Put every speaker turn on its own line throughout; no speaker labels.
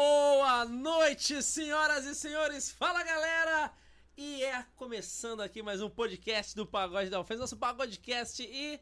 Boa noite, senhoras e senhores! Fala, galera! E é começando aqui mais um podcast do Pagode da Ofensa, nosso Pagodecast e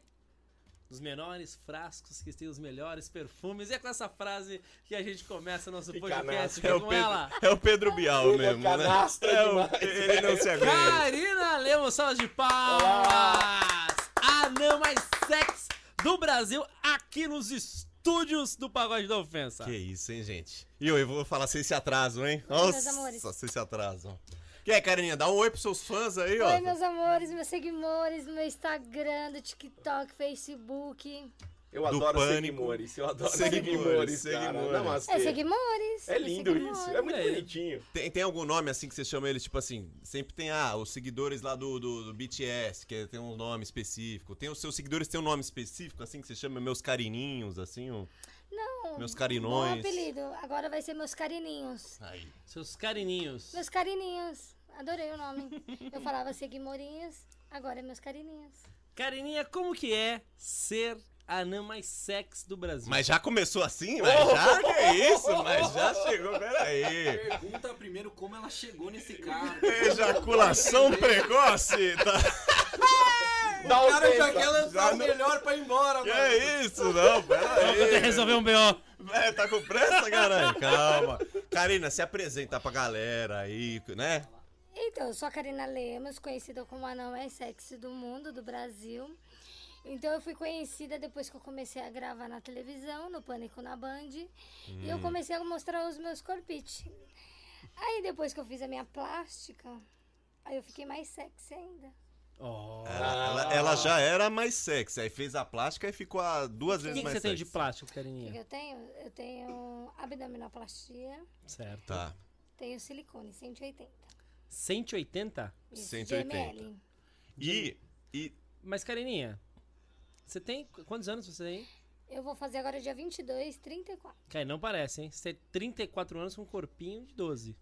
dos menores frascos que têm os melhores perfumes. E é com essa frase que a gente começa nosso
Que
podcast,
canastra,
que é
É o
com
Pedro,
ela.
é o Pedro Bial
Ele é
mesmo, né?
canastra
É o-
demais,
ele não se aguenta.
Karina Lemos, salas de palmas!
Olá!
A não mais sex do Brasil aqui nos estúdios do Pagode da Ofensa.
Tá. Que isso, hein, gente? E eu, eu vou falar sem esse atraso, hein? Nossa,
amores.
vocês se atrasam. Que é, Carinha? Dá um oi pros seus fãs aí, ó.
Oi, meus amores, meus seguidores, meu Instagram, do TikTok, Facebook.
Eu
Do
adoro
Pânico.
Seguimores. Eu adoro
Seguimores,
Seguimores, cara.
Seguimores.
Namastê.
É, seguidores.
É lindo
seguidores.
isso. É muito
É.
bonitinho.
Tem, tem algum nome assim que você chama eles, tipo assim, sempre tem, ah, os seguidores lá do, do, do BTS, que é- tem um nome específico. Tem os seus seguidores que tem um nome específico, assim, que você chama meus carininhos, assim, um-
Não.
meus
Bom
carinões.
apelido. Agora vai ser meus carininhos.
Aí.
Seus carininhos.
Meus carininhos. Adorei o nome. Eu falava seguimorinhos, agora é meus carininhos.
Carininha, como que é ser a anã mais sex do Brasil?
Mas já começou assim?
Oh!
Mas já? Que é isso? Mas já chegou, peraí.
Pergunta primeiro como ela chegou nesse carro.
Ejaculação precoce? Tá...
Dá
O cara já
ofensa.
quer lançar
Já
o
não-
melhor pra ir embora,
Que
mano.
é isso, não,
Até
peraí.
resolver um B.O.
É, tá com pressa, caralho? Calma. Karina, se apresenta pra galera aí, né?
Então, eu sou a Karina Lemos, conhecida como a não mais sexy do mundo, do Brasil. Então, eu fui conhecida depois que eu comecei a gravar na televisão, no Pânico na Band. E
Hum.
eu comecei a mostrar os meus corpites. Aí, depois que eu fiz a minha plástica, aí eu fiquei mais sexy ainda.
O
Ela, ela- ela já era mais sexy, aí fez a plástica e ficou a duas
que,
vezes
que
mais
você tem
sexy.
de plástico,
É.
O que que
Carininha?
eu tenho? Eu tenho abdominoplastia,
Certo.
Tá,
tenho silicone, 180.
180?
Isso,
180.
GML.
e, e
Mas, Carininha, você tem... Quantos anos você tem?
Eu vou fazer agora dia 22, 34.
Cara, não parece, hein? Você tem 34 anos com um corpinho de 12.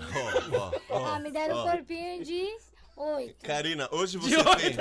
ó, ó, ó,
ah, me deram
ó.
corpinho de 8.
Karina, hoje
De
você tem.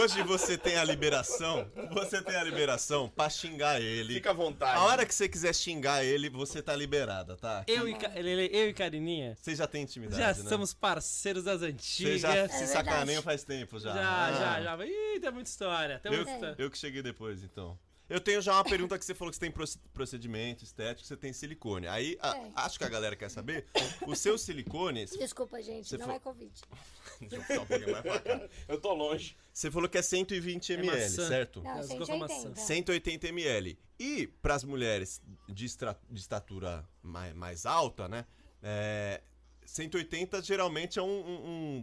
Hoje você tem a liberação. Você tem a liberação pra xingar ele.
Fica à vontade.
A hora que você quiser xingar ele, você tá liberada, tá?
Eu e, Ca- Lele, eu e Carininha
Você já tem intimidade,
já
né?
somos parceiros das
Você
antigas.
já
Já,
se
verdade.
sacaneiam faz tempo já. Ah.
é já, já. Ih, tem muita história. Tem
Eu,
muita história.
eu que cheguei depois, então. Eu tenho já uma pergunta que você falou que você tem proce- procedimento estético, você tem silicone. Aí, a-
É.
acho que a galera quer saber, o seu silicone... se-
Desculpa, gente,
Você
não
foi-
é Covid.
Deixa eu puxar um pouquinho mais pra cá.
Eu tô longe.
Você falou que é 120
É
ml,
maçã.
certo?
Não,
As
180.
informações.
180 ml. E para as mulheres de, estra- de estatura mais, mais alta, né? É, 180 geralmente é um, um- um-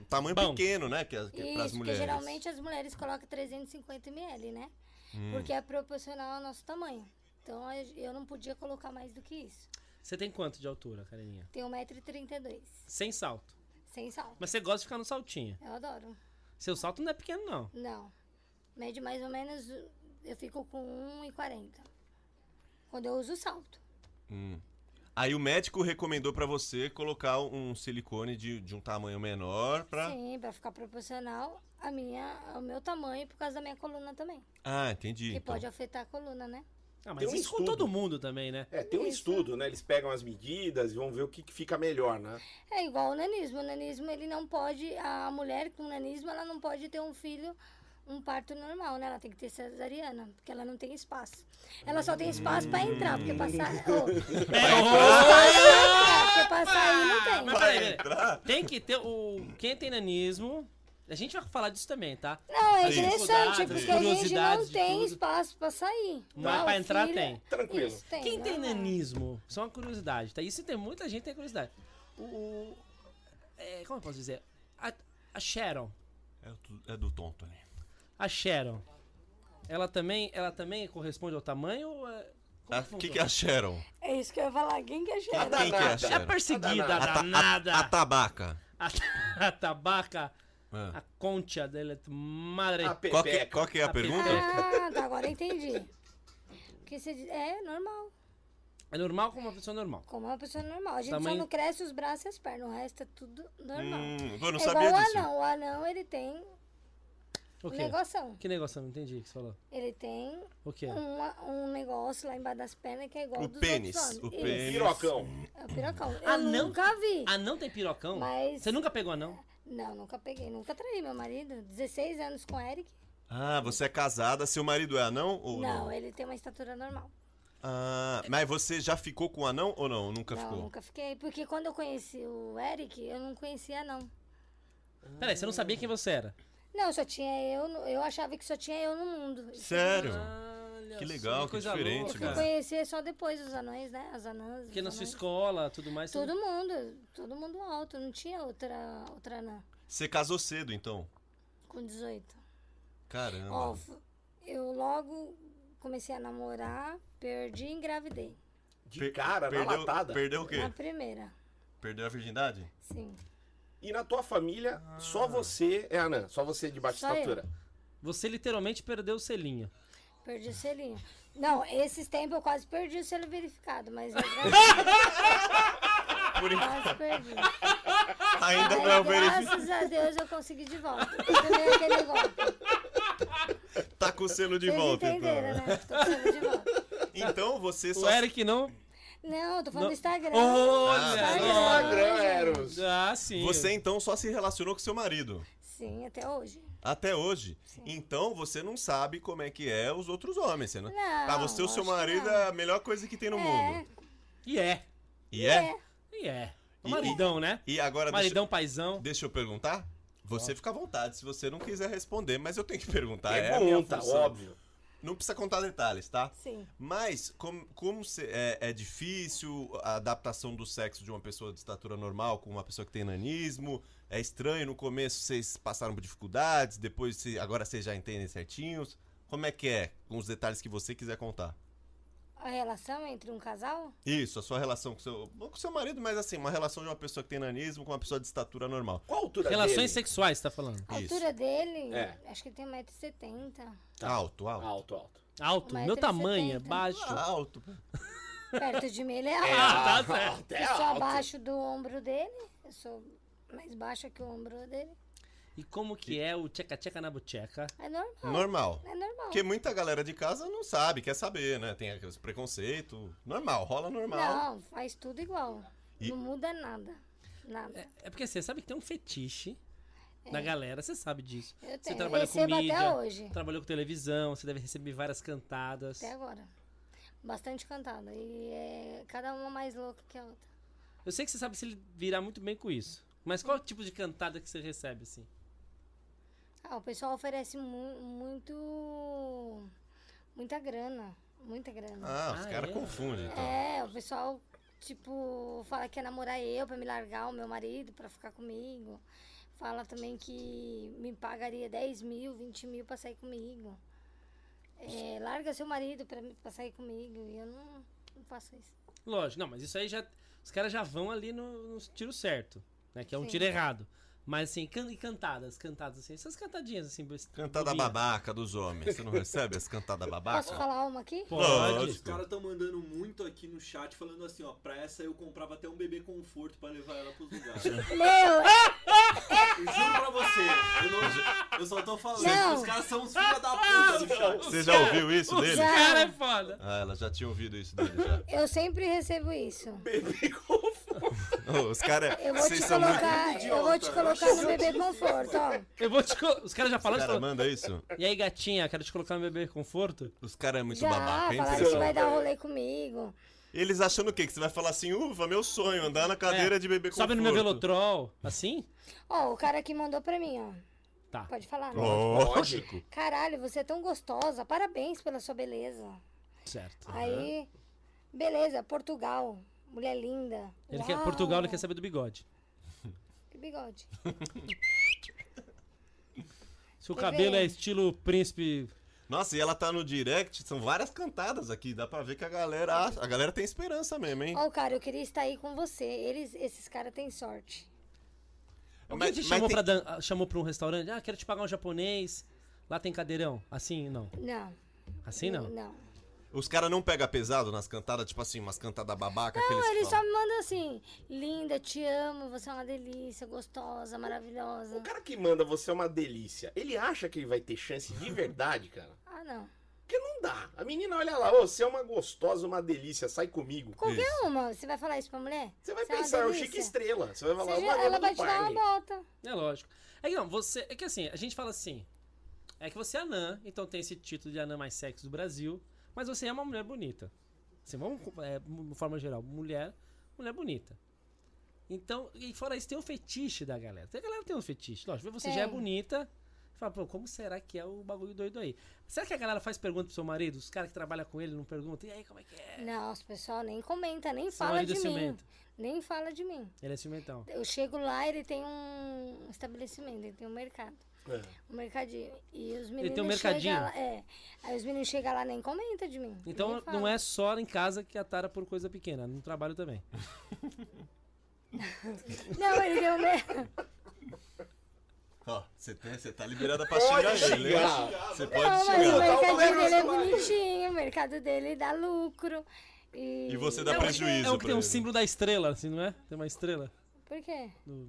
um tamanho
Bom.
pequeno, né? Que, para as
Isso, porque
mulheres.
geralmente as mulheres colocam 350 ml, né?
Hum.
Porque é proporcional ao nosso tamanho. Então a- eu não podia colocar mais do que isso.
Você tem quanto de altura, Carininha?
Tem 1,32m.
Sem salto.
Sem sal.
Mas você gosta de ficar no saltinho.
Eu adoro.
Seu salto não é pequeno, não.
Não. Mede mais ou menos. Eu fico com 1,40. Quando eu uso o salto.
Aí o médico recomendou para você colocar um silicone de, de um tamanho menor para.
Sim, pra ficar proporcional a minha, ao meu tamanho por causa da minha coluna também.
Ah, entendi.
Que
então.
pode afetar a coluna, né?
Ah, mas
Tem um
isso com
estudo.
todo mundo também, né?
É, tem um
Isso.
estudo, né? Eles pegam as medidas e vão ver o que, que fica melhor, né?
É igual o nanismo. O nanismo, ele não pode. A mulher com nanismo, ela não pode ter um filho, um parto normal, né? Ela tem que ter cesariana, porque ela não tem espaço. Ela só tem espaço pra entrar, porque passar. ô,
É,
porque passar aí não
Ah! Mas
tem.
peraí, peraí. Tem que ter o. Quem tem nanismo. A gente vai falar disso também, tá?
Não, é
Sim.
interessante,
Dificuldades,
porque a gente
curiosidades
não
de
tem
tudo.
espaço pra sair.
Mas
Não,
pra entrar
filho-
tem. é.
Tranquilo.
Isso, tem. né? é.
Quem tem
normal.
nanismo? Só uma curiosidade, tá? Isso tem muita gente que tem curiosidade. O. o- é, como eu posso dizer? A, a Sharon.
É, do- é do tonto ali.
A Sharon. Ela também, ela também corresponde ao tamanho? ou é- como
Ah, O que, que é a Sharon?
É isso que eu ia falar. Quem que é
Ah,
cheiro?
quem que é a
danada.
É a
Sharon?
perseguida,
A
a
ta-
danada.
A, tabaca.
A, a tabaca,
Ah.
a concha dela, é
né?
madre.
A
Qual, que,
pepeca.
qual que é a
A
pergunta?
pepeca.
Ah, tá, agora eu entendi. Porque você diz- É normal.
É normal como uma pessoa normal.
Como uma pessoa normal. A gente
Tamanho-
só não cresce os braços e as pernas. O resto é tudo normal.
Hum, eu não
é
sabia
igual o
disso.
anão. O anão, ele tem
O
Um
quê?
negoção.
Que negócio? Não entendi o que você falou.
Ele tem
O quê?
É.
uma- um negócio lá embaixo das pernas que é igual
O
ao dos
Um pênis,
outros
o
homens. Isso,
pênis.
Um Pirocão.
É o pirocão. Eu
Ah, não?
nunca vi.
Ah, não tem pirocão?
Mas-
Você nunca pegou, não?
Não, nunca peguei. Nunca traí meu marido. 16 anos com o Eric.
Ah, você é casada, seu marido é anão ou não?
Não, ele tem uma estatura normal.
Ah, mas você já ficou com anão ou não? Nunca
não,
ficou?
nunca fiquei. Porque quando eu conheci o Eric, eu não conhecia, não.
Peraí, você não sabia quem você era?
Não, só tinha eu. no- Eu achava que só tinha eu no mundo. Isso
Sério?
Ah. Olha
Que
só,
legal, que diferente,
Eu fui
cara.
conhecer só depois os anões, né? As anãs.
Porque
os
na sua
anões.
escola, tudo mais... você
Todo mundo, todo mundo alto, não tinha outra, outra anã
Você casou cedo, então?
com 18.
Caramba.
Ó, f- eu logo comecei a namorar, perdi e engravidei.
De
Per-
cara,
Tá
na
perdeu,
latada.
perdeu o quê?
Na primeira,
Perdeu a virgindade?
sim.
E na tua família,
Ah.
só você é anã. Só você é de baixa
Só eu.
estatura.
Você literalmente perdeu o selinho.
Perdi o selinho. Não, esses tempos eu quase perdi o selo verificado, mas eu
Por en-
quase perdi. Ah,
Ainda não é o
Aí,
verificado.
graças a Deus eu consegui de volta. Eu dei aquele golpe.
Tá com o selo de
Vocês
volta, então.
entenderam,
é.
né? Tô com selo de volta.
Então você
O
só.
Eric não...
Não, eu tô falando
Não.
do Instagram.
Olha!
tá
Ah,
só.
Instagram, Eros.
Ah, sim.
Você então só se relacionou com seu marido.
Sim, até hoje.
Até hoje. Então você não sabe como é que é os outros homens. Você não...
Não,
pra Tá, você, o seu
acho que
marido
não.
é a melhor coisa que tem no mundo.
E é.
E é?
E é.
E-
Maridão, né?
E agora deixa,
Maridão, paizão.
deixa eu perguntar? Você fica à vontade se você não quiser responder, mas eu tenho que perguntar. é a minha
Pergunta,
função.
óbvio.
Não precisa contar detalhes, tá?
Sim.
Mas, como, como cê- é, é difícil a adaptação do sexo de uma pessoa de estatura normal com uma pessoa que tem nanismo? É estranho, no começo vocês passaram por dificuldades, depois cê- agora vocês já entendem certinhos. Como é que é? Com os detalhes que você quiser contar.
A relação entre um casal?
Isso, a sua relação com seu, não com seu marido, mas assim, uma relação de uma pessoa que tem nanismo com uma pessoa de estatura normal.
Qual a altura
Relações
dele?
sexuais, tá falando.
A
Isso.
altura dele,
É.
acho que ele tem 1,70m.
Alto, alto.
Alto, alto.
Alto,
Um metro
meu
e
tamanho, é
setenta.
baixo.
Alto.
Perto de mim ele é
É,
alto.
tá
alto,
certo.
alto, é
Eu sou
alto.
abaixo do ombro dele. Eu sou mais baixa que o ombro dele.
E como que é o tcheca-tcheca na bucheca?
É normal.
Normal.
É normal.
Porque muita galera de casa não sabe, quer saber, né? Tem aqueles preconceito. Normal, rola normal.
Não, faz tudo igual.
E-
Não muda nada. Nada.
É porque você sabe que tem um fetiche
É.
na galera, você sabe disso.
Eu
Você
tenho.
trabalha com
Recebo até
mídia,
hoje.
trabalhou com televisão, você deve receber várias cantadas.
Até agora. Bastante cantada. E é cada uma mais louca que a outra.
Eu sei que você sabe se ele virar muito bem com isso. Mas qual é o tipo de cantada que você recebe, assim?
Ah, o pessoal oferece mu- muito. Muita grana. Muita grana.
Ah, os
Ah,
caras
é?
confundem, então.
É, o pessoal, tipo, fala que quer namorar eu pra me largar o meu marido, pra ficar comigo. Fala também que me pagaria 10 mil, 20 mil pra sair comigo. É, larga seu marido pra, pra sair comigo. E eu não, não faço isso.
Lógico, não, mas isso aí já. Os caras já vão ali no, no tiro certo, né? Que é um
Sim.
tiro errado. Mas assim, can- e cantadas, cantadas assim, essas cantadinhas assim. bes-
Cantada
bobinha.
babaca dos homens. Você não recebe as cantadas
Posso
babaca?
falar uma aqui?
Os
Pode.
Lógico.
caras estão mandando muito aqui no chat falando assim, ó, pra essa eu comprava até um bebê conforto pra levar ela pros lugares. Eu
Meu,
juro pra você, eu, não- eu só tô falando,
Não.
os caras são os filhos da puta do chat.
Você já ouviu isso
Os
dele?
Já.
cara é foda.
Ah, ela já tinha ouvido isso dele já.
eu sempre recebo isso.
Bebê confuso.
Ô, os é- caras.
Eu vou te colocar, eu vou te
idiota.
colocar no bebê conforto, ó.
Eu vou te. co- Os caras já
Os
falaram,
caras
falando.
mandam isso?
E aí, gatinha, quero te colocar no bebê conforto?
Os caras é muito
Já,
babaca, hein?
falaram que
impressionante.
vai dar rolê comigo.
Eles achando o quê? Que você vai falar assim, uva, meu sonho, andar na cadeira
É.
de bebê com
Sobe no meu velotrol. Assim?
Ó, o cara que mandou pra mim, ó.
Tá.
Pode falar, né?
Lógico.
Caralho, você é tão gostosa. Parabéns pela sua beleza.
Certo.
Aí, beleza, Portugal. Mulher linda.
Ele quer,
Uau,
Portugal ele quer saber do bigode.
Que bigode.
Se o
Quer
cabelo
ver?
é estilo príncipe.
Nossa, e ela tá no direct, são várias cantadas aqui, dá pra ver que a galera, acha- a galera tem esperança mesmo, hein?
Ó, cara, eu queria estar aí com você. Eles, esses caras têm sorte.
Alguém
Mas-
te
mas
chamou,
tem-
pra dan- ah, chamou pra um restaurante? Ah, quero te pagar um japonês. Lá tem cadeirão. Assim, não.
Não.
Assim, não.
Não.
Os caras não pegam pesado nas cantadas, tipo assim, umas cantadas babaca que eles
Não, ele só
falam.
me manda assim, linda, te amo, você é uma delícia, gostosa, maravilhosa.
O cara que manda você é uma delícia. Ele acha que ele vai ter chance de verdade, cara?
Ah, não.
Porque não dá. A menina olha lá, ô, você é uma gostosa, uma delícia, sai comigo.
Qualquer
Isso.
uma, você vai falar isso pra mulher?
Você vai
Você é uma
pensar, é o
delícia.
Chique Estrela. Você vai falar,
Você
uma
já- ela
garota
vai
do
te dar
parque.
uma bota.
É lógico. É que não, você. É que assim, a gente fala assim. É que você é anã, então tem esse título de anã mais sexy do Brasil. Mas você é uma mulher bonita. Assim, vamos, é, de forma geral, mulher, mulher bonita. Então, e fora isso, tem o fetiche da galera. Tem a galera que tem um fetiche. Lógico, você já é
Tem.
bonita. Fala, pô, como será que é o bagulho doido aí? Será que a galera faz pergunta pro seu marido? Os caras que trabalham com ele não perguntam? E aí, como é que é?
Não, os pessoal nem comenta, nem
Seu
fala
marido
de
é
mim.
ciumento.
Nem fala de mim.
Ele é ciumentão.
Eu chego lá, ele tem um estabelecimento, ele tem um mercado.
É.
Um mercadinho. E os meninos.
tem um mercadinho?
chegam lá- é. Aí os meninos chegam lá nem comenta de mim.
Então,
nem fala.
não é só em casa que a tara por coisa pequena. No trabalho também. é?
Não, ele deu mer-
Ó, você tem- você tá liberada pra
Pode
xingar ele, né?
chegar.
Você
Não,
pode
mas
Não,
o
xingar.
tá
mercadinho
valendo
dele é
essa parte.
bonitinho, o mercado dele dá lucro. E,
E você dá
É o-
prejuízo
É o que
pra
tem um
ele.
símbolo da estrela, assim, não é? Tem uma estrela
Por quê?
no,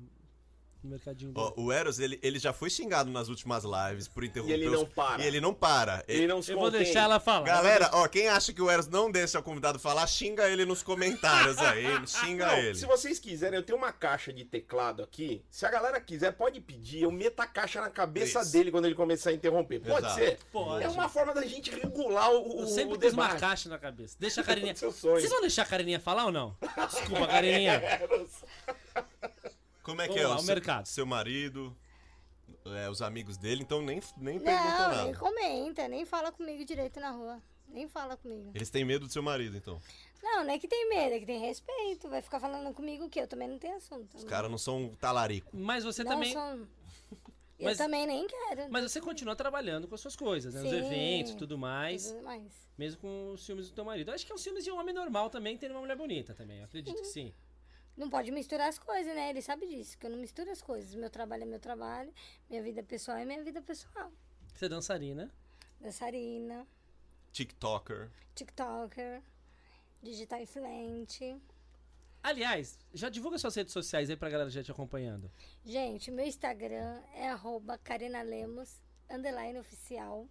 no mercadinho dele.
Ó, o Eros, ele, ele já foi xingado nas últimas lives por interromper
ele
os-
não para.
E ele não para.
Ele não se
Eu vou
contém.
deixar ela falar.
Galera, ó, quem acha que o Eros não deixa o convidado falar, xinga ele nos comentários aí, xinga
Não,
ele.
se vocês quiserem, eu tenho uma caixa de teclado aqui. Se a galera quiser, pode pedir. Eu meto a caixa na cabeça
Isso.
dele quando ele começar a interromper. Pode
Exato.
ser?
Pode.
É uma forma da gente regular o, o,
eu
o
sempre pus uma
debate.
caixa na cabeça. Deixa a Carininha.
Seu sonho.
Vocês vão deixar a Carininha falar ou não? Desculpa, Carininha.
Como é que
Vamos
é
lá,
o
o
seu,
mercado.
seu marido, é, os amigos dele, então nem, nem perguntam
Não, nem
nada.
comenta, nem fala comigo direito na rua. Nem fala comigo.
Eles têm medo do seu marido, então.
Não, não é que tem medo, é que tem respeito. Vai ficar falando comigo que eu também não tenho assunto.
Os caras não são talarico.
Mas você
não
também.
são- Eu
Mas-
também nem quero. né?
Mas você continua trabalhando com as suas coisas, né? Os
Sim.
eventos e tudo mais.
tudo mais.
Mesmo com os ciúmes do teu marido. Acho que é um ciúmes de um homem normal também, tendo uma mulher bonita também. Eu acredito que sim.
Não pode misturar as coisas, né? Ele sabe disso, que eu não misturo as coisas. Meu trabalho é meu trabalho, minha vida pessoal é minha vida pessoal.
Você é dançarina.
Dançarina,
TikToker.
TikToker, digital influente.
Aliás, já divulga suas redes sociais aí pra galera já te acompanhando.
Gente, meu Instagram é arroba Karina Lemos, underline oficial.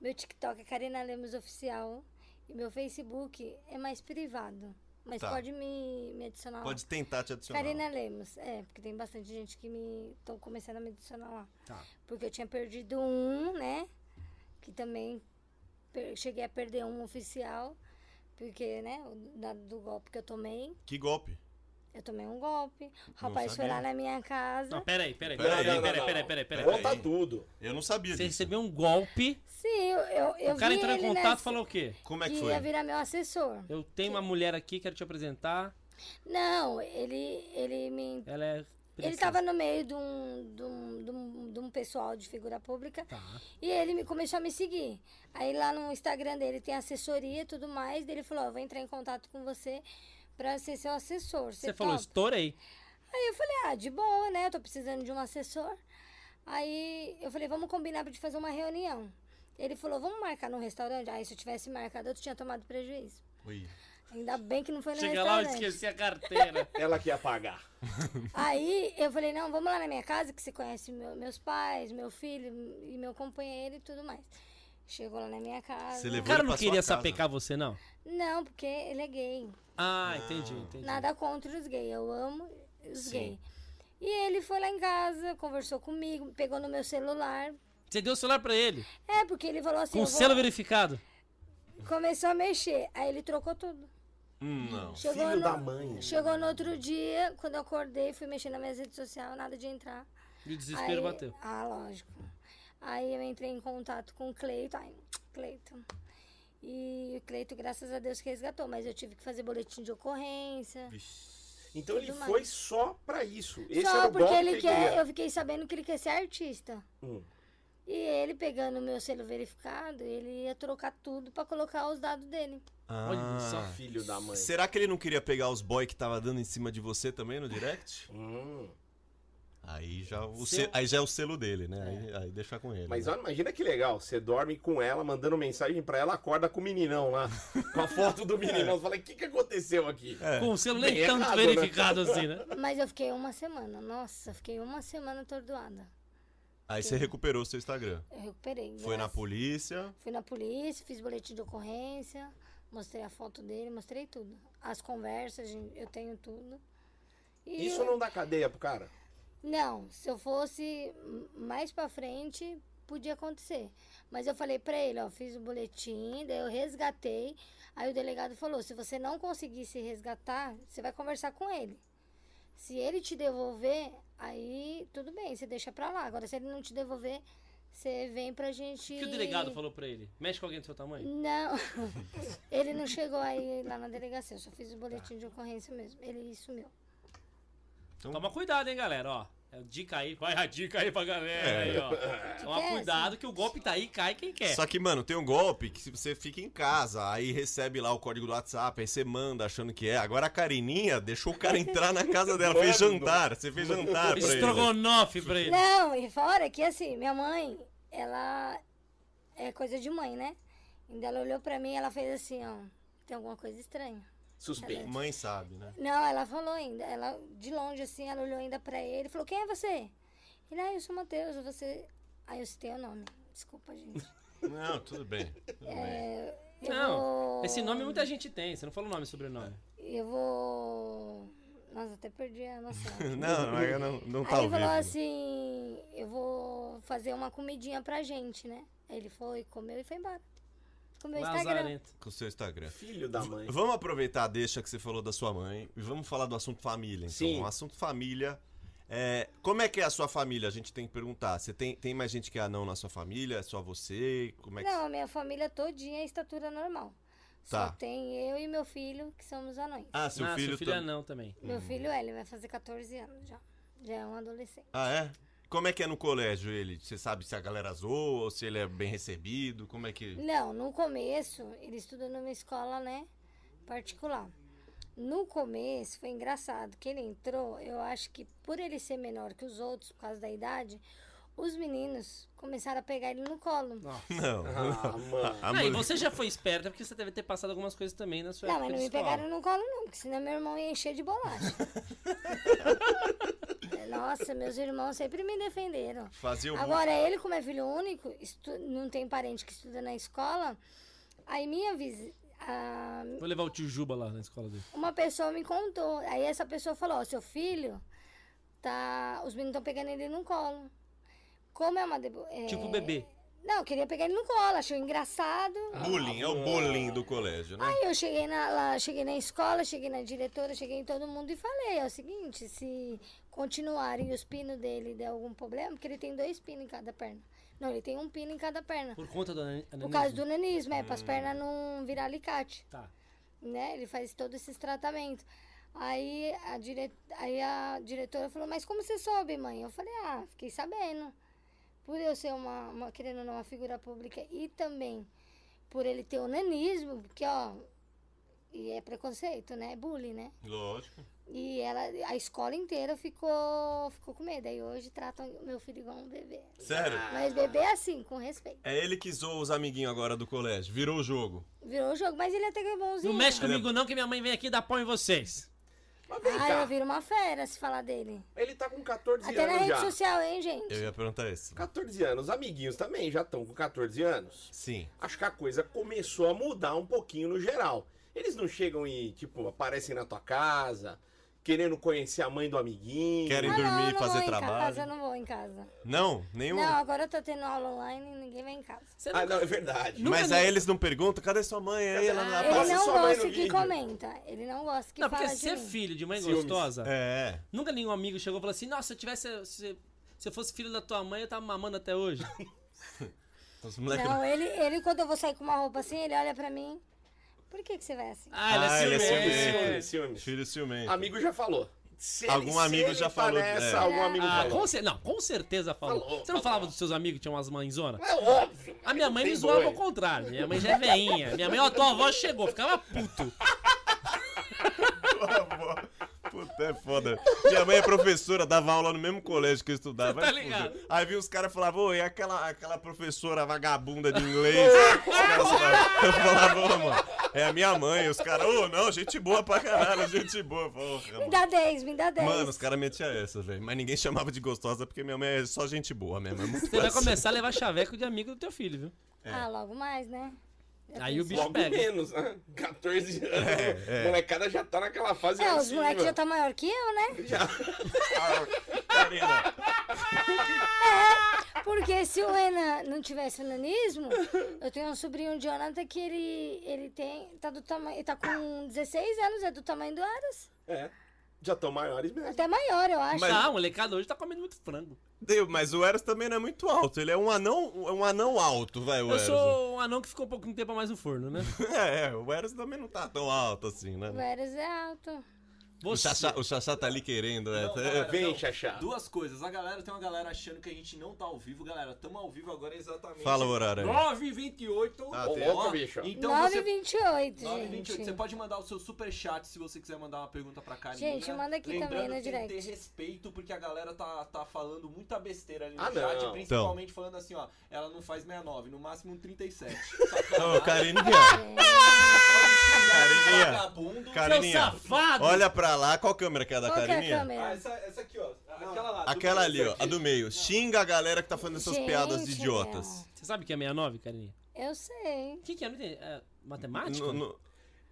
Meu TikTok é Karina Lemos Oficial. E meu Facebook é mais privado. Mas
Tá.
pode me, me adicionar lá.
Pode tentar te adicionar.
Ah. Karina Lemos, é, porque tem bastante gente que me. estão começando a me adicionar lá.
Tá.
Porque eu tinha perdido um, né? Que também per- cheguei a perder um oficial. Porque, né, o dado do golpe que eu tomei,
Que golpe.
eu tomei um golpe. O rapaz foi
sabia.
lá na minha casa.
Não, peraí, peraí.
Peraí,
Peraí,
não, não,
peraí, peraí,
não.
peraí, peraí.
Conta
Peraí.
tudo.
Eu não sabia
Você
disso.
recebeu um golpe.
Sim, eu, eu, eu
o cara
vi
entrou em
ele né,
contato e
nessa-
falou o quê?
Como é
que
que
ia
foi?
virar meu assessor.
Eu tenho uma mulher aqui, quero te apresentar.
Não, ele, ele me.
Ela é.
Ele
princesa.
tava no meio de um, de, um, de, um, de um pessoal de figura pública
Tá.
e ele me, começou a me seguir. Aí lá no Instagram dele tem assessoria e tudo mais. Daí ele falou: Ó, eu vou entrar em contato com você pra ser seu assessor. Você,
Você falou,
topa?"
estourei.
Aí eu falei: Ah, de boa, né? Eu tô precisando de um assessor. Aí eu falei: Vamos combinar pra te fazer uma reunião. Ele falou: Vamos marcar num restaurante? Aí se eu tivesse marcado, eu tinha tomado prejuízo.
Ui.
Ainda bem que não foi no
Chega lá, eu
restaurante.
esqueci a carteira.
Ela que ia pagar.
Aí eu falei, não, vamos lá na minha casa, que você conhece meu- meus pais, meu filho e meu companheiro e tudo mais. Chegou lá na minha casa.
Você
o
levou-
cara
Vou
não
pra sua
queria
casa.
sapecar você, não?
Não, porque ele é gay.
Ah, entendi, entendi.
Nada contra os gays, eu amo os
Sim.
gays. E ele foi lá em casa, conversou comigo, pegou no meu celular.
Você deu o celular pra ele,
É, porque ele falou assim,
com
eu
o
vou-
selo verificado.
começou a mexer. Aí ele trocou tudo.
Hum, não.
Chegou
Filho
no...
da mãe.
Chegou no outro dia, quando eu acordei, fui mexer na minha rede social, nada de entrar.
E o desespero
Aí-
bateu.
Ah, lógico. Aí eu entrei em contato com o Cleiton. Ai, Cleiton. E o Cleito, graças a Deus, que resgatou, mas eu tive que fazer boletim de ocorrência.
Então ele
Tudo mais.
foi só pra isso. Esse
Só
era o
porque
golpe
ele,
que ele
quer,
queria.
eu fiquei sabendo que ele quer ser artista.
Hum.
E ele pegando o meu selo verificado, ele ia trocar tudo pra colocar os dados dele.
Olha só.
Ah.
Filho da mãe.
Será que ele não queria pegar os boy que tava dando em cima de você também no direct?
Hum.
Aí já, o
Seu-
se- aí já é o selo dele, né? Aí, aí deixa com ele.
Mas
né?
olha, imagina que legal, você dorme com ela, mandando mensagem pra ela, acorda com o meninão lá, com a foto do meninão. Você fala, o que, que aconteceu aqui?
É.
Com o selo nem
Bem
tanto
errado, né?
verificado assim, né?
Mas eu fiquei uma semana, nossa, fiquei uma semana atordoada.
Aí você recuperou seu Instagram.
Eu recuperei.
Foi na
graças-
polícia.
Fui na polícia, fiz boletim de ocorrência, mostrei a foto dele, mostrei tudo. As conversas, gen- eu tenho tudo. E
Isso
eu-
não dá cadeia pro cara?
Não, se eu fosse m- mais pra frente, podia acontecer. Mas eu falei pra ele, ó, fiz o boletim, daí eu resgatei. Aí o delegado falou: se você não conseguir se resgatar, você vai conversar com ele. Se ele te devolver, aí tudo bem, você deixa pra lá. Agora, se ele não te devolver, você vem pra gente.
O que o delegado falou pra ele? Mexe com alguém do seu tamanho?
Não, ele não chegou aí lá na delegacia, eu só fiz o boletim de ocorrência mesmo. Ele sumiu.
Toma cuidado, hein, galera, ó. É dica aí, vai a dica aí pra galera
É.
aí, ó. Toma
é essa?
cuidado que o golpe tá aí, cai quem quer.
Só que, mano, tem um golpe que se você fica em casa, aí recebe lá o código do WhatsApp, aí você manda achando que é. Agora a Carininha deixou o cara entrar na casa dela, fez
Mano.
jantar. Você fez jantar pra ele. né?
Estrogonofe pra ele.
Não, e fora que assim, minha mãe, ela é coisa de mãe, né? Ainda ela olhou pra mim e ela fez assim, ó, tem alguma coisa estranha.
Suspeito.
Mãe sabe, né?
Não, ela falou ainda, ela de longe assim, ela olhou ainda pra ele e falou, quem é você? Ele, ah, eu sou Matheus, você... Aí eu citei o nome, desculpa, gente.
Não, tudo bem. Tudo bem.
Eu
Não,
vou-
esse nome muita gente tem, você não falou o nome e sobrenome.
Eu vou... Nossa, até perdi a noção.
Não, não, é- não, não tá
Aí
ao
ele falou
vivo.
assim, eu vou fazer uma comidinha pra gente, né? Aí ele foi, comeu e foi embora. Comeu o Instagram.
Lazarento.
Com o seu Instagram.
Filho da mãe.
Vamos aproveitar a deixa que você falou da sua mãe e vamos falar do assunto família, então.
Sim.
O assunto família. é, como é que é a sua família? A gente tem que perguntar. Você tem, tem mais gente que é anão na sua família? É só você? Como é que.
Não, a minha família todinha é estatura normal.
Tá.
Só tem eu e meu filho, que somos anões.
Ah, seu
ah,
filho.
seu filho
tam-
é não também.
Meu filho, é, ele vai fazer 14 anos já. Já é um adolescente.
Ah, é? Como é que é no colégio ele? Você sabe se a galera zoa ou se ele é bem recebido? Como é que.
Não, no começo, ele estuda numa escola, né? Particular. No começo, foi engraçado que ele entrou. Eu acho que por ele ser menor que os outros, por causa da idade, os meninos começaram a pegar ele no colo. Não,
Não.
Ah, mano.
Ah,
A
e
mulher-
você já foi esperta porque você deve ter passado algumas coisas também na sua
mas
época
não
de
me
escola.
pegaram no colo, não, porque senão meu irmão ia encher de bolacha. Nossa, meus irmãos sempre me defenderam.
Fazia o.
Agora, ele, como é filho único, estu- não tem parente que estuda na escola, aí minha visita.
Vou levar o tio Juba lá na escola dele.
Uma pessoa me contou. Aí essa pessoa falou: Ó, seu filho, tá. Os meninos estão pegando ele no colo. Como é uma. debo- é,
Tipo bebê.
Não, eu queria pegar ele no colo, achou engraçado.
Bullying, é o bullying do colégio, né?
Aí eu cheguei na, lá, cheguei na escola, cheguei na diretora, cheguei em todo mundo e falei: é o seguinte, se continuarem os pinos dele der algum problema, porque ele tem dois pinos em cada perna. Não, ele tem um pino em cada perna.
Por conta do anani-
Por
ananismo.
causa do nanismo, é, para as pernas não virar alicate.
Tá.
né? Ele faz todos esses tratamentos. Aí a, dire... Aí a diretora falou, mas como você soube, mãe? Eu falei, ah, fiquei sabendo. Por eu ser uma, uma querendo ou não, uma figura pública e também por ele ter onanismo, porque, ó, e é preconceito, né? É bullying, né?
Lógico.
E ela, a escola inteira ficou, ficou com medo. Aí hoje tratam o meu filho igual um bebê.
Sério?
Mas bebê é assim, com respeito.
É ele que zoa os amiguinhos agora do colégio. Virou o jogo.
Virou o jogo, mas ele até que é bonzinho.
Não mexe comigo não que minha mãe vem aqui e dá pau em vocês.
Mas vem
Ah, eu
cá,
viro uma fera se falar dele.
ele tá com 14
Até na
anos
rede
já.
social, hein, gente?
Eu ia perguntar isso.
14 anos, os amiguinhos também já estão com 14 anos.
Sim.
Acho que a coisa começou a mudar um pouquinho no geral. Eles não chegam e, tipo, aparecem na tua casa, querendo conhecer a mãe do amiguinho.
Querem
Ah, não,
dormir
eu
e
não
fazer
vou em
trabalho.
casa, eu não vou em casa.
Não, nenhum.
Não, agora eu tô tendo aula online e ninguém vai em casa.
Você
Ah,
nunca-
não, é verdade.
Nunca
Mas
nem-
aí eles não perguntam, cadê sua mãe? Aí ela lá
Ah, passa
Tá,
Ele
passa.
não
sua mãe no
gosta que
vídeo.
comenta. Ele não gosta que
Não, porque é
fala de
ser
mim.
filho de mãe
Ciúmes.
gostosa,
É.
nunca nenhum amigo chegou e falou assim, nossa, se eu tivesse... Se, se eu fosse filho da tua mãe, eu tava mamando até hoje.
Os moleques.
Não, Então, ele, ele quando eu vou sair com uma roupa assim, ele olha pra mim. Por que que você vai assim?
Ah, ele é
Ah, ele é
ciumento.
Ciúme, ciúme,
ciumento.
ciúme.
Filho ciumento.
Amigo já falou. Se
Algum amigo
ele
já
tá
falou,
Nessa,
é.
Algum amigo
Ah,
falou.
com cer- Não, com certeza falou.
Falou,
Você não
falou.
falava dos seus amigos que tinham umas mãezonas?
É óbvio.
A minha mãe me
Tem
zoava
dois.
ao contrário. Minha mãe já é veinha. Minha mãe, ó, tua avó chegou, ficava puto.
Tua avó. Puta, é foda. Minha mãe é professora, dava aula no mesmo colégio que eu estudava.
Você tá
vai fuder.
ligado?
Aí vi os caras falavam, ô, e aquela, aquela professora vagabunda de inglês? Os caras falavam- eu falava, ô, mano, é a minha mãe. Os caras, ô, não, gente boa pra caralho, gente boa. Porra,
Me
mano.
dá 10, me dá 10.
Mano, os caras metiam essa, velho. Mas ninguém chamava de gostosa porque minha mãe é só gente boa mesmo. É muito
Você vai
assim.
começar a levar chaveco de amigo do teu filho, viu?
Ah, logo mais, né? Já
Aí o
pensou?
bicho
Logo
pega.
menos, né? 14 anos.
É, é.
Molecada já tá naquela fase
É, os
assim,
moleques já
mano.
tá maior que eu, né?
Tá Karina,
Porque se o Renan não tivesse o nanismo, eu tenho um sobrinho, Jonathan, que ele, ele tem. Tá do tamanho. Ele tá com 16 anos, é do tamanho do Aras.
É. Já estão maiores mesmo.
Até maior, eu acho.
Mas-
Ah, o molecada hoje tá comendo muito frango.
Deu, mas o Eros também não é muito alto. Ele é um anão, um anão alto, vai, o
Eu
Eros.
sou um anão que ficou um pouquinho tempo a mais no forno, né?
É, é, o Eros também não tá tão alto assim,
O
né?
Aras é alto.
O
Você-
Xaxá, o Xaxá tá ali querendo, né?
Não,
É,
cara,
Vem,
não.
Xaxá.
Duas coisas. A galera tem uma galera achando que a gente não tá ao vivo, galera. Tamo ao vivo agora exatamente.
Fala o horário aí.
9h28.
Ah,
Ô,
tem-
Tá louco, bicho.
Então você.
9,28,
9h28. Você
gente.
pode mandar o seu superchat se você quiser mandar uma pergunta pra Karina.
Gente, manda aqui
Lembrando
também no
que tem que
direct.
ter respeito, porque a galera tá, tá falando muita besteira ali no
Ah,
chat.
não.
Principalmente falando assim, ó. Ela não faz 69, no máximo um 37.
Ô, Karina, Carininha.
Vagabundo.
Seu
Carininha,
safado!
olha pra lá. Qual câmera que é a da
Qual que é a
Carininha?
Ah,
câmera?
essa, essa aqui, ó. Aquela lá. do
Aquela ali, ó,
aqui.
a do meio. Xinga a galera que tá fazendo essas
Gente, é
piadas de
meu.
idiotas.
Você sabe o que é 69, carinha?
Eu sei.
O que, que é? Não entendi. É matemática?
No- no-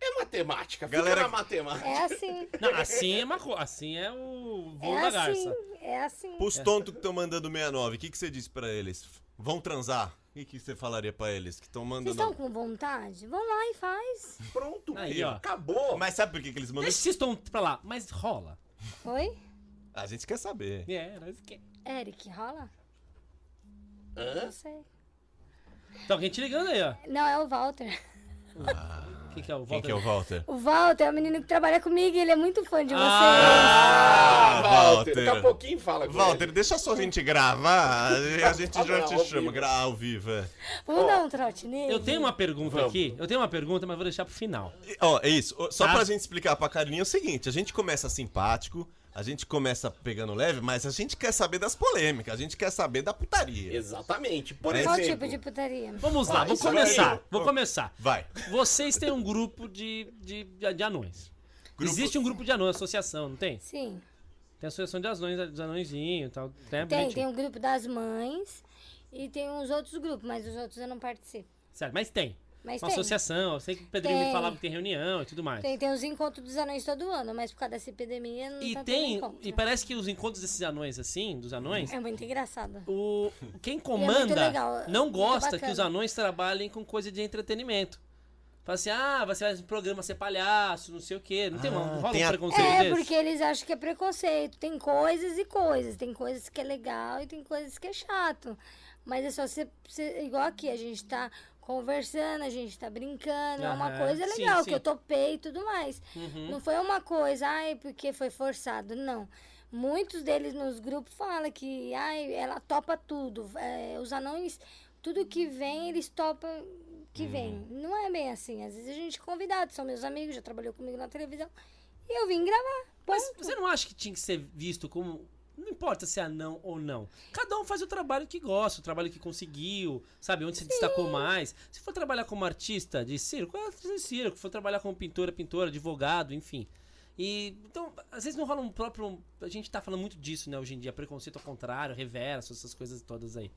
É matemática. Galera,
Galera-
fica na matemática.
É assim.
Não, assim é uma co- Assim é o voo
É
da
assim.
garça.
É assim.
Pros tontos que estão mandando 69, o que, que você disse pra eles? Vão transar? O que, que você falaria pra eles que estão
Vocês
mandando...
estão com vontade? Vão lá e faz.
Pronto.
Aí, ó.
Acabou.
Mas sabe por que, que eles mandam?
Deixa esses tontos pra lá, mas rola.
Foi?
A gente quer saber.
É, nós que...
Eric, rola?
Hã?
Não sei.
Tem alguém te ligando aí, ó.
Não, é o Walter.
Quem que é o
Quem
Walter?
que é o Walter?
O Walter é o menino que trabalha comigo e ele é muito fã de vocês.
Ah, Walter.
Walter.
Daqui a pouquinho fala com
Walter,
ele.
deixa só a gente gravar, a gente
Ao
já
vivo,
te
ao
chama,
vivo.
gra- ao vivo. é.
Vamos dar um trote nele?
Eu tenho uma pergunta
Vamos.
aqui. Eu tenho uma pergunta, mas vou deixar pro final.
E, Ó, é isso. Ó, Só
Tá.
pra gente explicar pra Carinha é o seguinte, a gente começa simpático, a gente começa pegando leve, mas a gente quer saber das polêmicas, a gente quer saber da putaria.
Exatamente. Por
É.
Qual
exemplo,
tipo de putaria?
Vamos lá,
Ah,
vou
isso aí.
começar. Vou
Ó.
começar.
Vai.
Vocês têm um grupo de, de, de, de anões.
Grupo-
Existe um grupo de anões, associação, não tem?
Sim.
Tem associação de anões, dos anõezinhos e tal. Tem, é
Tem,
bonitinho.
tem o grupo das mães e tem uns outros grupos, mas os outros eu não participo.
Certo, mas tem.
um- Mas
Uma
tem.
associação, eu sei que o Pedrinho me
Tem.
falava que tem reunião e tudo mais.
Tem, tem os encontros dos anões todo ano, mas por causa dessa epidemia não
E
tá
tem.
tendo encontro.
E parece que os encontros desses anões, assim, dos anões,
É muito engraçado.
o, quem
é muito
comanda
legal,
não
muito
gosta
bacana.
que os anões trabalhem com coisa de entretenimento. Fala assim, ah, você vai no programa ser palhaço, não sei o quê. Não tem uma, não
Ah,
rola
tem
um
a-
preconceito
É,
desse?
porque eles acham que é preconceito. Tem coisas e coisas. Tem coisas que é legal e tem coisas que é chato. Mas é só você. você- igual aqui, a gente tá conversando, a gente tá brincando. É uma
Aham,
coisa
sim,
legal,
sim.
que eu topei e tudo mais.
Uhum.
Não foi uma coisa, ai, porque foi forçado. Não. Muitos deles nos grupos falam que, ai, ela topa tudo. É, os anões, tudo que vem, eles topam que vem. Não é bem assim. Às vezes a gente é convidado, são meus amigos, já trabalhou comigo na televisão. E eu vim gravar.
Mas
Ponto.
você não acha que tinha que ser visto como. Não importa se é anão ou não. Cada um faz o trabalho que gosta, o trabalho que conseguiu, sabe? Onde se destacou mais. Se for trabalhar como artista de circo, é artista de circo. Se for trabalhar como pintora, pintora, advogado, enfim. E, então, às vezes não rola um próprio. A gente tá falando muito disso, né, hoje em dia. Preconceito ao contrário, reverso, essas coisas todas aí.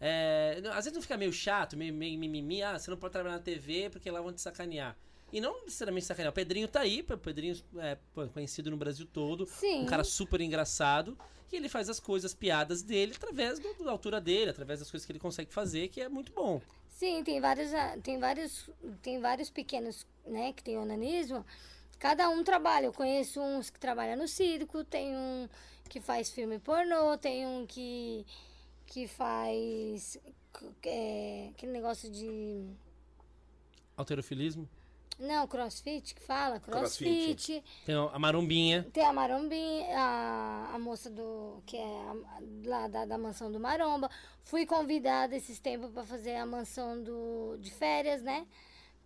É, não, às vezes não fica meio chato, meio, meio mimimi, ah, você não pode trabalhar na TV porque lá vão te sacanear. E não necessariamente sacanear. O Pedrinho tá aí, o Pedrinho é pô, conhecido no Brasil todo,
Sim.
um cara super engraçado, e ele faz as coisas, as piadas dele, através do- da altura dele, através das coisas que ele consegue fazer, que é muito bom.
Sim, tem vários, a- tem vários, tem vários pequenos, né, que tem onanismo. Cada um trabalha. Eu conheço uns que trabalham no circo, tem um que faz filme pornô, tem um que que faz c- é, aquele negócio de
Alterofilismo,
não, crossfit que fala,
Crossfit.
crossfit.
tem a marombinha,
Tem a Marombinha, a, a moça do. que é a- lá da, da mansão do Maromba. Fui convidada esses tempos para fazer a mansão do, de férias, né?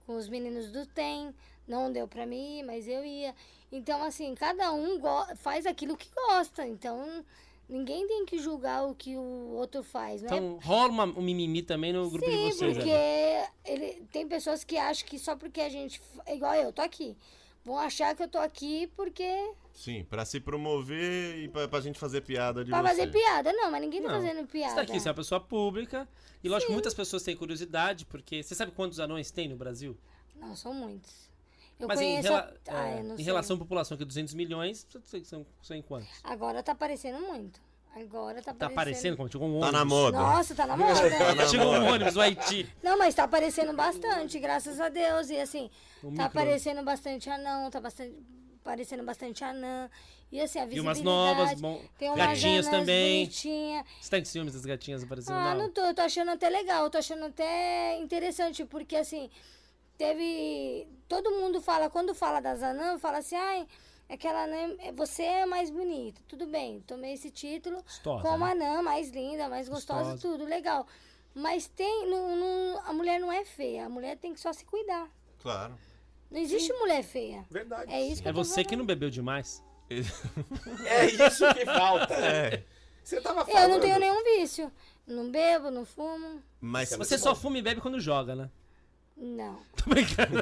Com os meninos do TEM. não deu pra mim ir, mas eu ia. Então, assim, cada um go- faz aquilo que gosta. Então, ninguém tem que julgar o que o outro faz, né?
Então rola uma, um mimimi também no grupo de
Sim,
vocês.
porque
né?
ele, tem pessoas que acham que só porque a gente. f- é Igual eu, tô aqui. Vão achar que eu tô aqui porque.
Sim, pra se promover e pra, pra gente fazer piada de
pra
você.
fazer piada. Não, mas ninguém tá
Não.
fazendo piada.
Você tá aqui, você é uma pessoa pública. E lógico, que muitas pessoas têm curiosidade, porque você sabe quantos anões tem no Brasil?
Não, são muitos. Eu
Mas em,
conheço.
rela-
a- Ah,
é,
eu não
em
sei.
relação à população, que é 200 milhões, são, são, são um, é em quantos?
Agora tá aparecendo muito. Agora tá aparecendo.
Tá aparecendo como? Chegou um
Tá
ônibus.
na moda.
Nossa, tá na moda.
na
Chegou um
moda.
ônibus do Haiti.
Não, mas tá aparecendo bastante, graças a Deus. E assim,
Um micro-
tá aparecendo bastante anão, tá bastante, aparecendo bastante anã. E assim, a
E
visibilidade.
umas novas, bom...
Tem umas
gatinhas
anãs
também.
bonitinha.
Você tá em ciúmes das gatinhas aparecendo
Ah,
na
não tô, eu tô achando até legal, eu tô achando até interessante, porque assim, teve. Todo mundo fala, quando fala das anãs, fala assim, ai, aquela anã, é- você é mais bonita. Tudo bem, tomei esse título
Gostosa,
como
né?
anã, mais linda, mais gostosa,
Gostosa.
tudo, legal. Mas tem. não- não- a mulher não é feia, a mulher tem que só se cuidar.
Claro.
Não existe mulher feia.
Verdade.
É isso que
É
eu tô
você que
falando.
não bebeu demais.
É isso que falta.
É.
Você tava falando.
Eu não tenho nenhum vício. Não bebo, não fumo.
Mas
Isso é
Você só fuma e bebe quando joga, né?
Não.
Tô brincando.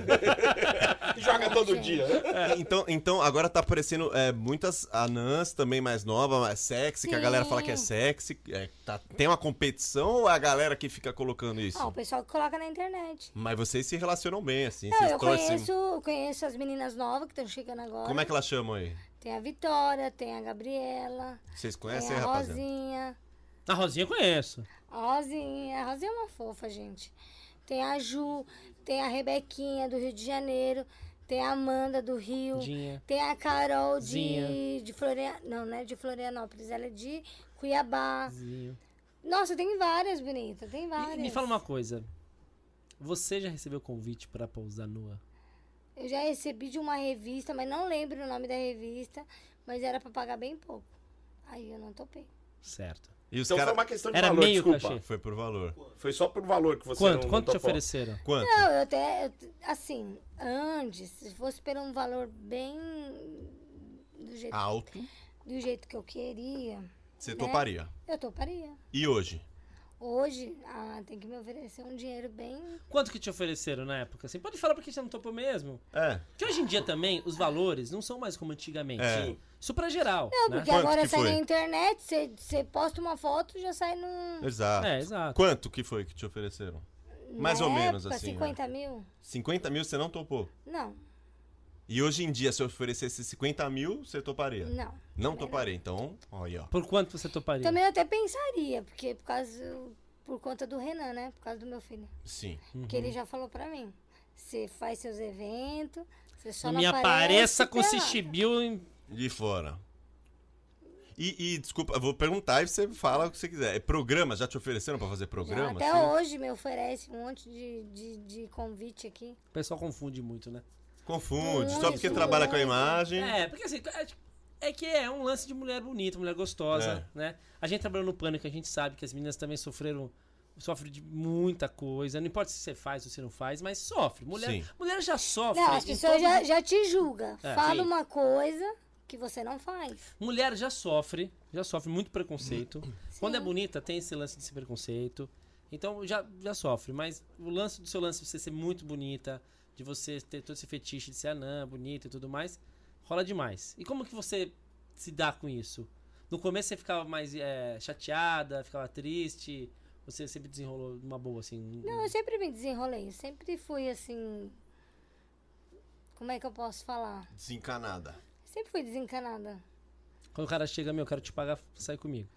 Joga todo dia. né?
Então, então agora tá aparecendo é, muitas anãs também mais nova, mais sexy, que a galera fala que é
Sim.
sexy. É, tá- tem uma competição ou é a galera que fica colocando isso?
Ah, o pessoal que coloca na internet.
Mas vocês se relacionam bem, assim.
Não,
vocês
eu
torcem-
conheço, eu conheço as meninas novas que estão chegando agora.
Como é que elas chamam aí?
Tem a Vitória, tem a Gabriela,
Vocês conhecem,
tem É, a
rapaziada?
Rosinha.
A Rosinha eu conheço.
A Rosinha. A Rosinha é uma fofa, gente. Tem a Ju, tem a Rebequinha do Rio de Janeiro, tem a Amanda do Rio.
Dinha.
Tem a Carol de,
Zinha.
de Florianópolis. Não, não é de Florianópolis, ela é de Cuiabá.
Zinho.
Nossa, tem várias bonitas, tem
E-
várias.
E me fala uma coisa. Você já recebeu convite pra pousar nua?
Eu já recebi de uma revista, mas não lembro o nome da revista, mas era pra pagar bem pouco. Aí eu não topei.
Certo.
E os
Então foi
caras.
uma questão de
Era
valor,
meio
desculpa.
cachê.
Foi por valor.
Foi só por valor que você
Quanto?
não
Quanto te
topou.
ofereceram?
Quanto?
Não, eu até. eu t- assim, antes, se fosse por um valor bem. Do jeito,
Alto.
do jeito que eu queria,
Você
Hum, Né?
toparia.
eu toparia.
E hoje?
Hoje, ah, tem que me oferecer um dinheiro bem.
Quanto que te ofereceram na época? Assim, pode falar porque você não topou mesmo?
É.
Porque hoje em dia também os valores não são mais como antigamente.
É.
Sim.
Isso pra geral.
Não,
né?
porque
Quanto
agora
que
sai
foi?
na internet, você- você posta uma foto já sai num.
Exato.
É, exato.
Quanto que foi que te ofereceram? Mais
na
ou menos,
época,
assim, né?
50 mil?
50 mil você não topou.
Não,
E hoje em dia, se eu oferecesse 50 mil, você toparia?
não.
Não toparia, então. Olha, ó.
Por quanto você toparia?
Também eu até pensaria, porque por causa. Por conta do Renan, né? Por causa do meu filho.
Sim.
Porque
Uhum.
ele já falou pra mim. Você faz seus eventos, você só
Não
não
me apareça com esse
pelado."
chibiu em...
De fora. E, e, desculpa, eu vou perguntar e você fala o que você quiser. É programa? Já te ofereceram pra fazer
Já
programa?
Até
assim?
hoje me oferece um monte de, de, de convite aqui.
O pessoal confunde muito, né?
Confunde.
Não,
Só porque
isso
trabalha
não.
com a imagem.
É, porque assim, é, é que é um lance de mulher bonita, mulher gostosa, né? A gente trabalhou no pânico, a gente sabe que as meninas também sofreram. Sofrem de muita coisa. Não importa se você faz ou se não faz, mas sofre. Mulher,
Sim.
mulher já sofre.
Não, as
em
pessoas
todos
já,
os-
já te julgam.
É,
Fala
sim.
uma coisa que você não faz.
Mulher já sofre, já sofre muito preconceito. Quando é bonita, tem esse lance desse preconceito. Então já, já sofre, mas o lance do seu lance de você ser muito bonita, de você ter todo esse fetiche de ser anã, bonita e tudo mais, rola demais. E como que você se dá com isso? No começo você ficava mais eh, chateada, ficava triste, você sempre desenrolou de uma boa, assim.
Não, eu sempre me desenrolei. Eu sempre fui assim. Como é que eu posso falar?
Desencanada.
Sempre fui desencanada.
Quando o cara chega, meu, eu quero te pagar, sai comigo.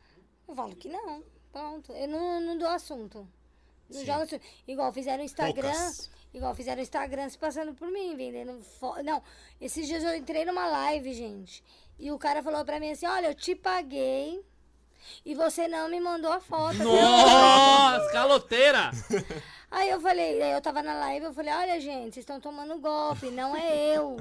Eu falo que não. Pronto. Eu não, não dou assunto. Não
Sim.
jogo assunto. Igual fizeram o Instagram.
Poucas.
Igual fizeram o Instagram se passando por mim, vendendo fo... Não, esses dias eu entrei numa live, gente. E o cara falou pra mim assim: Olha, eu te paguei e você não me mandou a foto.
Nossa, caloteira!
Aí eu falei, aí eu tava na live, eu falei, olha, gente, vocês estão tomando golpe, não é eu.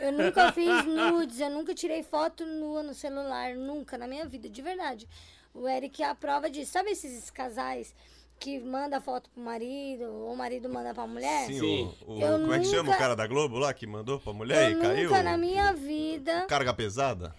Eu nunca fiz nudes, eu nunca tirei foto nua no celular, nunca, na minha vida, de verdade. O Eric é a prova disso. Sabe esses casais que manda foto pro marido, ou o marido manda pra mulher.
Sim,
Sim.
o, o-
Eu
como é que chama o
nunca-
cara da Globo lá que mandou pra mulher
eu
e caiu?
nunca na minha vida,
Carga pesada?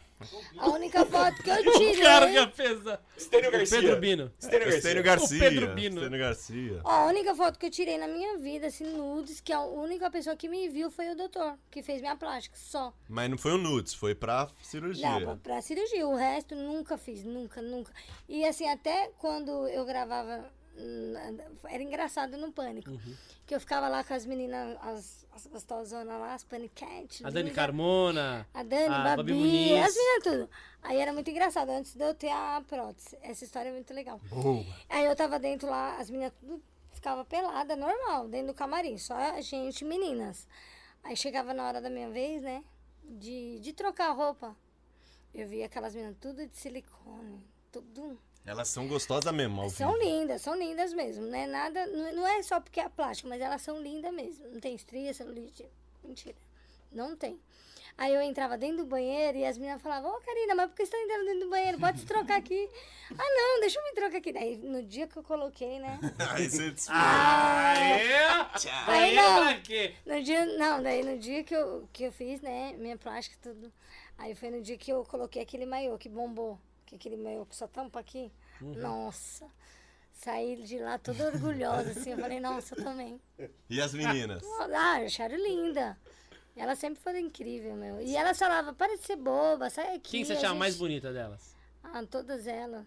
a única foto que eu
O cara que
tirei.
a pesa.
Estênio
O
Garcia. É,
Pedro Bino.
Estênio Garcia.
Estênio Garcia.
O Pedro Bino.
Estênio Garcia.
ó, A única foto que eu tirei na minha vida, assim, nudes, que a única pessoa que me viu foi o doutor, que fez minha plástica, só.
Mas não foi o nudes, foi pra cirurgia.
Não, pra, pra cirurgia. O resto nunca fiz, nunca, nunca. E assim, até quando eu gravava. hum, Era engraçado no pânico.
Uhum.
Que eu ficava lá com as meninas, as, as gostosonas lá, as paniquetes.
A Dani
lindas.
Carmona.
A Dani,
a Babi
Babi,
Muniz.
as meninas tudo. Aí era muito engraçado, antes de eu ter a prótese. Essa história é muito legal. Aí eu tava dentro lá, as meninas tudo ficava pelada, normal, dentro do camarim. Só a gente, meninas. Aí chegava na hora da minha vez, né? De, de trocar a roupa. Eu via aquelas meninas tudo de silicone. Tudo.
Elas são gostosas mesmo, ao
São
vivo.
lindas, são lindas mesmo. Não é nada. Não não é só porque é plástico, mas elas são lindas mesmo. Não tem estria, celulite. Mentira. Não tem. Aí eu entrava dentro do banheiro e as meninas falavam, ô Karina, mas por que você tá entrando dentro do banheiro? Pode se trocar aqui. ah, não, deixa eu me trocar aqui. Daí no dia que eu coloquei, né?
Aí você desfila.
Aê! Aê,
Aí não.
pra quê?
No dia, não, daí no dia que eu, que eu fiz, né, minha plástica e tudo, aí foi no dia que eu coloquei aquele maiô que bombou, que aquele maiô que só tampa aqui,
Uhum.
nossa, saí de lá toda orgulhosa, assim, eu falei, nossa, eu também.
E as meninas?
Ah, acharam linda. Ela sempre foi incrível, meu. E ela falava, para de ser boba, sai aqui.
Quem você
a
achava mais
gente-
bonita delas?
ah, todas elas.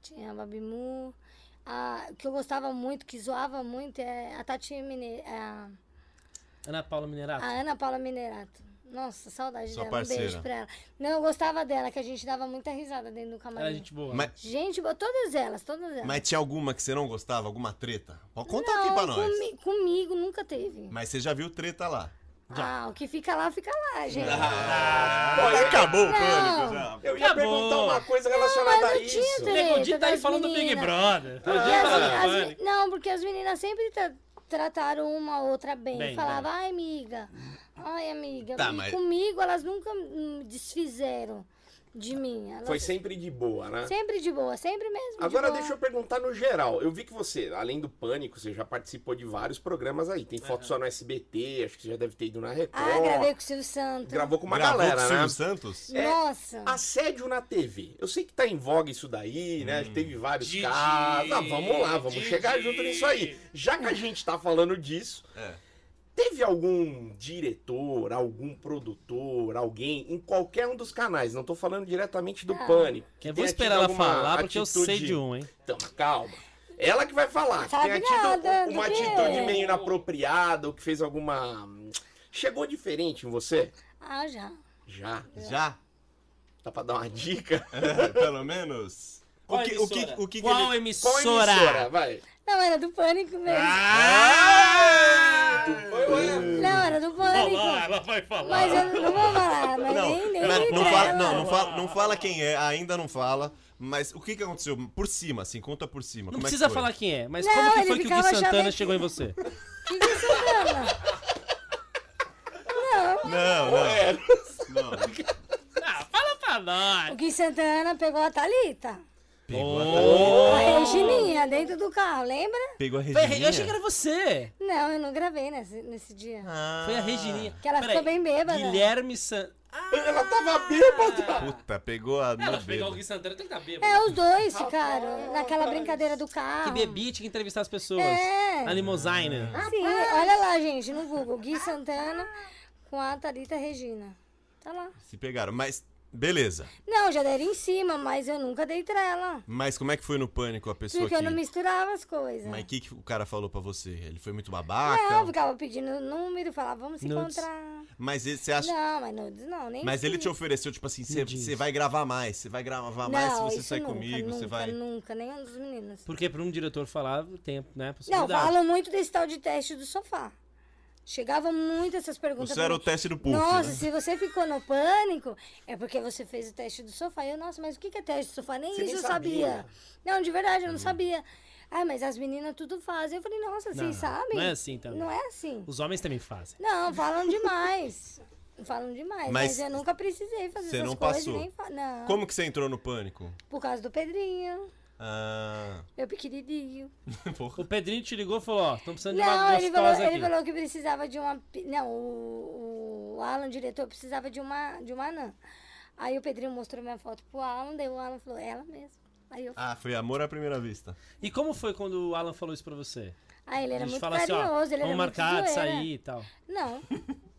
Tinha a Babimu. A que eu gostava muito, que zoava muito, é a Tati Mine... é a-
Ana Paula Minerato.
a Ana Paula Minerato. Nossa, saudade
Sua
dela.
parceira.
Um beijo pra ela. Não, eu gostava dela, que a gente dava muita risada dentro do
Era
camarim.
gente boa. né?
Mas,
Gente, boa, todas elas, todas elas.
mas tinha alguma que você não gostava? Alguma treta? Pode contar
Não,
aqui pra nós.
comi- comigo nunca teve.
Mas você já viu treta lá.
Ah, o que fica lá, fica lá, gente.
Ah,
Pô, eu-
acabou o
Não.
pânico já.
Eu ia
Acabou.
perguntar uma coisa relacionada
mas
a
não tinha
isso.
O
treta.
Nego Di tá aí
das
falando do Big
meninas.
Brother. Tá
Porque
aí
as-
falando do
as-
Pânico.
não, porque as meninas sempre tra- trataram uma outra bem. né?
Bem,
Falava, ai, amiga, ai, amiga.
Tá,
E
mas-
comigo elas nunca hum, desfizeram de mim. Elas
Foi sempre de boa, né?
Sempre de boa, sempre mesmo. de
Agora
boa.
deixa eu perguntar no geral. Eu vi que você, além do Pânico, você já participou de vários programas aí. Tem
É.
foto só no SBT, acho que você já deve ter ido na Record.
Ah, gravei com o Silvio Santos.
Gravou com uma
Gravou com o
galera,
Silvio
né?
Santos?
É,
Nossa.
Assédio na TV. Eu sei que tá em voga isso daí, né? Teve vários
Hum. Didi,
casos. Ah, vamos lá, vamos
Didi.
chegar junto nisso aí. Já que a gente tá falando disso,
É.
teve algum diretor, algum produtor, alguém em qualquer um dos canais, não tô falando diretamente do
Ah.
Pânico. que
Eu vou
tenha tido
esperar ela
alguma
falar, porque eu
atitude-
sei de um, hein?
Então, mas calma. Ela que vai falar. que
Sabe
tenha tido um,
nada,
uma
do quê?
atitude meio inapropriada, ou que fez alguma. hum, Chegou diferente em você?
Ah, já.
Já.
Já?
Dá pra dar uma dica?
É, pelo menos. O
Qual
que, o que,
emissora?
o que, que
Qual
ele-
Qual
emissora?
emissora? Vai.
Não, era do pânico mesmo.
Ah!
Não, era do pânico.
Olá, ela vai falar.
Mas eu não vou falar, mas nem,
Não,
nem
mas não
quero.
fala, não, não fala, não fala quem é, ainda não fala. Mas o que, que aconteceu? Por cima, assim, conta por cima.
Não
como é que
precisa
foi?
falar quem é, mas
Não,
como que
ele
foi que o Gui
ficava
Santana
chamando-
chegou em você?
Que que você fala?
Não, não.
É.
não.
Ah, fala pra
O
nós.
Gui Santana pegou a Thalita.
Pegou, Oh.
A Regininha, dentro do carro, lembra?
a, pegou a
Foi a Re-
Regininha.
Eu achei que era você.
Não, eu não gravei nesse, nesse dia.
Ah,
Foi a Regininha.
Que ela ficou bem bêbada.
Guilherme Santana. Ah,
Ela tava bêbada.
Puta, pegou a.
ela
no
pegar o
dedo.
Gui Santana tem que tá estar
Ah,
bêbado.
É, os dois ficaram naquela brincadeira do
Que
carro.
bebia tinha que entrevistar as pessoas.
Ah. É.
A limousine.
Sim, olha lá, gente, no Google. Gui Santana com a Thalita Regina. Tá lá.
Se pegaram. Mas, beleza.
Não, já deram em cima, mas eu nunca dei trela.
Mas como é que foi no pânico a pessoa
Porque
que.
eu não misturava as coisas.
Mas o que, que o cara falou pra você? Ele foi muito
Não, eu
babaca?
ficava pedindo número, falava, vamos se
Nudes.
encontrar.
Mas ele, você acha.
Não, mas nudes não, nem
Mas ele
fiz.
te ofereceu, tipo assim, você-
diz.
você vai gravar mais, você vai gravar mais se você
isso
sair
nunca,
comigo, você
nunca,
vai.
Nunca, nenhum dos meninos.
Porque pra um diretor falar, tem né, a
Não,
possibilidade.
falam muito desse tal de teste do sofá. Chegavam muito essas perguntas.
Isso
pra
era o
mim.
teste do puff,
Nossa,
né?
se você ficou no pânico, é porque você fez o teste do sofá. E Eu, nossa, mas o que que é teste do sofá? Nem
Você
isso
nem
eu sabia.
sabia.
Não, de verdade, eu não sabia. Ah, mas as meninas tudo fazem. Eu falei, nossa,
Não,
vocês sabem?
não é assim também.
Não é assim.
Os homens também fazem.
Não, falam demais. falam demais.
Mas
Mas, eu nunca precisei fazer
você
essas
não
coisas.
passou.
Nem fa... Não,
Como que você entrou no pânico?
por causa do Pedrinho.
Ah,
Meu pequenininho.
porra.
O Pedrinho te ligou e falou, ó, estão precisando de
Não,
uma
ele falou,
gostosa
ele
aqui.
falou que precisava de uma. pi- Não, o, o Alan, o diretor, precisava de uma, de uma anã. Aí o Pedrinho mostrou minha foto pro Alan, daí o Alan falou, é ela mesmo. Aí eu
Ah, foi amor à primeira vista.
E como foi quando o Alan falou isso pra você?
Aí ele
a
era
gente
muito
fala assim,
carinhoso,
ó,
ele era
vamos
muito
marcar de
zoeira.
sair e tal.
Não,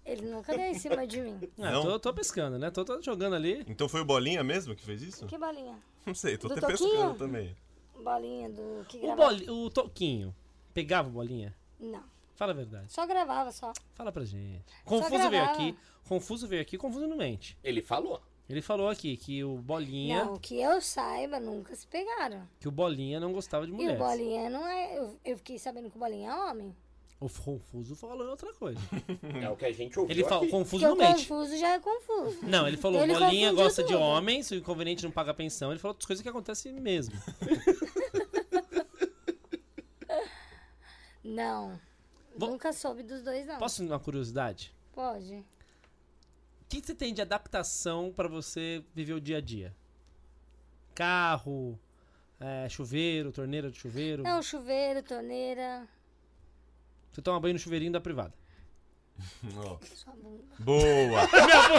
ele nunca deu em cima de mim.
Ah,
Não?
Tô, tô pescando, né? Tô, tô jogando ali.
Então foi o Bolinha mesmo que fez isso?
Que bolinha?
Não sei, tô
Do
até
Toquinho?
pescando também.
Bolinha do que
O,
gravava?
boli, o Toquinho, pegava o bolinha?
Não,
Fala a verdade.
só gravava, só.
Fala pra gente. Confuso veio
gravava.
aqui. Confuso veio aqui, confuso não mente.
Ele falou.
Ele falou aqui que o Bolinha,
Não, que eu saiba, nunca se pegaram.
que o Bolinha não gostava de
E o
mulheres.
bolinha não é... Eu, eu fiquei sabendo que o bolinha é homem.
O Confuso falou outra coisa.
É o que a gente ouviu
Ele falou,
aqui.
Confuso
Porque
não
o
mente.
confuso já é confuso.
Não, ele falou,
Ele
bolinha
confundiu
gosta de
tudo.
homens, o inconveniente não paga pensão. Ele falou outras coisas que acontecem mesmo.
Não,
Bom-
nunca soube dos dois, não.
Posso uma curiosidade?
Pode.
O que você tem de adaptação pra você viver o dia a dia? Carro, é, chuveiro, torneira de chuveiro.
Não, chuveiro, torneira, É
Você toma banho no chuveirinho da privada.
Ó.
sua bunda.
Boa!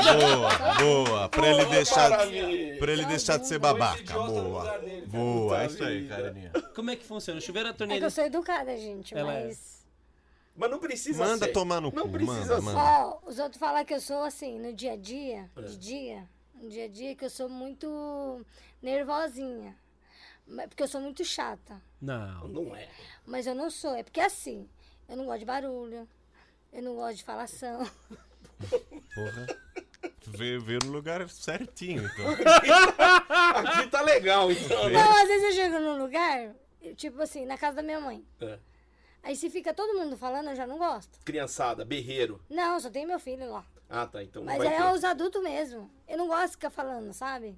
boa! Boa! Pra ele deixar,
Maravilha.
pra ele deixar de ser
Foi esse
babaca.
idiota no
Boa!
lugar dele, cara.
Boa! É
Puta
isso aí,
vida.
carinha.
Como é que funciona? O chuveiro, a
É que
torneira...
eu sou educada, gente,
Ela é.
mas...
Mas não precisa
Manda
ser.
tomar no
Não
cu,
precisa
manda,
ser.
manda.
Ó, os outros falam que eu sou assim, no dia a dia,
É.
de dia, no dia a dia, que eu sou muito nervosinha. Mas- Porque eu sou muito chata.
Não.
Não é.
Mas eu não sou, é porque assim, eu não gosto de barulho, eu não gosto de falação.
Porra. Veio, veio no lugar certinho, então.
Aqui tá legal, então.
É.
né?
Não, às vezes eu chego num lugar, eu- tipo assim, na casa da minha mãe.
É.
Aí se fica todo mundo falando, eu já não gosto.
Criançada, berreiro.
Não, só tem meu filho lá.
Ah, tá. Então não
Mas
vai
aí
ter.
é os adultos mesmo. Eu não gosto de ficar falando, sabe?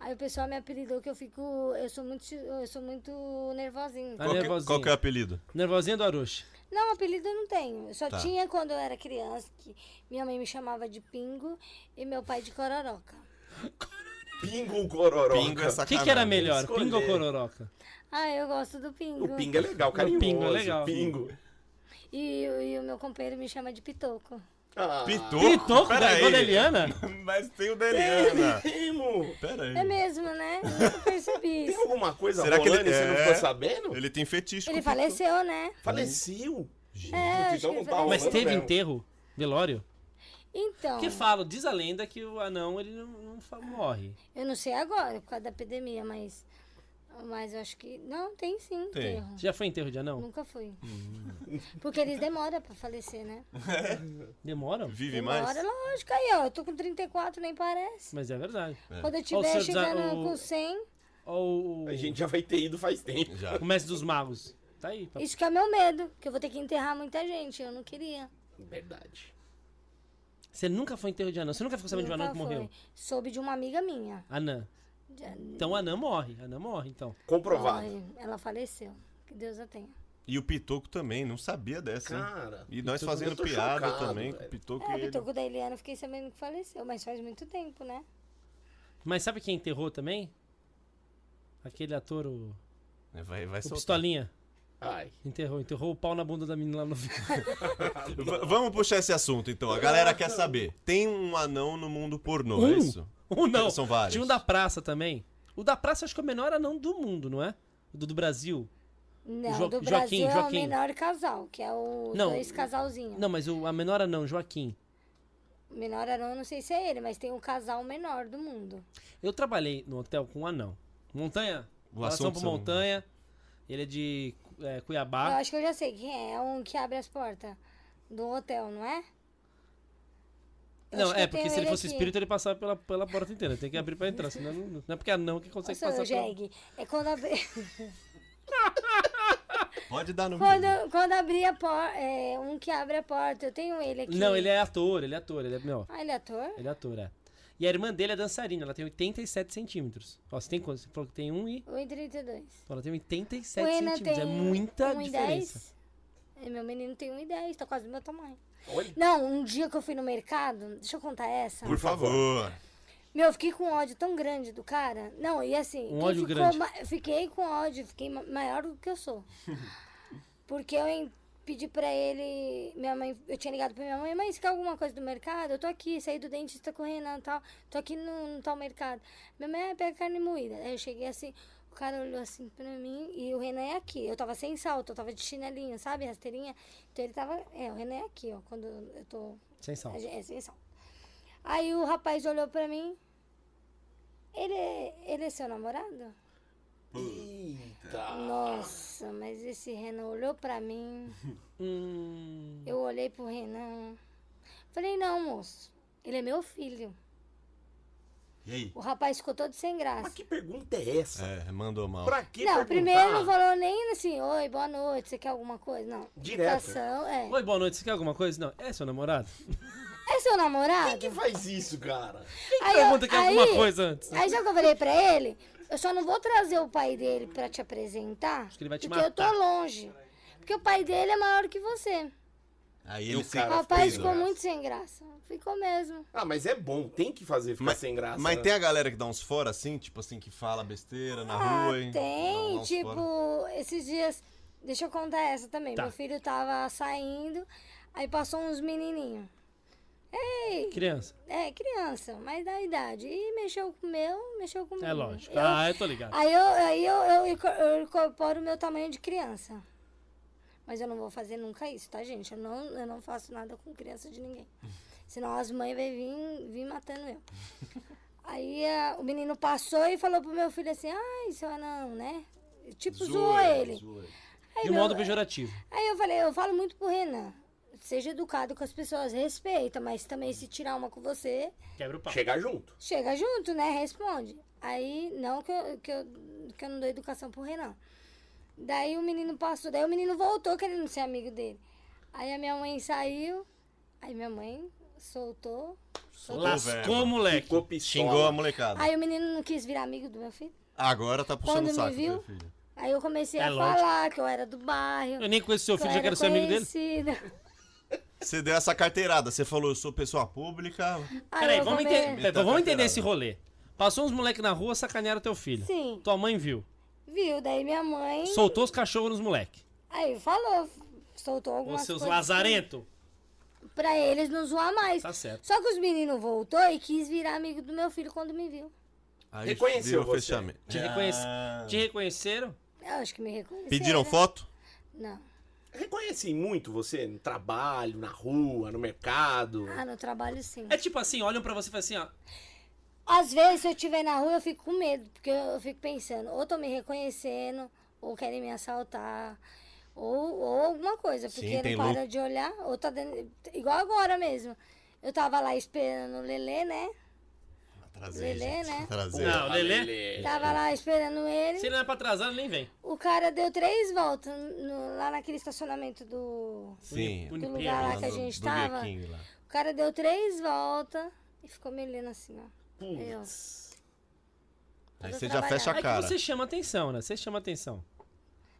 Aí o pessoal me apelidou que eu fico. Eu sou muito, eu sou muito nervosinha.
Ah,
Qual que,
nervosinho.
qual que é o apelido?
Nervosinha do Arush.
Não, apelido eu não tenho. Eu só
Tá.
tinha quando eu era criança, que minha mãe me chamava de Pingo e meu pai de Cororoca.
Pingo ou cororó.
Pingo é
O que,
sacanagem.
que era melhor,
escolher.
pinga ou cororoca?
Ah, eu gosto do Pingo.
O pingo é legal, carinhoso.
pingo é legal.
Pingo.
E, e o meu companheiro me chama de Pitoco.
Ah,
Pitou?
Pitou com
Pera aí.
a Deliana?
Mas tem o da Eliana.
primo.
Pera aí.
É mesmo, né? Eu nunca percebi
Tem um
isso.
alguma coisa
Será que ele-
rolando e você não
é.
ficou sabendo?
Ele tem fetiche
Ele
com pitu.
faleceu, né?
Faleceu.
É, acho
então não
que ele
tá
faleceu.
Mas
rolando
teve
mesmo.
enterro? Velório?
Então,
Porque falam, diz a lenda que o anão ele não, não fa- morre.
eu não sei agora, por causa da epidemia, mas. Mas eu acho que. Não, tem sim,
Tem.
enterro.
Você já foi em enterro de anão?
Nunca fui. Porque eles demoram pra falecer, né?
Demoram?
Vive
Demora,
mais?
lógico. Aí, ó, eu tô com 34, nem parece.
Mas é verdade.
Quando eu
seu
tiver
desa-
chegando
o-
com 100,
Ou o,
A gente já vai ter ido faz tempo.
Já.
o mestre dos magos. Tá aí. Papai.
isso que é meu medo, que eu vou ter que enterrar muita gente, eu não queria.
Verdade.
Você nunca foi em enterro de anão? Você nunca ficou sabendo de um anão
Nunca
que morreu?
foi. Soube de uma amiga minha.
Anã.
Já-
Então anã morre. Anã morre, então.
Comprovado.
Ai, Ela faleceu. Que Deus a tenha.
E o Pitoco também, não sabia dessa, hein?
Cara.
E nós
Pitoco, eu
fazendo
tô
piada
chocado,
também com
velho.
o Pitoco
É,
e ele.
Pitoco da Eliana, eu fiquei sabendo que faleceu, mas faz muito tempo, né?
Mas sabe quem enterrou também? Aquele ator, o, o
É, Vai, vai soltar.
Pistolinha.
Ai.
Enterrou. Enterrou o pau na bunda da menina lá no vídeo.
V- vamos puxar esse assunto então. A galera quer saber. Tem um anão no mundo pornô, é
Um?
isso?
Ou não.
São vários.
Tinha um da praça também. O da praça acho que é o menor anão do mundo, não é? O do, do Brasil.
Não,
Jo-
do
Joaquim,
Brasil é o
Joaquim.
menor casal, que é o
Não,
dois casalzinhos.
Não, mas o, a menor anão, Joaquim.
O menor era, eu não sei se é ele, mas tem o casal menor do mundo.
Eu trabalhei no hotel com um anão. Montanha?
O
Relação
assunto
pro
são-
Montanha. Ele é de é,
Eu
Cuiabá.
acho que eu já sei quem é, é um que abre as portas do hotel, não é? Eu
não,
acho que
é,
eu
porque
tenho
se ele
ele
fosse
aqui.
espírito, ele passava pela, pela porta inteira. Tem que abrir pra entrar, senão não, não é porque anão que consegue
Nossa,
passar pela...
Jeg, é quando abri,
Pode dar no
quando,
meio.
quando abrir a porta, é um que abre a porta, eu tenho ele aqui.
Não, ele é ator, ele é ator, ele é. Não,
Ah, ele é ator?
ele é ator, é. E a irmã dele é dançarina, ela tem 87 centímetros. Ó, você tem quanto? Você falou que tem um e.
1,32.
Ó, Ela tem
O
87
Renan
centímetros.
né, tem
É muita
1,10.
diferença.
É, Meu menino tem 1,10, tá quase do meu tamanho.
Olha.
Não, um dia que eu fui no mercado, deixa eu contar essa.
Por favor.
Meu, eu fiquei com um ódio tão grande do cara. Não, e assim.
Um
quem
ódio
ficou
grande.
ma- Fiquei com ódio, fiquei ma- maior do que eu sou. Porque eu em- pedi pra ele. Minha mãe, eu tinha ligado pra minha mãe, mãe, você quer alguma coisa do mercado? Eu tô aqui, saí do dentista correndo e tal. Tô aqui no, no tal mercado. Minha mãe "Ah, pega carne moída. Aí eu cheguei assim, o cara olhou assim pra mim e o Renan é aqui. Eu tava sem salto, eu tava de chinelinho, sabe? Rasteirinha. Então ele tava. É, o Renan é aqui, ó. Quando eu tô
Sem sal.
a gen- É, sem sal. Aí o rapaz olhou pra mim. Ele é, ele é seu namorado?
Eita.
Nossa, mas esse Renan olhou pra mim.
Hum.
Eu olhei pro Renan. Falei, não, moço. Ele é meu filho.
E aí?
O rapaz ficou todo sem graça.
Mas que pergunta é essa?
É, mandou mal.
Pra que Ah. perguntar?
não, primeiro não falou nem assim, oi, boa noite, você quer alguma coisa? Não.
Direto.
Educação, é.
Oi, boa noite. Você quer alguma coisa? Não. É seu namorado?
É seu namorado?
Quem que faz isso, cara?
Aí eu-
Pergunta que é
aí-
alguma coisa antes.
Aí já que eu falei pra ele, eu só não vou trazer o pai dele pra te apresentar.
que ele vai te
porque eu
matar.
tô longe. Porque o pai dele é maior que você.
Aí ele
o
se...
O
cara
rapaz
sem
ficou
né?
graça.
muito sem graça. Ficou mesmo.
Ah, mas é bom, tem que fazer ficar sem graça.
Mas
né?
tem a galera que dá uns fora assim, tipo assim, que fala besteira na
Ah,
rua. hein? Dá
tem,
uns
tipo,
fora.
esses dias. Deixa eu contar essa também.
Tá.
Meu filho tava saindo, aí passou uns menininhos.
Criança.
É, criança, mas da idade. E mexeu com o meu, mexeu com o
É
meu.
lógico.
Eu-
Ah, eu tô ligado.
Aí eu, aí eu, eu, inco- eu incorporo o meu tamanho de criança. Mas eu não vou fazer nunca isso, tá, gente? Eu não, eu não faço nada com criança de ninguém. Senão as mães vão vir, vir matando eu. Aí ah, o menino passou e falou pro meu filho assim, ai, seu anão, né? Tipo, zoou ele.
zoa ele.
Aí
De um
meu-
modo pejorativo.
Aí eu falei, eu falo muito pro Renan. Seja educado com as pessoas, respeita, mas também se tirar uma com você,
Quebra o pau.
Chegar junto.
Chega junto, né? Responde. Aí, não que eu, que eu, que eu não dou educação pro Renan. Daí o menino passou, daí o menino voltou querendo ser amigo dele. Aí a minha mãe saiu, aí minha mãe soltou.
Lascou,
velho.
moleque.
Ficou pistola.
Xingou a molecada.
Aí o menino não quis virar amigo do meu filho.
Agora tá puxando
Quando
o
me
saco,
viu-
meu filho.
Aí eu comecei
É
a
lógico.
falar que eu era do bairro.
Eu nem conheço seu
que eu
filho, já
era
quero ser amigo dele.
conhecida.
Você deu essa carteirada, você falou, eu sou pessoa pública.
Aí
Peraí,
eu
vamos,
come-
ente- pera,
Tá
vamos entender
carteirada.
esse rolê. Passou uns moleques na rua, sacanearam teu filho.
Sim,
Tua mãe viu.
viu? Daí minha mãe.
Soltou os cachorros nos moleques.
Aí falou, soltou
Os
algumas
seus
coisas
lazarento.
Pra eles não zoar mais.
Tá certo.
Só que os meninos voltou e quis virar amigo do meu filho quando me viu.
Aí
Reconheceu
deu o
você.
fechamento.
Te, reconhece...
Ah.
Te reconheceram?
Eu acho que me reconheceram.
Pediram foto?
Não.
Reconhecem muito você no trabalho, na rua, no mercado.
Ah, no trabalho sim.
É tipo assim, olham pra você e falam assim, ó.
Às vezes, se eu estiver na rua, eu fico com medo, porque eu, eu fico pensando, ou tô me reconhecendo, ou querem me assaltar, ou, ou alguma coisa,
Sim,
porque
tem
não para de olhar, ou tá dando. Igual agora mesmo. Eu tava lá esperando o Lelê, né?
Trazer,
Lelê,
gente.
né?
Trazer.
Não, Lelê.
É.
Tava lá esperando ele.
Se ele não é pra atrasar, ele nem vem.
O cara deu três voltas no- lá naquele estacionamento do.
Uni-
Sim.
Do
Unipem,
lugar lá
lá
que a
do-
gente
do
tava.
Guequinho lá.
O cara deu três voltas e ficou me olhando assim, ó. Eu.
Aí
Todo
você já fecha a
É
cara.
que você chama atenção, né? Você chama atenção.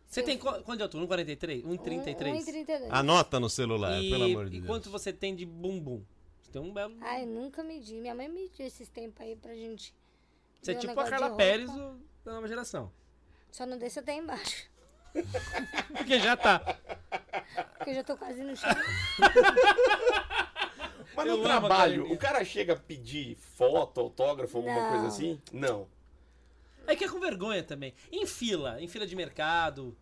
Você tem qu- quanto de altura? 1,43? 1,33?
1,32.
Anota no celular,
E,
pelo amor de
e
Deus.
quanto você tem de bumbum? Você tem um belo.
Ai, nunca medi. Minha mãe mediu esses tempos aí pra gente.
Você é
ver um
tipo a
negócio de
Carla
roupa.
Pérez do- da nova geração.
Só não desço até embaixo.
Porque já tá.
Porque eu já tô quase no chão.
Mas
Eu
no
amo
trabalho,
academia.
o cara chega a pedir foto, autógrafo, alguma
Não.
coisa assim? Não.
É que é com vergonha também. Em fila, em fila de mercado.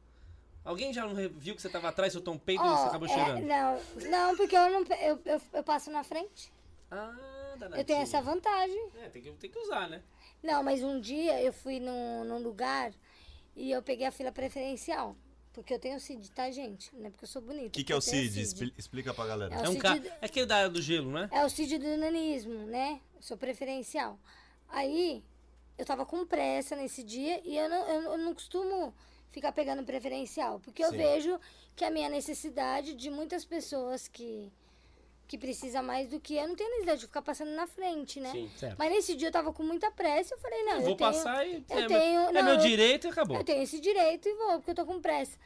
Alguém já não re- viu que você tava atrás, soltou um peito e
Ó,
você acabou
é,
cheirando?
não, não, porque eu não. pe- Eu, eu, eu passo na frente.
Ah, danadinho.
Eu tenho essa vantagem.
É, tem que, tem que usar, né?
Não, mas um dia eu fui num, num lugar e eu peguei a fila preferencial. Porque eu tenho CID, tá, gente? Não é porque eu sou bonita.
O que, que é o
porque eu tenho
CID? Expli- Explica pra galera.
É
É um
sentido-
ca... É que da do gelo, né?
É o CID do nanismo, né? Eu sou preferencial. Aí, eu tava com pressa nesse dia e eu não, eu, eu não costumo ficar pegando preferencial. Porque eu
Sim.
vejo que a minha necessidade de muitas pessoas que, que precisam mais do que eu, não tenho necessidade de ficar passando na frente, né?
Sim.
Certo.
Mas nesse dia eu tava com muita pressa, eu falei, não, eu,
Vou
tenho,
passar e.
eu
é,
tenho-
é
não,
meu
eu-
direito e acabou.
eu tenho esse direito e vou, porque eu tô com pressa.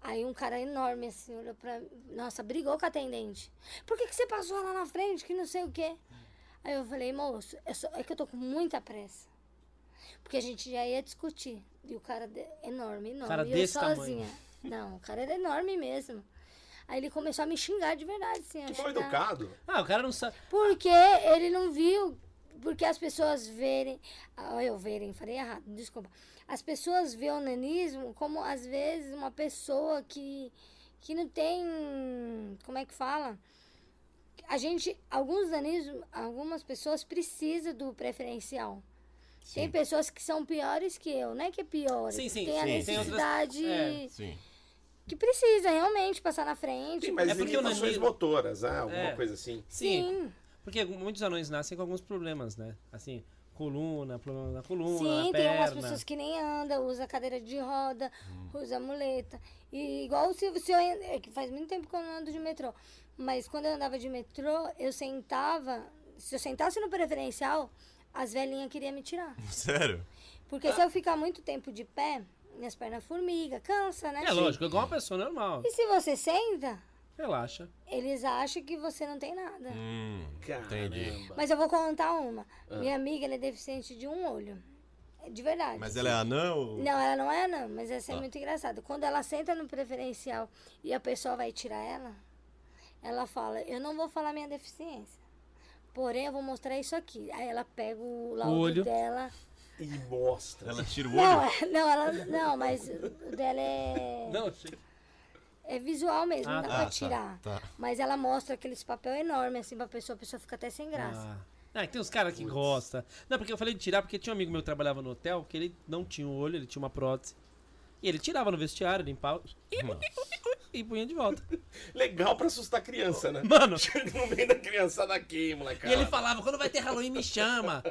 Aí um cara enorme, assim, olhou pra mim. Nossa, brigou com a atendente. Por que, que você passou lá na frente, que não sei o quê? Aí eu falei, moço, eu só- é que eu tô com muita pressa. Porque a gente já ia discutir. E o cara de- enorme, enorme.
Cara
e
desse
eu
tamanho.
sozinha. Não, o cara era enorme mesmo. Aí ele começou a me xingar de verdade, assim. a
Que mal
xingar.
educado.
Ah, o cara não sabe.
Porque ele não viu. Porque as pessoas verem. ah, Eu verem, falei errado, desculpa. As pessoas veem o nanismo como, às vezes, uma pessoa que, que não tem. Como é que fala? A gente. Alguns nanismos. Algumas pessoas precisam do preferencial. Tem pessoas que são piores que eu, não é que é pior.
Sim, sim,
tem a
sim, tem outras-
necessidade
é,
Sim.
que precisa realmente passar na frente.
Sim, mas
É porque o
limitações
Nanilo-
motoras, né? Alguma
É.
coisa assim.
Sim.
Sim.
Porque muitos anões nascem com alguns problemas, né? Assim, coluna, problema na coluna,
Sim,
na
tem umas
perna.
pessoas que nem andam, usa cadeira de roda, usa muleta. E igual se você. É que faz muito tempo que eu não ando de metrô. Mas quando eu andava de metrô, eu sentava. Se eu sentasse no preferencial, as velhinhas queriam me tirar.
Sério?
Porque se eu ficar muito tempo de pé, minhas pernas formiga, cansa, né?
É lógico, é igual uma pessoa normal.
E se você senta,
Relaxa.
eles acham que você não tem nada.
Hum.
Caramba.
Mas eu vou contar uma.
Ah.
Minha amiga ela é deficiente de um olho. De verdade.
Mas ela é anã ou...
Não, ela não é não, mas essa é muito engraçada. Quando ela senta no preferencial e a pessoa vai tirar ela, ela fala, eu não vou falar minha deficiência. Porém, eu vou mostrar isso aqui. Aí ela pega o laudo
olho.
dela.
E mostra.
Ela tira o
Não,
olho?
é- não, ela. Não, mas o dela é.
Não, achei.
É visual mesmo,
Ah,
não dá
tá,
pra
tá,
tirar.
tá.
Mas ela mostra aqueles papel enorme assim pra pessoa, a pessoa fica até sem graça.
Ah. Ah, tem uns caras que gostam. Não, porque eu falei de tirar, porque tinha um amigo meu que trabalhava no hotel, que ele não tinha o olho, ele tinha uma prótese. E ele tirava no vestiário, limpava e punha de volta.
Legal pra assustar criança, né?
Mano.
Chega no meio da criançada aqui, moleque.
E ele falava, quando vai ter Halloween, me chama.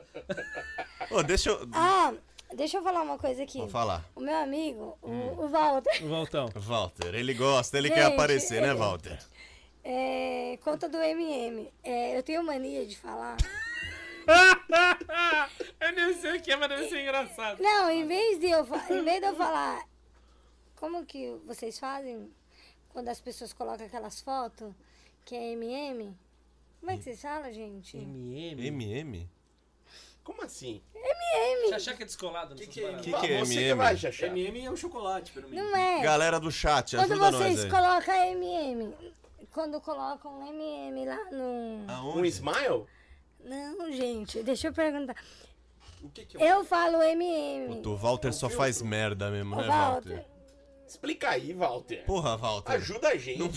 Ô, deixa eu...
Ah, deixa eu falar uma coisa aqui.
Vou falar.
O meu amigo, o- o Walter.
O Valtão.
Walter, ele gosta, ele
Gente,
quer aparecer, né,
é.
Walter?
É, conta do MM. É, eu tenho mania de falar.
eu nem sei o que é, mas deve ser engraçado.
Não, em vez de eu, fa- em vez de eu falar. Como que vocês fazem quando as pessoas colocam aquelas fotos que é MM? Como é que vocês falam, gente?
MM.
MM?
Como assim?
Chachá que é descolado, não
Que
sei
que é
se
MM?
Vá, você vai,
que é MM?
Xaxá.
MM é o chocolate pra mim.
Não é.
Galera do chat,
quando
ajuda nós
vocês
aí.
colocam MM. Quando colocam MM lá no.
Ah.
Um
Aonde?
smile?
Não, gente, deixa eu perguntar.
O que que é?
Eu falo MM.
Puta, o Walter só faz merda mesmo,
Ô,
né, Walter?
Walter.
Explica aí, Walter.
Porra, Walter.
Ajuda a
Não,
gente.
não,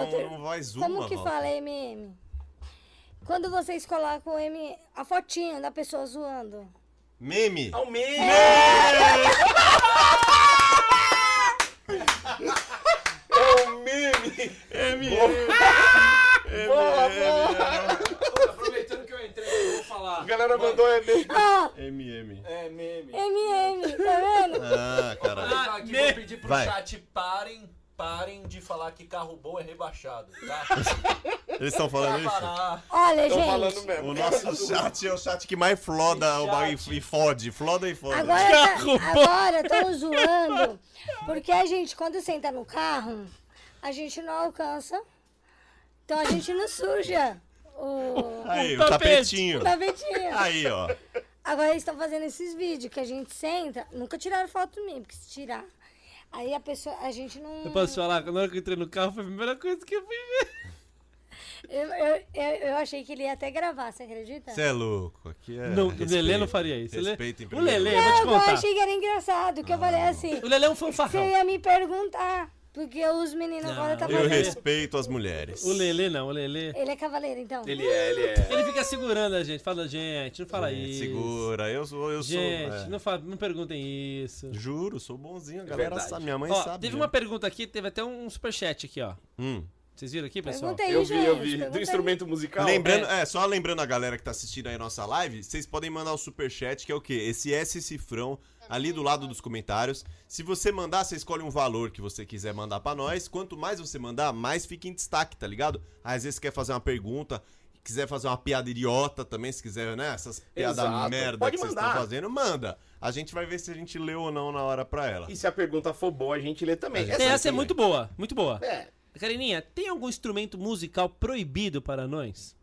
Walter,
não, não voz uma,
Como que
Walter.
fala MM? Quando vocês colocam o M, a fotinha da pessoa zoando.
Meme.
Ao meio. É um meme! Boa, boa!
Aproveitando que eu entrei, eu vou
A
falar.
galera mandou um e-mail.
Ó,
MM.
É meme.
MM, tá vendo?
Ah, caralho.
Ah, aqui,
me-
vou pedir pro
Vai.
chat parem, parem de falar que carro bom é rebaixado, tá?
Eles estão falando
Pra
isso?
parar.
Olha,
Estão falando
gente.
mesmo.
O nosso chat é o chat que mais floda o bagulho
Chat.
e fode, floda e fode.
Agora
Carro
tá,
bom.
agora estão zoando. Porque a gente, quando senta no carro, a gente não alcança. Então a gente não suja o
Aí,
Um
o
tapete.
tapetinho.
tapetinho.
Aí, ó.
Agora eles estão fazendo esses vídeos que a gente senta. Nunca tiraram foto minha, porque se tirar. Aí a pessoa, a gente não.
Eu posso falar, na hora que eu entrei no carro, foi a primeira coisa que eu fui ver.
Eu, eu, eu, eu achei que ele ia até gravar, você acredita?
Você é louco. Aqui é
Não, o
respeito.
Lelê não faria isso. Lelê-
Respeito em
o
primeiro
Lelê, eu vou
lugar.
te
Não, eu
contar.
achei que era engraçado, que eu falei assim,
O Lelê é um
você
fanfarrão.
ia me perguntar, porque os meninos agora tá
Não,
Eu
fazendo...
respeito as mulheres.
é O Lelê é não, o Lelê.
Ele é cavaleiro, então.
Ele é, ele é.
Ele fica segurando a gente, fala, gente, não fala
Gente,
isso.
Segura, eu sou, eu
Gente,
sou. é.
não, fala, não perguntem isso.
Juro, sou bonzinho, a galera
verdade.
sabe, minha mãe
Ó,
sabe.
teve
né?
uma pergunta aqui, teve até um superchat aqui, ó.
Hum.
Vocês viram aqui, é, pessoal?
Pergunta aí,
Eu vi,
gente.
eu vi.
pergunta
Do
aí.
instrumento musical.
Lembrando, é, só lembrando a galera que tá assistindo aí nossa live, vocês podem mandar o superchat, que é o quê? Esse S cifrão ali do lado dos comentários. Se você mandar, você escolhe um valor que você quiser mandar pra nós. Quanto mais você mandar, mais fica em destaque, tá ligado? Às vezes você quer fazer uma pergunta, quiser fazer uma piada idiota também, se quiser, né? Essas piadas
Exato.
merda
Pode
que vocês
mandar.
estão fazendo, manda. A gente vai ver se a gente leu ou não na hora pra ela.
E se a pergunta for boa, a gente lê também.
É, Essa é muito boa, muito boa.
É.
Carininha, tem algum instrumento musical proibido para nós?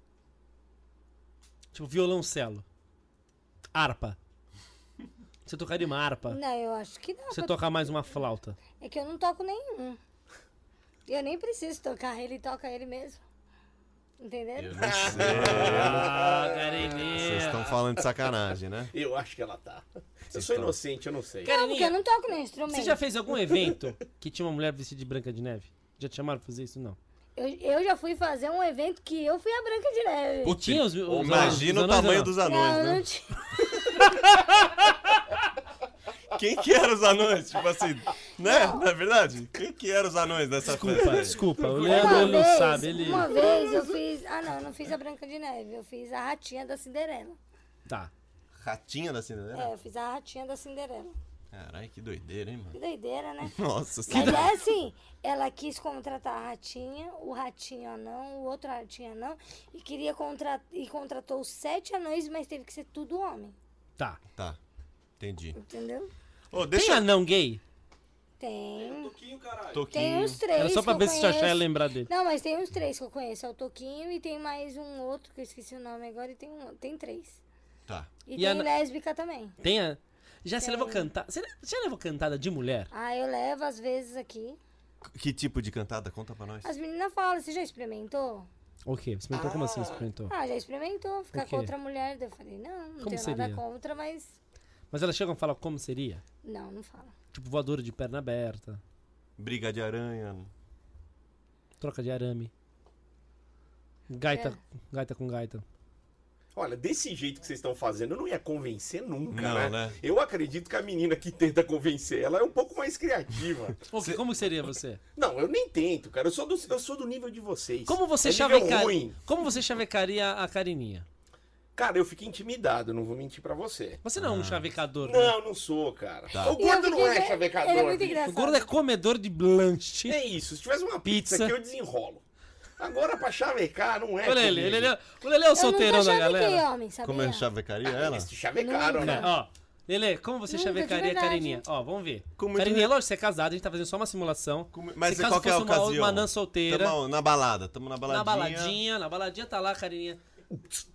Tipo, violoncelo. Harpa. Você tocaria uma harpa?
Não, eu acho que não.
Você
eu-
tocar mais uma flauta.
É que eu não toco nenhum. Eu nem preciso tocar, ele toca ele mesmo. Entendeu?
Eu não sei.
Ah,
Vocês
Karine!
estão falando de sacanagem, né?
Eu acho que ela tá. Eu
Vocês
sou
tão-
inocente, eu não sei.
Cara,
Não, porque eu não toco nenhum instrumento.
Você já fez algum evento que tinha uma mulher vestida de branca de neve? Já te chamaram pra fazer isso? Não.
Eu, eu já fui fazer um evento que eu fui a Branca de Neve.
Putz,
tinha os- os anões-
imagina
os
o
anões,
tamanho
não?
dos
não,
anões,
eu não
né?
tinha.
Quem que eram os anões? Tipo assim, né? Não é verdade? Quem que eram os anões nessa
Desculpa,
festa?
desculpa. O Leandro
Uma
ele não
vez,
sabe. Ele.
uma vez eu fiz. Ah, não, eu não fiz a Branca de Neve. Eu fiz a Ratinha da Cinderela.
Tá.
Ratinha da
Ah.
Cinderela?
É, eu fiz a Ratinha da Cinderela.
Caralho, que doideira, hein, mano?
Que doideira, né?
Nossa,
Mas
senhora.
é assim, ela quis contratar a ratinha, o ratinho anão, o outro ratinho anão, e queria contratar e contratou sete anões, mas teve que ser tudo homem,
Tá.
Tá, entendi.
entendeu?
Ô,
Tem
deixa
anão gay?
Tem.
Toquinho, Um caralho.
Tem
Toquinho.
uns três.
Um Era só pra
É que
ver
eu
se o Chachá ia
conheço.
lembrar dele.
Não, mas tem uns três que eu conheço, é o Toquinho e tem mais um outro que eu esqueci o nome agora, e tem um. Tem três.
Tá.
E,
E
tem
a na-
lésbica também.
Tem a... Já você
Tem.
levou cantada. Você le- já levou cantada de mulher?
Ah, eu levo às vezes aqui.
Que tipo de cantada? Conta pra nós.
As meninas falam, você já experimentou?
O quê? Experimentou como assim? Experimentou.
Ah, já experimentou, ficar
O
com
quê?
outra mulher. Daí Eu falei, não, não
Como
tenho
seria?
nada contra, mas.
Mas elas chegam e falam como seria?
Não, não fala.
Tipo, voadora de perna aberta,
Briga de aranha.
troca de arame. Gaita, gaita com gaita.
Olha, desse jeito que vocês estão fazendo, eu não ia convencer nunca,
Não,
né?
né?
Eu acredito que a menina que tenta convencer, ela é um pouco mais criativa.
Ô, que- Como seria você?
não, eu nem tento, cara. Eu sou do, eu sou do nível de vocês.
Como você,
é nível
chaveca-
ruim.
como você chavecaria a Carininha?
Cara, eu fiquei intimidado, não vou mentir pra você.
Você não é um chavecador, né?
Não, não sou, cara.
Tá.
O
E eu
gordo não
fiquei
é
ve-
chavecador.
Ele é muito
bicho.
O
engraçado.
gordo é comedor de blanche.
É isso. Se tivesse uma pizza,
Pizza.
aqui, eu desenrolo. Agora, pra chavecar, não é.
Olha ele,
comigo.
ele, é- olha ele é o solteirão da galera.
homem, sabia?
Como é chavecaria ela?
Eles te chavecaram,
Nunca.
né?
É, Ó, Lele, como você
Nunca, de
chavecaria a
é verdade.
Carininha? Ó, vamos ver.
Como
Carininha, lógico, você é casada, a gente tá fazendo só uma simulação.
Como- Mas
Se
é
caso
qual que é a
fosse uma-
ocasião?
uma anã solteira.
Tamo na balada, tamo na
Na
baladinha.
baladinha, na baladinha tá lá a Carininha.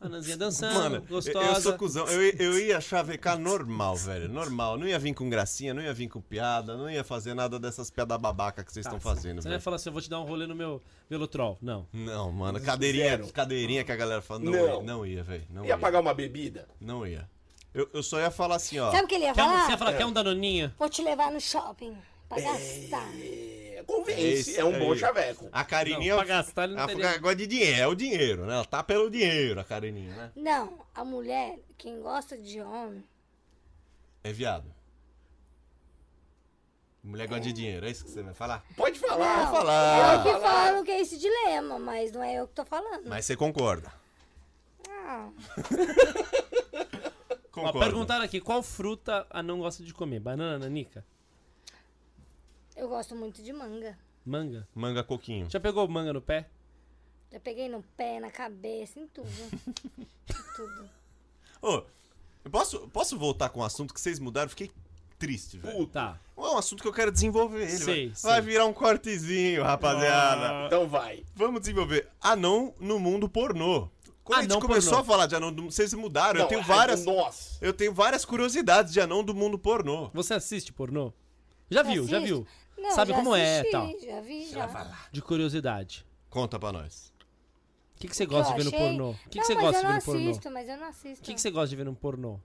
A Nanzinha dançando,
Mano, eu-
gostosa.
eu sou cuzão. Eu, ia- eu ia chavecar normal, velho. Normal. Não ia vir com gracinha, não ia vir com piada, não ia fazer nada dessas piadas babaca que vocês
Tá,
estão fazendo,
Você não ia
velho.
falar assim, eu vou te dar um rolê no meu velotrol. Não.
Não, mano. Cadeirinha,
Zero.
cadeirinha que a galera fala. Não,
Não.
ia, não ia, velho. Não ia.
é.
Ia pagar uma bebida?
Não ia. Eu, eu só ia falar assim, ó.
Sabe o que ele ia
Quer um,
falar?
você ia
É.
falar, quer um danoninha?
Vou te levar no shopping pra gastar.
É,
Esse
convence. É um bom
aí.
chaveco.
A é Carininha.
Não, pra gastar, ele não
ela
teria.
fica- gosta de dinheiro. É o dinheiro, né? Ela tá pelo dinheiro, a Carininha, né?
Não, a mulher, quem gosta de homem,
É viado. Mulher gosta de dinheiro, é isso que você vai falar?
Pode falar.
Não.
Falar.
eu que falo que é esse dilema, mas não é eu que tô falando.
Mas você concorda.
Ah,
Ó,
Concorda.
perguntaram aqui, qual fruta a não gosta de comer? Banana, nanica?
eu gosto muito de manga.
Manga?
Manga coquinho.
Já pegou manga no pé?
Já peguei no pé, na cabeça, em tudo. Em tudo.
Ô, eu posso, posso voltar com um assunto que vocês mudaram? Fiquei triste, velho.
Puta.
Tá.
É um assunto que eu quero desenvolver ele.
Sei,
velho.
sei. Ah.
vai virar um cortezinho, rapaziada.
Então vai.
Vamos desenvolver anão no mundo pornô. Quando a gente
Anão
começou
pornô.
a falar de anão, do- vocês mudaram. eu
Não,
tenho
é
várias.
do Nós.
Eu tenho várias curiosidades de anão do mundo pornô.
Você assiste pornô? Já viu, já
Assisto?
viu.
Não,
Sabe
já
como é,
assisti,
tal.
Já vi, já.
De curiosidade.
Conta pra nós.
O que, que você
Que eu
gosta de ver no
achei-
pornô? O que, que
não,
você
mas
gosta
eu
de
não
ver no pornô?
assisto, mas eu não
O
assisto.
que, que você gosta de ver no pornô?
O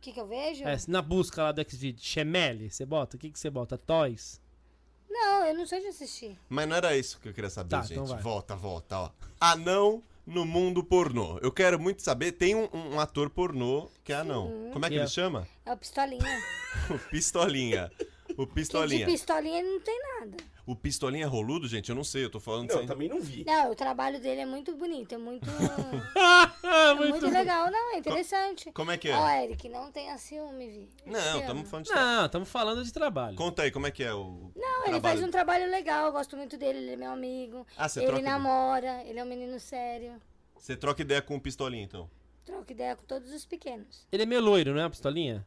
que, que Tá. eu vejo?
É, na busca lá do Xvideos, Chemele, você bota? O que, que você bota? Toys?
Não, eu não sei de assistir.
Mas não era isso que eu queria saber,
Tá,
gente.
então vai.
volta, volta, ó. Anão no mundo pornô. Eu quero muito saber. Tem um, um ator pornô que é anão. Como é que
Que é-
ele chama?
É o pistolinha.
O Pistolinha. O
Que de
Pistolinha.
pistolinha não tem nada.
O Pistolinha é roludo, gente? Eu não sei, eu tô falando
Não, tá
sem...
eu também não vi.
Não, o trabalho dele é muito bonito, é muito, é muito, legal, não, é interessante.
Como é que é?
Ó, Eric, não tenha ciúme, Vi.
Não,
Te
estamos
amo.
falando de...
Não, estamos falando de trabalho.
Conta aí, como é que é o
Não, ele faz um trabalho legal, eu gosto muito dele, ele é meu amigo.
Ah, você troca
ele
ideia?
namora, ele é um menino sério.
Você troca ideia com o Pistolinha, então.
Troca ideia com todos os pequenos.
Ele é meio loiro, não é, Pistolinha?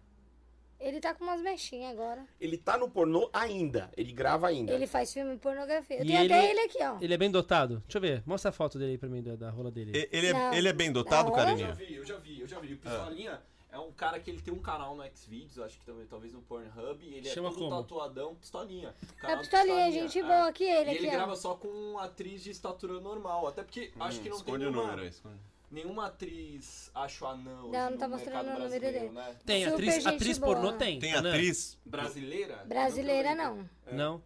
Ele tá com umas mexinhas agora.
Ele tá no pornô ainda. Ele grava ainda.
Ele faz filme e pornografia.
Tá.
Eu
E
tenho até
ele-
ele aqui, ó.
Ele é bem dotado. Deixa eu ver. Mostra a foto dele aí pra mim, da, da rola dele.
E- Ele
Não.
é, ele é bem dotado,
Não.
Eu já
Carininha?
vi, eu já vi, eu já vi. O
Ah.
Pistolinha é um cara que ele tem um canal no Xvideos, acho que também, talvez no Pornhub, e ele
Chama
é todo
como?
tatuadão, Tá Pistolinha.
É
Canal do
pistolinha, gente boa.
é.
Aqui
E
ele,
ele
aqui, ó.
grava só com atriz de estatura normal, até porque acho que não tem
Hum, esconde o
nenhuma,
número aí, esconde.
nenhuma atriz, acho anã hoje
Não, não
no
tá
mercado
mostrando o número
brasileiro,
dele.
né?
Tem,
Super
atriz,
gente
atriz
boa.
pornô tem.
Tem
Ana?
atriz? é.
Brasileira?
Brasileira
Nunca vi.
não.
Não.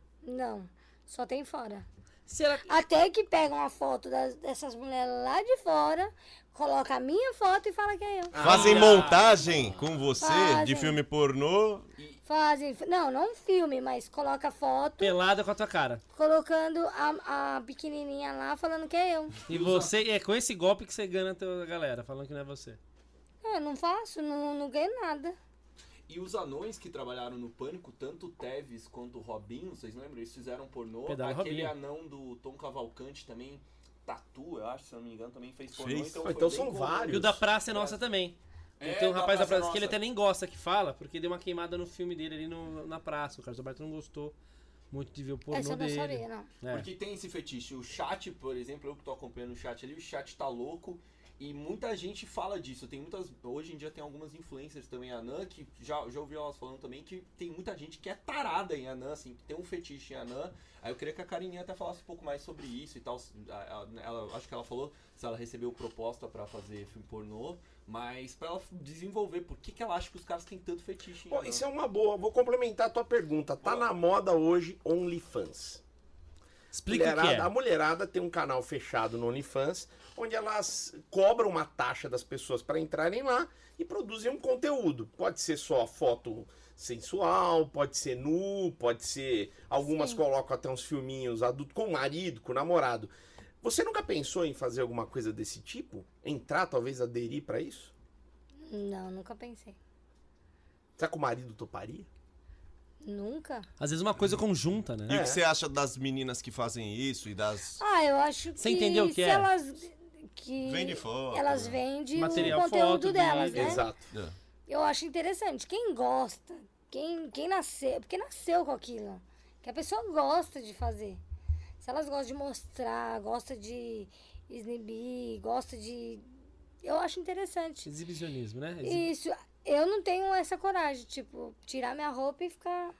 Não. Só tem fora.
Será que.
Até que pegam a foto das- dessas mulheres lá de fora, coloca a minha foto e fala que é eu.
Fazem
Ah.
montagem com você de
Fazem.
filme pornô.
Fazem. Não, não um filme, mas coloca foto,
Pelada com a tua cara.
colocando a, a pequenininha lá falando que é eu.
E você. É com esse golpe que você ganha a tua galera, falando que não é você.
Eu É, não faço, não, não ganho nada.
E os anões que trabalharam no Pânico, tanto o Teves quanto o Robinho, vocês lembram? Eles fizeram pornô.
Pedala
Aquele
Robinho.
anão do Tom Cavalcante também, Tatu, eu acho, se não me engano, também fez pornô.
Fez.
Então,
Ah,
foi
então
bem
são
comum.
vários.
E o da Praça é Nossa também.
É,
tem um
da
rapaz da
Praça é
Praça que ele
Nossa.
até nem gosta que fala, porque deu uma queimada no filme dele ali no- na praça. O Carlos Alberto não gostou muito de ver o pornô
Essa eu não
dele.
sabia, não.
É.
Porque tem esse fetiche. O chat, por exemplo, eu que tô acompanhando o chat ali, o chat tá louco. E muita gente fala disso. Tem muitas. Hoje em dia tem algumas influencers também, anã, que já, já ouvi elas falando também que tem muita gente que é tarada em anã, assim, que tem um fetiche em anã. Aí eu queria que a Carininha até falasse um pouco mais sobre isso e tal. se- a- a- Ela, acho que ela falou se ela recebeu proposta pra fazer filme pornô, mas pra ela desenvolver, por que, que ela acha que os caras têm tanto fetiche em
Pô,
anã?
isso é uma boa. Vou complementar a tua pergunta. Tá na moda hoje OnlyFans.
Explica o que
Mulherada-
é.
A mulherada tem um canal fechado no OnlyFans, onde elas cobram uma taxa das pessoas para entrarem lá e produzem um conteúdo. Pode ser só foto sensual, pode ser nu, pode ser. Algumas
Sim.
colocam até uns filminhos adulto com o marido, com o namorado. Você nunca pensou em fazer alguma coisa desse tipo? Entrar, talvez aderir para isso?
Não, nunca pensei.
Será que o marido toparia?
Nunca?
Às vezes uma coisa conjunta, né?
E o
É.
que você acha das meninas que fazem isso e das.
Ah, eu acho que.
Você entendeu o que
se
é?
elas. Que
Vende foto.
Elas
né?
vendem
Material,
o conteúdo
foto,
delas,
vídeo.
né?
Exato.
É.
Eu acho interessante. Quem gosta, quem, quem nasceu, porque nasceu com aquilo. Que a pessoa gosta de fazer. Se elas gostam de mostrar, gosta de exibir, gosta de. Eu acho interessante.
Exibicionismo, né? Exib-
Isso. Eu não tenho essa coragem, tipo, tirar minha roupa e ficar.
é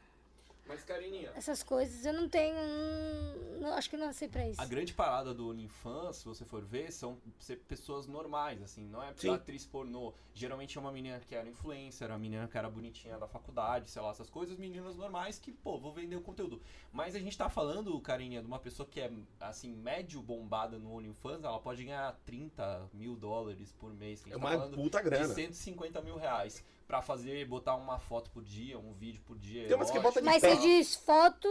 Mas, Carininha,
Essas coisas eu não tenho. hum, não- acho que não nasci pra isso.
A grande parada do OnlyFans, se você for ver, são ser pessoas normais, assim, não é
Sim.
atriz pornô. Geralmente é uma menina que era influencer, uma menina que era bonitinha da faculdade, sei lá, essas coisas, meninas normais que, pô, vou vender o conteúdo. Mas a gente tá falando, Carinha, de uma pessoa que é, assim, médio bombada no OnlyFans, ela pode ganhar 30 mil dólares por mês. A gente
É
tá
uma
falando
puta grana.
de 150 mil reais pra fazer, botar uma foto por dia, um vídeo por dia.
Tem umas que
erótico.
bota de
Mas
pé.
você diz foto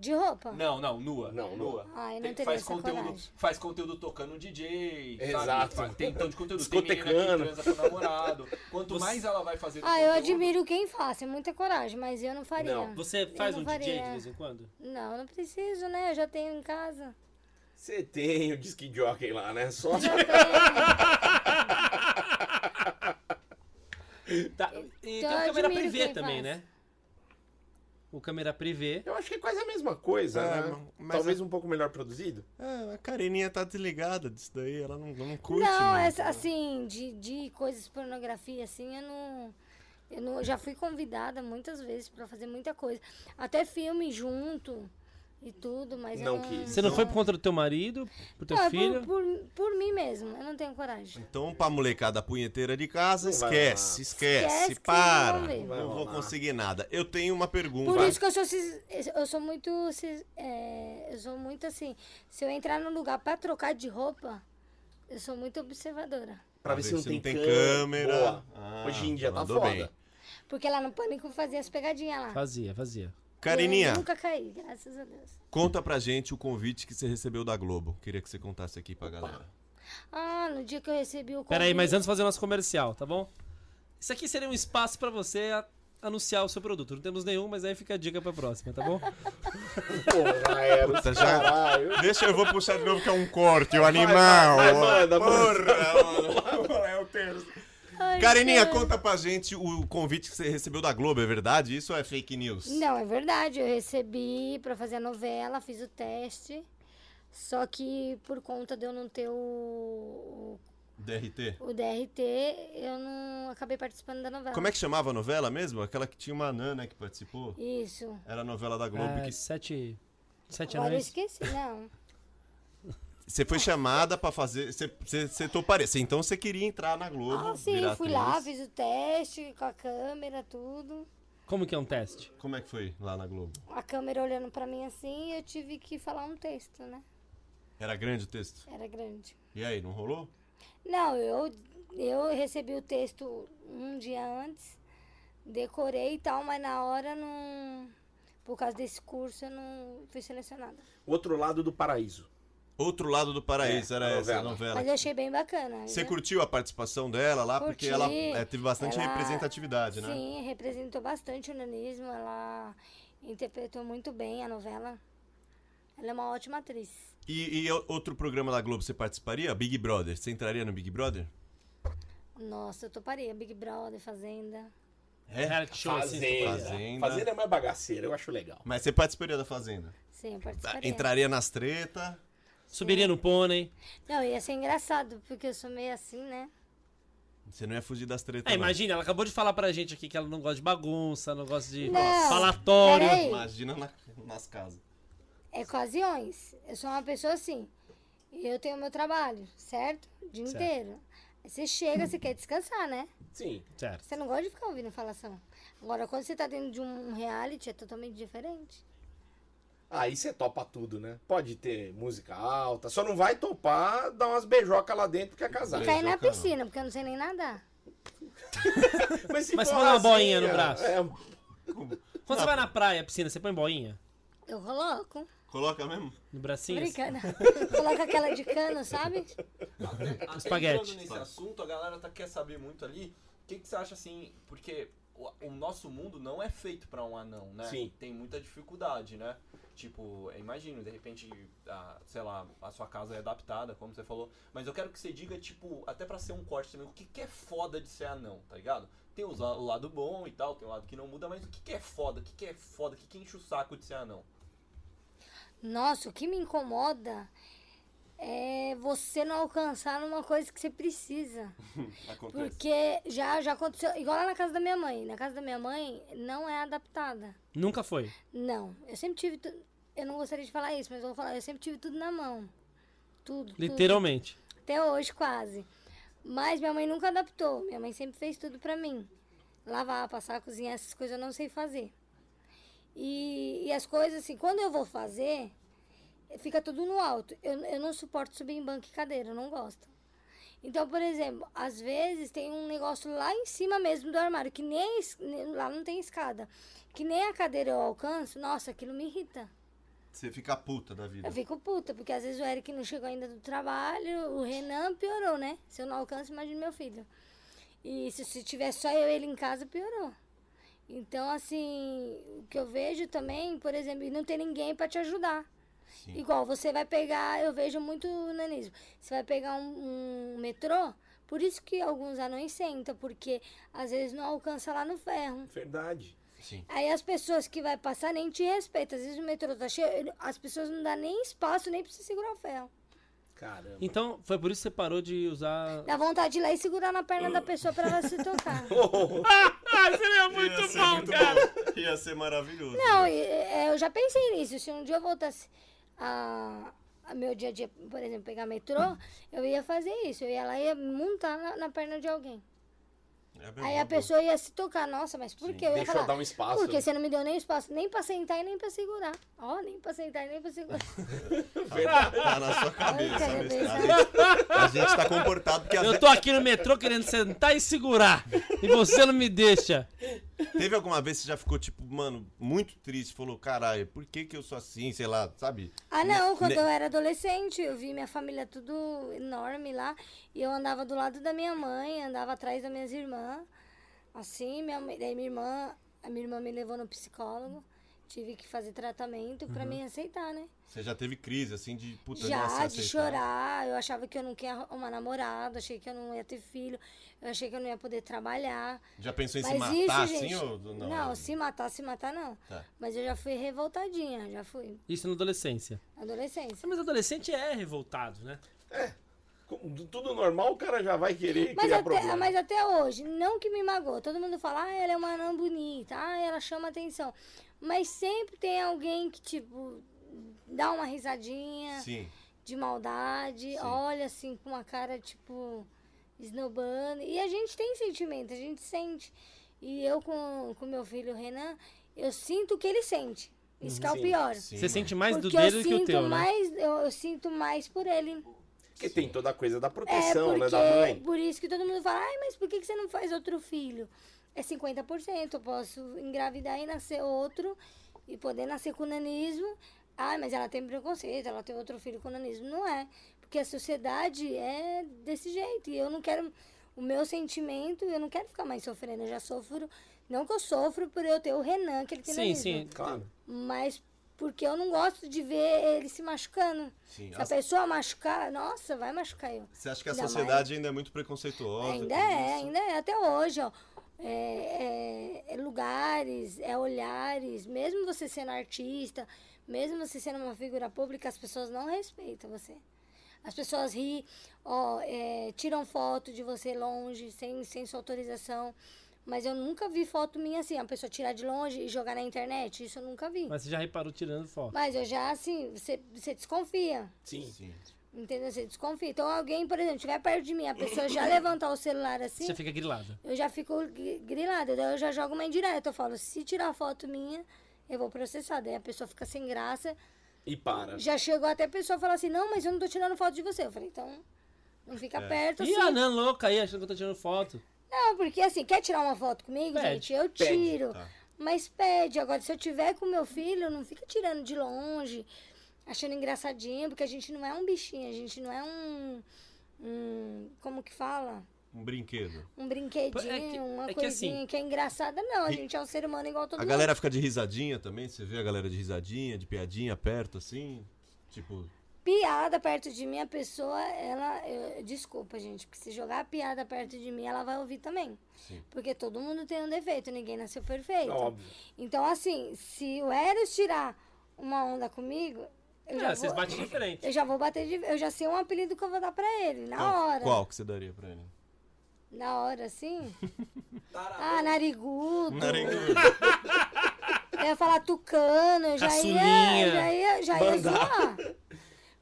de roupa.
Não, não, nua.
Não,
nua.
Ai, não
Tem-
teria
faz
essa
conteúdo,
coragem.
faz conteúdo tocando DJ. sabe?
Exato.
Faz- Tem tanto de conteúdo. Tem menina que
Discotecando.
transa com o namorado. Quanto
Você-
mais ela vai fazer do
Ah, eu
conteúdo-
admiro quem faça, é muita coragem, mas eu não faria.
Não,
Você faz
não
um DJ de
faria.
vez em quando?
Não, não preciso, né? Eu já tenho em casa.
Você tem o disque jockey lá, né? Só
Já tenho.
Tá. E tem
Então,
o
eu
câmera
admiro
privê
quem
também,
faz.
né? O câmera privê.
Eu acho que é quase a mesma coisa,
Ah,
É,
né?
mas-
Talvez um pouco melhor produzido.
É, a Kareninha tá desligada disso daí, ela não, não curte.
não,
muito. né?
essa, assim, de, de coisas pornografia, assim, eu não. Eu não, eu já fui convidada muitas vezes pra fazer muita coisa. Até filme junto e tudo, mas eu
Não
não.
quis.
Você não foi por conta do teu marido, pro teu
Não, é
filho?
Por, por, por mim mesmo, eu não tenho coragem.
Então, pra molecada punheteira de casa,
Não vai
esquece,
rolar.
esquece,
Esquece que
para.
não vai
Não,
rolar.
Não vai
vou
rolar.
conseguir nada. Eu tenho uma
Um
pergunta.
Por isso que eu sou, cis- eu sou muito, cis- é, eu sou muito assim, se eu entrar num lugar pra trocar de roupa, eu sou muito observadora.
Pra ver se não tem,
câmera.
Boa.
Ah,
Hoje em dia tá
mandou
foda.
bem.
Porque lá no Pânico fazia as pegadinhas lá.
Fazia, fazia.
Eu
Carininha,
nunca caí, graças a Deus.
conta pra gente o convite que você recebeu da Globo. Queria que você contasse aqui pra galera.
Ah, no dia que eu recebi o convite...
Pera aí, mas antes de fazer o nosso comercial, tá bom? Isso aqui seria um espaço pra você a- anunciar o seu produto. Não temos nenhum, mas aí fica a dica pra próxima, tá bom?
Porra, era.
Puta, já-
Caralho.
Deixa eu vou puxar de novo que é um corte, o animal.
vai, vai, manda,
Porra, mano. É o terço.
Ai,
Kareninha,
cara.
conta pra gente o convite que você recebeu da Globo, é verdade? Isso é fake news?
Não, é verdade. Eu recebi pra fazer a novela, fiz o teste. Só que por conta de eu não ter o,
DRT.
o, o DRT, eu não acabei participando da novela.
Como é que chamava a novela mesmo? Aquela que tinha uma nana que participou?
Isso.
Era a novela da Globo
Ah,
que
Sete. Sete
Agora eu
anões.
esqueci. Não.
Você foi chamada pra fazer. Você, você, você toparecia. Então você queria entrar na Globo.
Ah, sim,
virar
fui lá,
atriz.
fiz o teste com a câmera, tudo.
Como que é um teste?
Como é que foi lá na Globo?
A câmera olhando pra mim assim, eu tive que falar um texto, né?
Era grande o texto?
Era grande.
E aí, não rolou?
Não, eu, eu recebi o texto um dia antes, decorei e tal, mas na hora não. Por causa desse curso eu não fui selecionada.
Outro lado do paraíso.
Outro lado do paraíso,
É,
era
a
essa a
novela.
novela.
Mas eu achei bem bacana.
Você
viu?
curtiu a participação dela lá? Porque
Curti.
ela é, teve bastante
Ela-
representatividade, né?
Sim, representou bastante o nanismo, ela interpretou muito bem a novela. Ela é uma ótima atriz.
E, e o- outro programa da Globo você participaria? Big Brother. Você entraria no Big Brother?
Nossa, eu toparia Big Brother, Fazenda.
É.
Reality show assim, você
Fazenda.
faz.
Fazenda.
Fazenda é mais bagaceira, eu acho legal.
Mas você participaria da Fazenda? Ah,
Sim, eu participaria.
Entraria nas treta?
Subiria no pônei.
Não, ia ser engraçado, porque eu sou meio assim, né?
Você não ia fugir das tretas.
Ah,
não.
imagina, ela acabou de falar pra gente aqui que ela não gosta de bagunça, não gosta de
Não,
falatório.
peraí.
Imagina na- nas casas.
É com as iões. Eu sou uma pessoa assim. E eu tenho meu trabalho, certo? O dia
Certo.
inteiro. Aí Você chega, você quer descansar, né?
Sim.
Certo.
Você não gosta de ficar ouvindo falação. Agora, quando você tá dentro de um reality, é totalmente diferente.
Ah, Aí você topa tudo, né? Pode ter música alta, só não vai topar dar umas beijocas lá dentro que é casado.
Mas
E cair na
eu, cara,
piscina, porque eu não sei nem nadar.
se
Mas
for
manda uma
rasinha,
boinha no braço.
é,
Quando você vai na praia, piscina, você põe boinha?
Eu coloco.
Coloca mesmo?
No bracinho?
Brincando. Coloco aquela de cano, sabe?
Até
Espaguete.
entrando nesse assunto, a galera tá, quer saber muito ali. O que, que você acha assim? Porque o, o nosso mundo não é feito pra um anão, né?
Sim.
Tem muita dificuldade, né? Tipo, eu imagino, de repente, a, sei lá, a sua casa é adaptada, como você falou. Mas eu quero que você diga, tipo, até pra ser um corte também, o que, que é foda de ser anão, tá ligado? Tem os la- o lado bom e tal, tem o lado que não muda, mas o que, que é foda? O que, que é foda? O que, que enche o saco de ser anão?
Nossa, o que me incomoda é você não alcançar numa coisa que você precisa.
Acontece.
Porque já, já aconteceu. Igual lá na casa da minha mãe. Na casa da minha mãe não é adaptada.
Nunca foi.
Não. Eu sempre tive. Tu... Eu não gostaria de falar isso, mas eu vou falar. Eu sempre tive tudo na mão. Tudo. tudo.
Literalmente.
Até hoje, quase. Mas minha mãe nunca adaptou. Minha mãe sempre fez tudo pra mim. Lavar, passar, cozinhar, essas coisas eu não sei fazer. E, e as coisas, assim, quando eu vou fazer, fica tudo no alto. Eu, eu não suporto subir em banco e cadeira, eu não gosto. Então, por exemplo, às vezes tem um negócio lá em cima mesmo do armário, que nem. es- ne- Lá não tem escada. Que nem a cadeira eu alcanço, nossa, aquilo me irrita.
Você fica puta da vida.
Eu fico puta, porque às vezes o Eric não chegou ainda do trabalho, o Renan piorou, né? Se eu não alcanço, imagina meu filho. E se, se tiver só eu e ele em casa, piorou. Então, assim, o que eu vejo também, por exemplo, não tem ninguém pra te ajudar.
Sim.
Igual você vai pegar, eu vejo muito nanismo. Você vai pegar um, um metrô, por isso que alguns anões sentam, porque às vezes não alcança lá no ferro.
verdade.
Sim.
Aí as pessoas que vai passar nem te respeitam. Às vezes o metrô tá cheio, ele- as pessoas não dá nem espaço nem pra você segurar o ferro.
Caramba.
Então, foi por isso que você parou de usar.
Dá vontade de ir lá e segurar na perna da pessoa pra ela se tocar.
Ah, seria
Ia
muito
ser
bom,
muito
cara!
bom. Ia ser maravilhoso. né?
Não, e- é, eu já pensei nisso. Se um dia eu voltasse a, a meu dia a dia, por exemplo, pegar metrô, eu ia fazer isso. Eu ia lá e ia montar na, na perna de alguém.
É bem
Aí
bom.
a pessoa ia se tocar. Nossa, mas por que? Eu ia
Deixa eu
falar.
dar um espaço.
Porque você não me deu nem espaço, nem pra sentar e nem pra segurar. Ó, nem pra sentar e nem pra segurar.
É
Tá na sua cabeça.
Ai, cara,
né?
bem-
a, gente, a gente tá comportado porque às
Eu
ve-
tô aqui no metrô querendo sentar e segurar. E você não me deixa.
teve alguma vez que você já ficou, tipo, mano, muito triste. Falou, caralho, por que que eu sou assim? Sei lá, sabe?
Ah,
Ne-
não, quando
ne-
eu era adolescente, eu vi minha família tudo enorme lá. E eu andava do lado da minha mãe, andava atrás das minhas irmãs. Assim, minha mãe, daí minha irmã, a minha irmã me levou no psicólogo. tive que fazer tratamento pra me aceitar, né?
Você já teve crise, assim, de Uhum. puta
Já,
nossa, tá-
de
aceitar.
chorar. Eu achava que eu não queria uma namorada, achei que eu não ia ter filho, eu achei que eu não ia poder trabalhar.
Já pensou em se
Mas
matar,
isso,
assim,
gente,
ou não?
Não, se matar, se matar não.
Tá.
Mas eu já fui revoltadinha, já fui.
Isso na adolescência.
na Adolescência.
Mas adolescente é revoltado, né?
Com tudo normal, o cara já vai querer
Mas
criar
até,
problema.
mas até hoje, não que me magoou. Todo mundo fala, ah, ela é uma anã bonita, ah, ela chama atenção. Mas sempre tem alguém que, tipo, dá uma risadinha
Sim.
de maldade,
Sim.
olha assim com uma cara, tipo, esnobando. E a gente tem sentimento, a gente sente. E eu com o meu filho Renan, eu sinto o que ele sente. Isso que é o
Sim,
pior.
sim,
Você
mano.
sente mais
Porque
do dele
eu
do que o
sinto
teu, né?
mais, eu, eu sinto mais por ele.
Porque tem toda a coisa da
É
proteção, né,
porque
da mãe.
por isso que todo mundo fala, ai, mas por que que você não faz outro filho? É 50%, eu posso engravidar e nascer outro e poder nascer com nanismo. Ai, mas ela tem preconceito, ela tem outro filho com nanismo. Não é, porque a sociedade é desse jeito e eu não quero o meu sentimento, eu não quero ficar mais sofrendo, eu já sofro, não que eu sofro por eu ter o Renan, que ele tem
Sim,
nanismo,
sim.
Claro.
mas porque eu não gosto de ver ele se machucando.
Sim.
Se
A-
a pessoa machucar, nossa, vai machucar eu.
Você acha que a
Ainda mais-
sociedade ainda é muito preconceituosa?
Ainda
com
é,
isso?
ainda é, até hoje, ó. É, é, é lugares, é olhares, mesmo você sendo artista, mesmo você sendo uma figura pública, as pessoas não respeitam você. As pessoas riem, ó, é, tiram foto de você longe, sem, sem sua autorização. Mas eu nunca vi foto minha assim, a pessoa tirar de longe e jogar na internet. Isso eu nunca vi.
Mas você já reparou tirando foto.
Mas eu já, assim, você, você desconfia.
Sim.
Sim.
Entendeu? Você desconfia. Então, alguém, por exemplo, estiver perto de mim, a pessoa já levantar o celular assim.
Você fica grilado.
Eu já fico gri- grilada, daí eu já jogo uma indireta. Eu falo, se tirar foto minha, eu vou processar. Daí a pessoa fica sem graça.
E para.
Já chegou até a pessoa falar assim, não, mas eu não tô tirando foto de você. Eu falei, então não fica perto assim.
Ih, a Nan louca aí, achando que eu tô tirando foto.
Não, porque assim, quer tirar uma foto comigo,
Pede,
gente? Eu
pede,
tiro.
tá.
Mas pede. Agora, se eu tiver com meu filho, não fica tirando de longe, achando engraçadinho, porque a gente não é um bichinho, a gente não é um. um como que fala?
Um brinquedo.
Um brinquedinho,
É que-
uma
é que assim-
coisinha que, é engraçada, não. A
E-
gente é um ser humano igual todo
A
mundo.
galera fica de risadinha também? Você vê a galera de risadinha, de piadinha perto, assim? Tipo,
piada perto de mim, a pessoa, ela. eu- desculpa, gente, porque se jogar a piada perto de mim, ela vai ouvir também.
Sim.
Porque todo mundo tem um defeito, ninguém nasceu perfeito.
Óbvio.
Então, assim, se o Eros tirar uma onda comigo, eu,
É,
já,
vocês
vou,
batem de frente.
eu já vou bater de. Eu já sei um apelido que eu vou dar pra ele, na
qual,
hora.
qual que você daria pra ele?
Na hora, assim. ah,
É,
narigudo. Eu ia falar tucano, eu já
Caçulinha.
ia, já ia, já ia
Bandá.
zoar.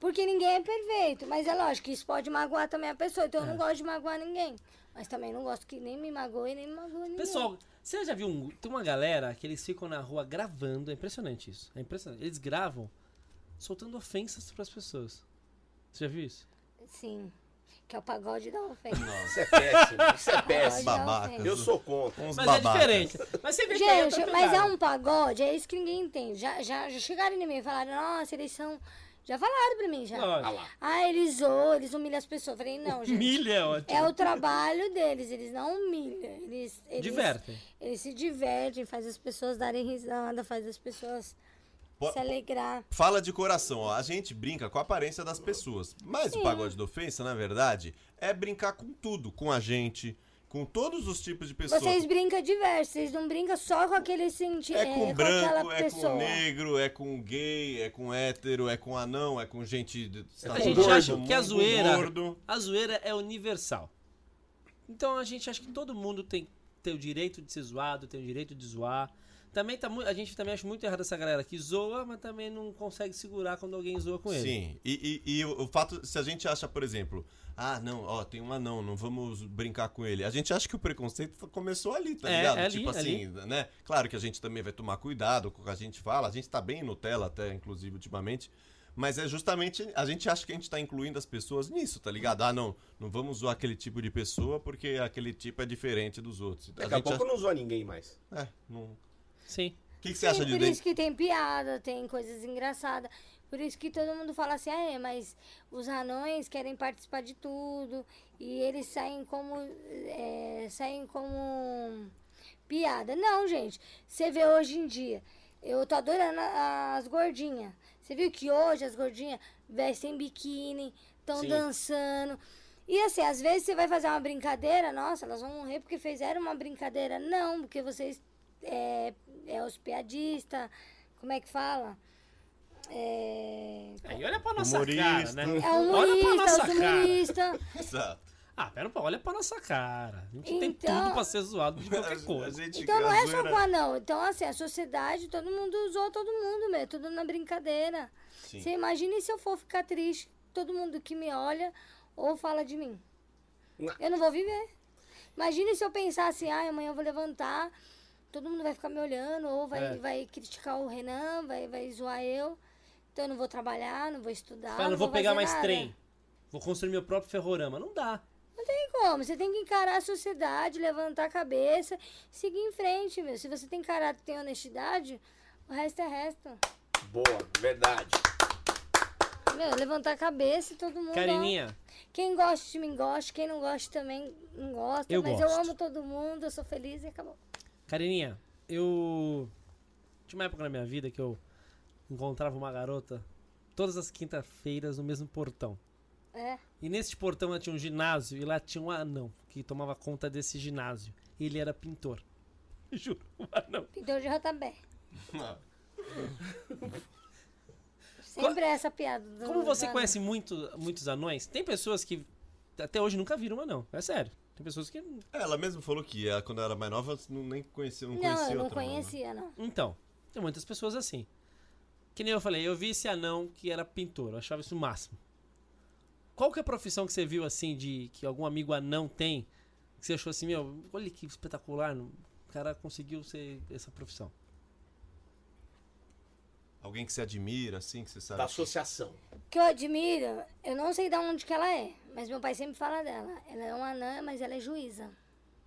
Porque ninguém é perfeito. Mas é lógico que isso pode magoar também a pessoa. Então eu
É.
não gosto de magoar ninguém. Mas também não gosto que nem me magoe, nem me magoe ninguém.
Pessoal, você já viu um, tem uma galera que eles ficam na rua gravando, é impressionante isso. É impressionante. Eles gravam soltando ofensas pras pessoas. Você já viu isso?
Sim. Que é o pagode da ofensa.
Isso é péssimo. Isso é
Pagode
péssimo.
da
Babaca.
ofensa.
Eu sou contra.
Uns
Mas é
babacas.
diferente. Mas você vê que é outra
Gente, mas é
pegada.
um pagode, é isso que ninguém entende. Já, já, já chegaram em mim e falaram, nossa, eles são. Já falaram pra mim, já.
Lógico.
Ah lá.
Ah, eles zoam, eles humilham as pessoas. Eu falei, não, gente.
Milha é ótimo.
É o trabalho deles, eles não humilham. Eles, eles,
Divertem.
Eles se divertem, faz as pessoas darem risada, faz as pessoas
Po-
se alegrar.
Fala de coração, ó. A gente brinca com a aparência das pessoas. Mas o pagode da ofensa, na verdade, é brincar com tudo, com a gente, com todos os tipos de pessoas.
Vocês brincam diversos, vocês não brincam só com aquele sentido.
É com branco,
aquela
é
pessoa.
com negro, é com gay, é com hétero, é com anão, é com gente. de-
A
com
gente
gordo,
acha que a
mundo
zoeira,
gordo.
a zoeira é universal. Então a gente acha que todo mundo tem, tem o direito de ser zoado, tem o direito de zoar. Também tá, mu- a gente também acha muito errado essa galera que zoa, mas também não consegue segurar quando alguém zoa com ele.
Sim, e, e- e o, o fato, se a gente acha, por exemplo, ah, não, ó, tem um anão, não vamos brincar com ele. A gente acha que o preconceito fo- começou ali, tá
É,
ligado?
é ali,
tipo
é
assim, né? Claro que a gente também vai tomar cuidado com o que a gente fala, a gente tá bem Nutella até, inclusive, ultimamente. Mas é justamente, a gente acha que a gente tá incluindo as pessoas nisso, tá ligado? Ah, não, não vamos zoar aquele tipo de pessoa porque aquele tipo é diferente dos outros. A
Daqui a
gente
pouco não zoa ninguém mais.
acha- é, não... O
Sim.
que, que você acha
Sim,
de
por isso que tem piada, tem coisas engraçadas. Por isso que todo mundo fala assim, ah, é, mas os anões querem participar de tudo. E eles saem como. é, saem como piada. Não, gente. Você vê hoje em dia. Eu tô adorando a- as gordinhas. Você viu que hoje as gordinhas vestem biquíni, estão
Sim.
dançando. E assim, às vezes você vai fazer uma brincadeira, nossa, elas vão morrer porque fizeram uma brincadeira. Não, porque vocês é, é os piadistas, como é que fala? É,
Aí olha pra nossa cara,
Humorista.
né?
é um
olha pra
humorista,
nossa
os
cara.
humoristas.
Exato.
Ah, pera, pô, olha pra nossa cara. A gente tem
Então-
tudo pra ser zoado de qualquer
A
coisa.
gente
Então não é só
zoeira-
com anão. Então, assim, a sociedade, todo mundo usou todo mundo, meu. Tudo na brincadeira.
Sim.
Você imagina se eu for ficar triste, todo mundo que me olha ou fala de mim.
Não.
Eu não vou viver. Imagine se eu pensar assim, ah, amanhã eu vou levantar, todo mundo vai ficar me olhando, ou vai,
É.
vai criticar o Renan, vai, vai zoar eu. Então eu não vou trabalhar, Ah, não vou estudar.
Fala, não vou pegar
fazer
mais
nada.
trem. Vou construir meu próprio ferrorama. Não dá.
tem como. Você tem que encarar a sociedade, levantar a cabeça, seguir em frente, meu. Se você tem caráter, tem honestidade, o resto é resto.
Boa, verdade.
Tá
Meu, levantar a cabeça e todo mundo. ó.
Carininha,
Quem gosta de mim gosta, quem não gosta também não gosta.
Eu
mas
gosto.
eu amo todo mundo, eu sou feliz e acabou.
Carininha, eu. Tinha uma época na minha vida que eu encontrava uma garota todas as quinta-feiras no mesmo portão.
É.
E nesse portão ela tinha um ginásio e lá tinha um anão que tomava conta desse ginásio. Ele era pintor. Juro, um anão.
Pintor de rotabé.
Não.
Sempre é essa piada. do-
Como você
da-
conhece muito, muitos anões, tem pessoas que até hoje nunca viram um anão. É sério. Tem pessoas que.
É, Ela mesma falou que ela, quando era mais nova, não, nem conhecia,
um
não,
Não,
conhecia
eu não
outra, né?
conhecia, não.
Então, tem muitas pessoas assim. Que nem eu falei, eu vi esse anão que era pintor, eu achava isso o máximo. Qual que é a profissão que você viu assim, de que algum amigo anão tem, que você achou assim, meu, olha que espetacular, o cara conseguiu ser essa profissão?
Alguém que se admira, assim, que você sabe.
Da
que-
associação.
que eu admiro, eu não sei de onde que ela é, mas meu pai sempre fala dela. Ela é uma anã, mas ela é juíza.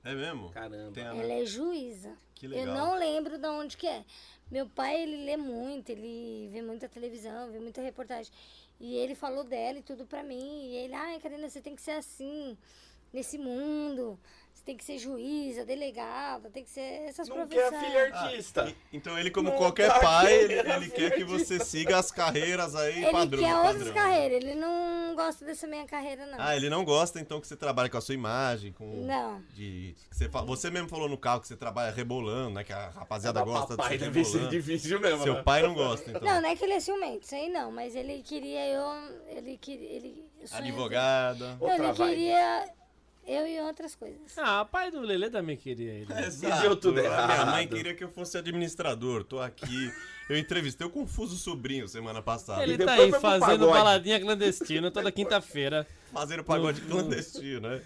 É mesmo?
Caramba.
Tem a-
Ela é juíza.
Que legal.
Eu não lembro de onde que é. Meu pai, ele lê muito, ele vê muita televisão, vê muita reportagem. E ele falou dela e tudo pra mim. E ele, ai, Karina, você tem que ser assim, nesse mundo. Você tem que ser juíza, delegada, tem que ser essas
Não quer
profissões.
filha
Ah,
artista.
e- então ele, como
Tá. Não,
qualquer
tá
pai,
aqui,
ele,
era
ele quer que você siga as carreiras aí
Ele
padrão.
quer outras
né?
padrão.
carreiras, ele não gosta dessa minha carreira, não.
Ah, ele não gosta então que você trabalhe com a sua imagem, com.
Não.
De, que você, fa- você mesmo falou no carro que você trabalha rebolando, né? Que a rapaziada gosta
papai
de
deve ser
rebolando.
difícil mesmo. né?
Seu pai não gosta, então.
Não, não é que ele é ciumento, isso aí não, mas ele queria eu. Ele queria. Ele, o sonho
Advogada.
dele- Não,
Outra
ele
vibe.
queria eu e outras coisas.
Ah, pai do Lelê também queria ele.
Exato.
deu tudo
A Minha mãe
errado.
queria que eu fosse administrador. Tô aqui. Eu entrevistei o Confuso Sobrinho semana passada.
Ele
depois
tá aí
foi pro
fazendo
pagode.
baladinha clandestina toda quinta-feira.
Fazer o pagode clandestino, né?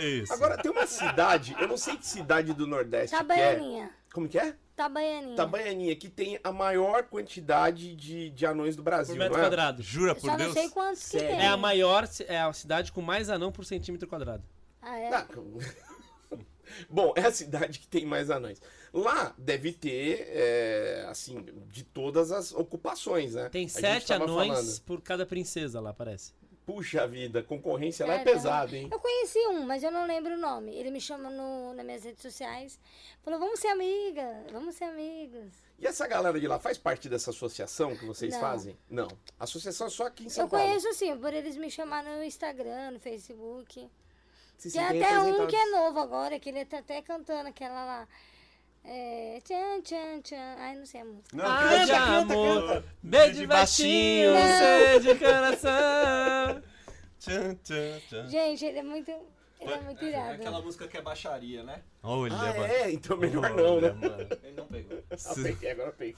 É isso.
Agora, tem uma cidade, eu não sei que cidade do
Tá
Nordeste que é.
Tabaianinha.
Como que é?
Tabaianinha.
Tabaianinha, que tem a maior quantidade de, de anões do Brasil,
Por metro
não é?
quadrado.
Jura
Eu
por
Só não
Deus?
sei quantos que
Sério?
tem.
É a maior, ci- é a cidade com mais anão por centímetro quadrado.
Ah, é?
Ah, com- Bom, é a cidade que tem mais anões. Lá deve ter, é, assim, de todas as ocupações, né? A
Tem
gente
sete
tava
anões
falando.
por cada princesa lá, parece.
Puxa vida, a concorrência lá é
Caramba.
pesada, hein?
Eu conheci um, mas eu não lembro o nome. Ele me chama no, nas minhas redes sociais. Falou, vamos ser amiga, vamos ser amigos.
E essa galera de lá faz parte dessa associação que vocês
Não.
fazem? Não. A associação é só aqui em São
Eu
Paulo.
conheço sim, por eles me chamar no Instagram, no Facebook.
Vocês
Tem
sentem
até um
representados.
que é novo agora, que ele tá até cantando aquela lá. É. Tchan, tchan, tchan. Ai, não sei a música.
Não,
Ah,
canta,
de
canta,
amor,
canta.
Beijo de baixinho, beijo de coração.
Tchan, tchan, tchan.
Gente, ele é muito. Ele é muito
É
irado.
aquela música que é baixaria, né?
Olha,
Ah,
mano.
é? Então melhor não, né?
Olha, mano.
Ele não pegou.
Ah, peguei, agora peguei.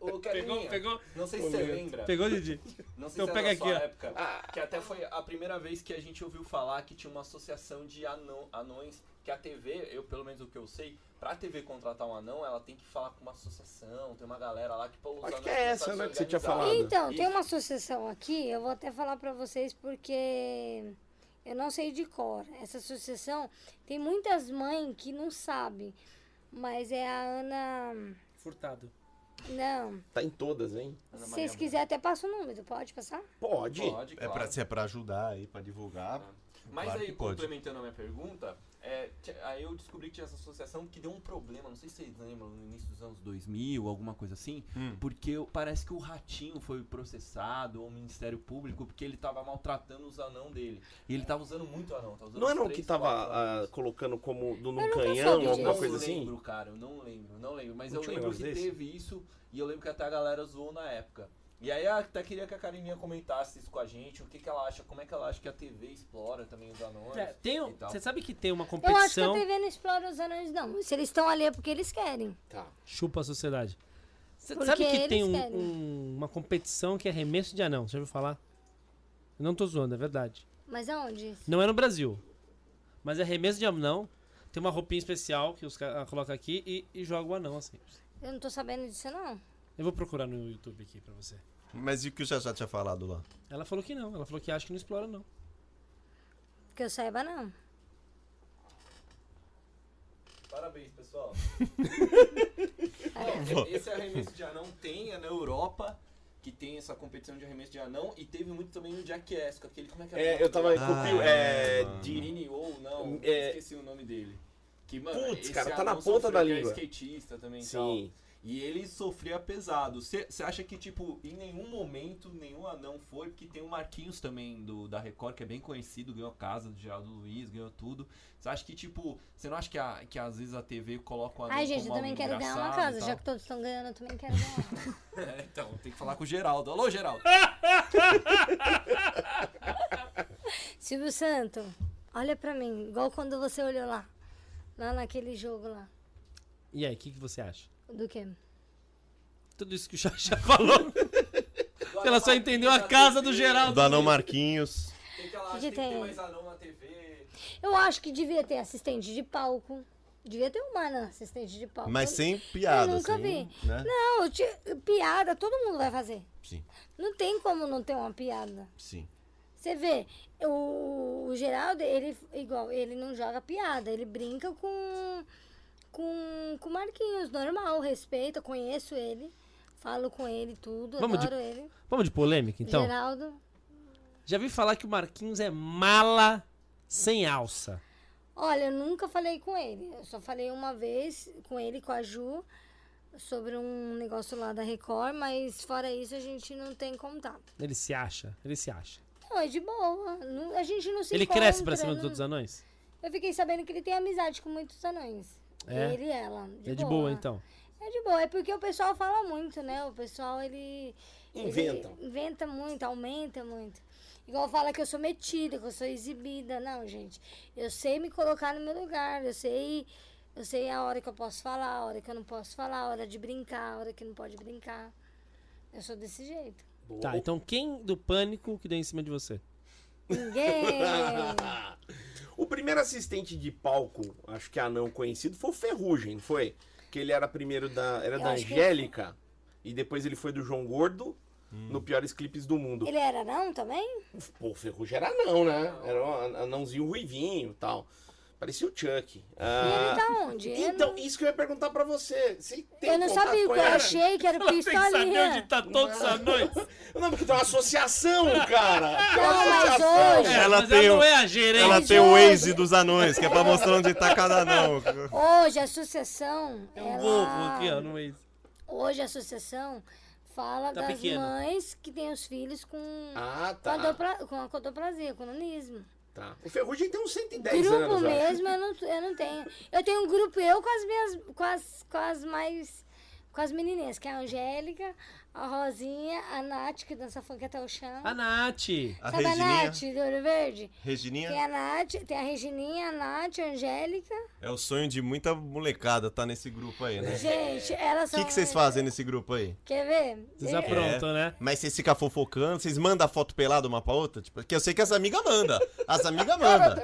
Ô, ô Carlinha,
pegou.
não sei se você lembra.
Pegou, Didi?
Não sei
Então
se
pega
é da sua
aqui, ó. Ah.
época. Que até foi a primeira vez que a gente ouviu falar que tinha uma associação de anão, anões. Que a TV, eu pelo menos o que eu sei, pra TV contratar um anão, ela tem que falar com uma associação, tem uma galera lá que pô, os
Acho
anões
que é essa,
começaram
né,
a se
que você tinha
organizar.
falado.
Então, tem uma associação aqui, eu vou até falar pra vocês porque eu não sei de cor. Essa associação tem muitas mães que não sabem, mas é a Ana.
Furtado.
Não.
Tá em todas, hein?
Ana
Se
Maria
vocês quiserem, até passo o número, pode passar?
Pode.
Pode,
É
claro.
pra, se é pra ajudar aí, pra divulgar.
Mas
Claro
aí,
que pode.
complementando a minha pergunta, é, é, ti- aí eu descobri que tinha essa associação que deu um problema, não sei se vocês lembram, no início dos anos 2000, alguma coisa assim,
Hum.
porque eu- parece que o Ratinho foi processado ao Ministério Público porque ele tava maltratando os anão dele. É. E ele tava usando muito anão, um tava usando
Não
uns
era o
três,
que tava
quatro
ah,
anões.
colocando como do, num
Eu nunca soube
canhão,
disso.
alguma
não
coisa
lembro,
assim?
cara, eu não lembro, não lembro. Mas
Não
eu
tinha um
lembro que
negócio desse?
teve isso e eu lembro que até a galera zoou na época. E aí eu até queria que a Karininha comentasse isso com a gente, o que, que ela acha, como é que ela acha que a TV explora também os anões.
É, tem um-
e tal.
você sabe que tem uma
Eu acho que a
competição.
TV não explora os anões, não. Se eles estão ali é porque eles querem.
Tá.
Chupa a sociedade. Você
Porque
sabe que
eles
tem um-
querem.
um- uma competição que é arremesso de anão, você já ouviu falar? Eu não tô zoando, é verdade.
Mas aonde?
Não é no Brasil. Mas é arremesso de anão. Tem uma roupinha especial que os caras colocam aqui e, e joga o anão assim.
Eu não tô sabendo disso, não.
Eu vou procurar no YouTube aqui pra você.
Mas e o que o Jajá tinha falado lá?
Ela falou que não, ela falou que acha que não explora, não.
Que eu saiba, não.
Parabéns, pessoal. Bom, esse arremesso de anão tem é na Europa, que tem essa competição de arremesso de anão, e teve muito também no Jackass, com aquele, como é que era o
É,
nome
eu tava.
dele?
copio- é,
mano.
de-
Mini ou não,
É.
esqueci o nome dele. Que, mano,
Putz,
esse
cara, tá na
anão
ponta
sofreu
da
que é
língua.
skatista também e tal.
Sim.
E ele sofria pesado. Você acha que, tipo, em nenhum momento nenhum anão foi? Porque tem o Marquinhos também do, da Record, que é bem conhecido, ganhou a casa do Geraldo Luiz, ganhou tudo. Você acha que, tipo, você não acha que, a- que às vezes a TV coloca o anão
Ai, gente,
como
eu também
algo
quero ganhar uma
um engraçado e
casa.
tal?
Já que todos estão ganhando, eu também quero ganhar.
É, então, tem que falar com o Geraldo. Alô, Geraldo!
Silvio Santo, olha pra mim. Igual quando você olhou lá. Lá naquele jogo lá.
E aí, o que, que você acha?
Do quê?
Tudo isso que o Xaxá falou, ela só entendeu a casa do Geraldo.
Do Anão Marquinhos.
Tem que, ela,
Que que tem que tem? ter mais
anão na TV.
Eu acho que devia ter assistente de palco. Devia ter uma anã assistente de palco.
Mas
Eu-
sem piada.
Eu nunca
sem,
vi.
Né?
Não, eu te- piada todo mundo vai fazer.
Sim,
Não tem como não ter uma piada.
sim.
Você vê, o, o Geraldo, ele igual, ele não joga piada, ele brinca com com com o Marquinhos, normal, respeito, eu conheço ele, falo com ele tudo,
Vamos de-
adoro ele.
Vamos de polêmica, então?
Geraldo,
Já vi falar que o Marquinhos é mala sem alça.
olha, eu nunca falei com ele, eu só falei uma vez com ele com a Ju sobre um negócio lá da Record, mas fora isso a gente não tem contato.
Ele se acha, ele se acha.
Não, é de boa, não- a gente não se
ele cresce pra
encontra, né?
cima dos
não-
outros anões?
Eu fiquei sabendo que ele tem amizade com muitos anões.
É?
Ele e ela.
é de boa, então.
É de boa, é porque o pessoal fala muito, né? O pessoal, ele... ele
Inventam.
inventa muito, aumenta muito. Igual fala que eu sou metida, que eu sou exibida. Não, gente. Eu sei me colocar no meu lugar, eu sei... Eu sei a hora que eu posso falar, a hora que eu não posso falar, a hora de brincar, a hora que não pode brincar. Eu sou desse jeito.
Boa.
Tá, então quem do pânico que deu em cima de você?
Ninguém... então.
o primeiro assistente de palco, acho que é anão conhecido, foi o Ferrugem, não foi? Que ele era primeiro da. Era
Eu
da
acho que
Angélica. E depois ele foi do João Gordo no Piores Clipes do Mundo.
ele era não também?
Pô, o Ferrugem era anão, né? Era um anãozinho ruivinho e tal. Parecia o Chuck.
E ele
Ah,
tá onde? Eu
então, isso que eu ia perguntar pra você. Você tem
Eu não
contato
sabia,
com
eu
ela?
achei que era o pistolinha.
tá
todos os anões? Não, porque tem uma associação, cara. Tem uma
Não, mas
associação.
hoje-
Ela
mas
tem
ela
o-
não é a gerente.
Ela tem o
Jorge.
Waze dos anões, que é pra mostrar onde tá cada anão.
Hoje a associação.
É
Tem um gorro
ela...
aqui, ó, no Waze.
Hoje a associação fala
Tá
das
pequeno.
mães que têm os filhos com,
Ah, tá.
codopla- com a codoplasia, com nanismo.
tá. O Ferrugem tem uns 110
Grupo
anos, eu acho.
mesmo, é eu não, eu não tenho. Eu tenho um grupo, eu com as minhas. Com as, com as mais. Com as menininhas, que é a Angélica, a Rosinha, a Nath, que dança funk até o chão.
A Nath.
A
Sabe a
Regininha.
Nath, do Olho Verde? Tem
Regininha
a Nath, tem a Regininha, a Nath, a Angélica.
é o sonho de muita molecada tá nesse grupo aí, né?
Gente, elas
O
são.
que que vocês fazem nesse grupo aí?
Quer ver?
Vocês
Eu-
aprontam, né?
Mas vocês ficam fofocando, vocês mandam a foto pelada uma pra outra? Tipo, que eu sei que as amigas mandam. As amigas mandam.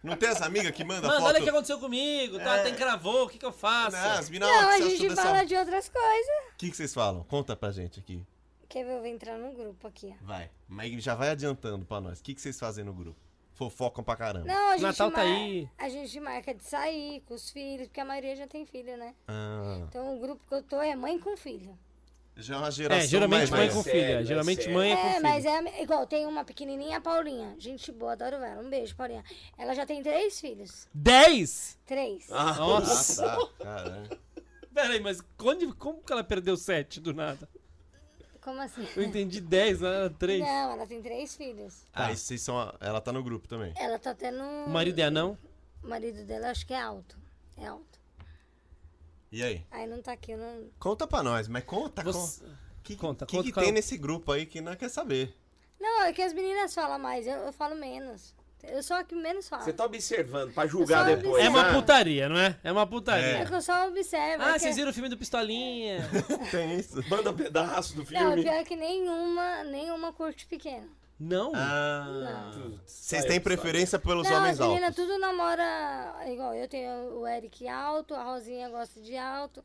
Não tem as amigas que mandam
Mano,
É. foto?
olha o que aconteceu comigo, tá? Tem cravou, o que, que eu faço?
Não, as minas,
Não,
"Ah, o que
a
você achou
gente
dessa-
fala de outras coisas.
O que que vocês falam? Conta pra gente aqui.
Quer ver? Eu vou entrar no grupo aqui, ó.
Vai. Mas já vai adiantando pra nós. O que que vocês fazem no grupo? Fofocam pra caramba.
Não, a gente
Natal tá
mar-
aí.
A gente marca de sair com os filhos, porque a maioria já tem filho, né?
Ah,
Então o grupo que eu tô é mãe com filho.
Já é uma geração
É, geralmente
mais
mãe
velha.
com
sério,
filha.
é
Geralmente
sério.
mãe é com
É,
filha.
mas é igual, tem uma pequenininha, a Paulinha. Gente boa, adoro ela. Um beijo, Paulinha. Ela já tem três filhos.
10?
Três.
Ah,
Nossa.
Ah, tá. Caralho.
Peraí, mas quando, como que ela perdeu 7 do nada?
Como assim?
Eu entendi né? 10, ela era 3.
Não, ela tem três filhos.
Ah, e vocês são. a- Ela tá no grupo também.
Ela tá até no.
O marido é não?
O marido dela acho que é alto. É alto.
E aí?
Aí não tá aqui, eu não.
Conta pra nós, mas conta,
Você...
conta. O que,
Conta,
que,
conta
que
qual é
tem
o-
nesse grupo aí que não quer saber?
Não, é que as meninas falam mais, eu, eu falo menos. Eu sou a que menos falo.
Você tá observando pra julgar
Eu só
depois.
É uma
né?
putaria, não é? É uma putaria.
É que eu só observo. é
Ah,
que-
vocês viram o filme do Pistolinha?
Tem isso.
Manda pedaço do
Não,
filme.
pior é que nenhuma, nenhuma curte pequeno.
Não?
Ah. Vocês têm preferência pelos
não,
homens
as meninas
altos.
tudo namora igual. Eu tenho o Eric alto, a Rosinha gosta de alto,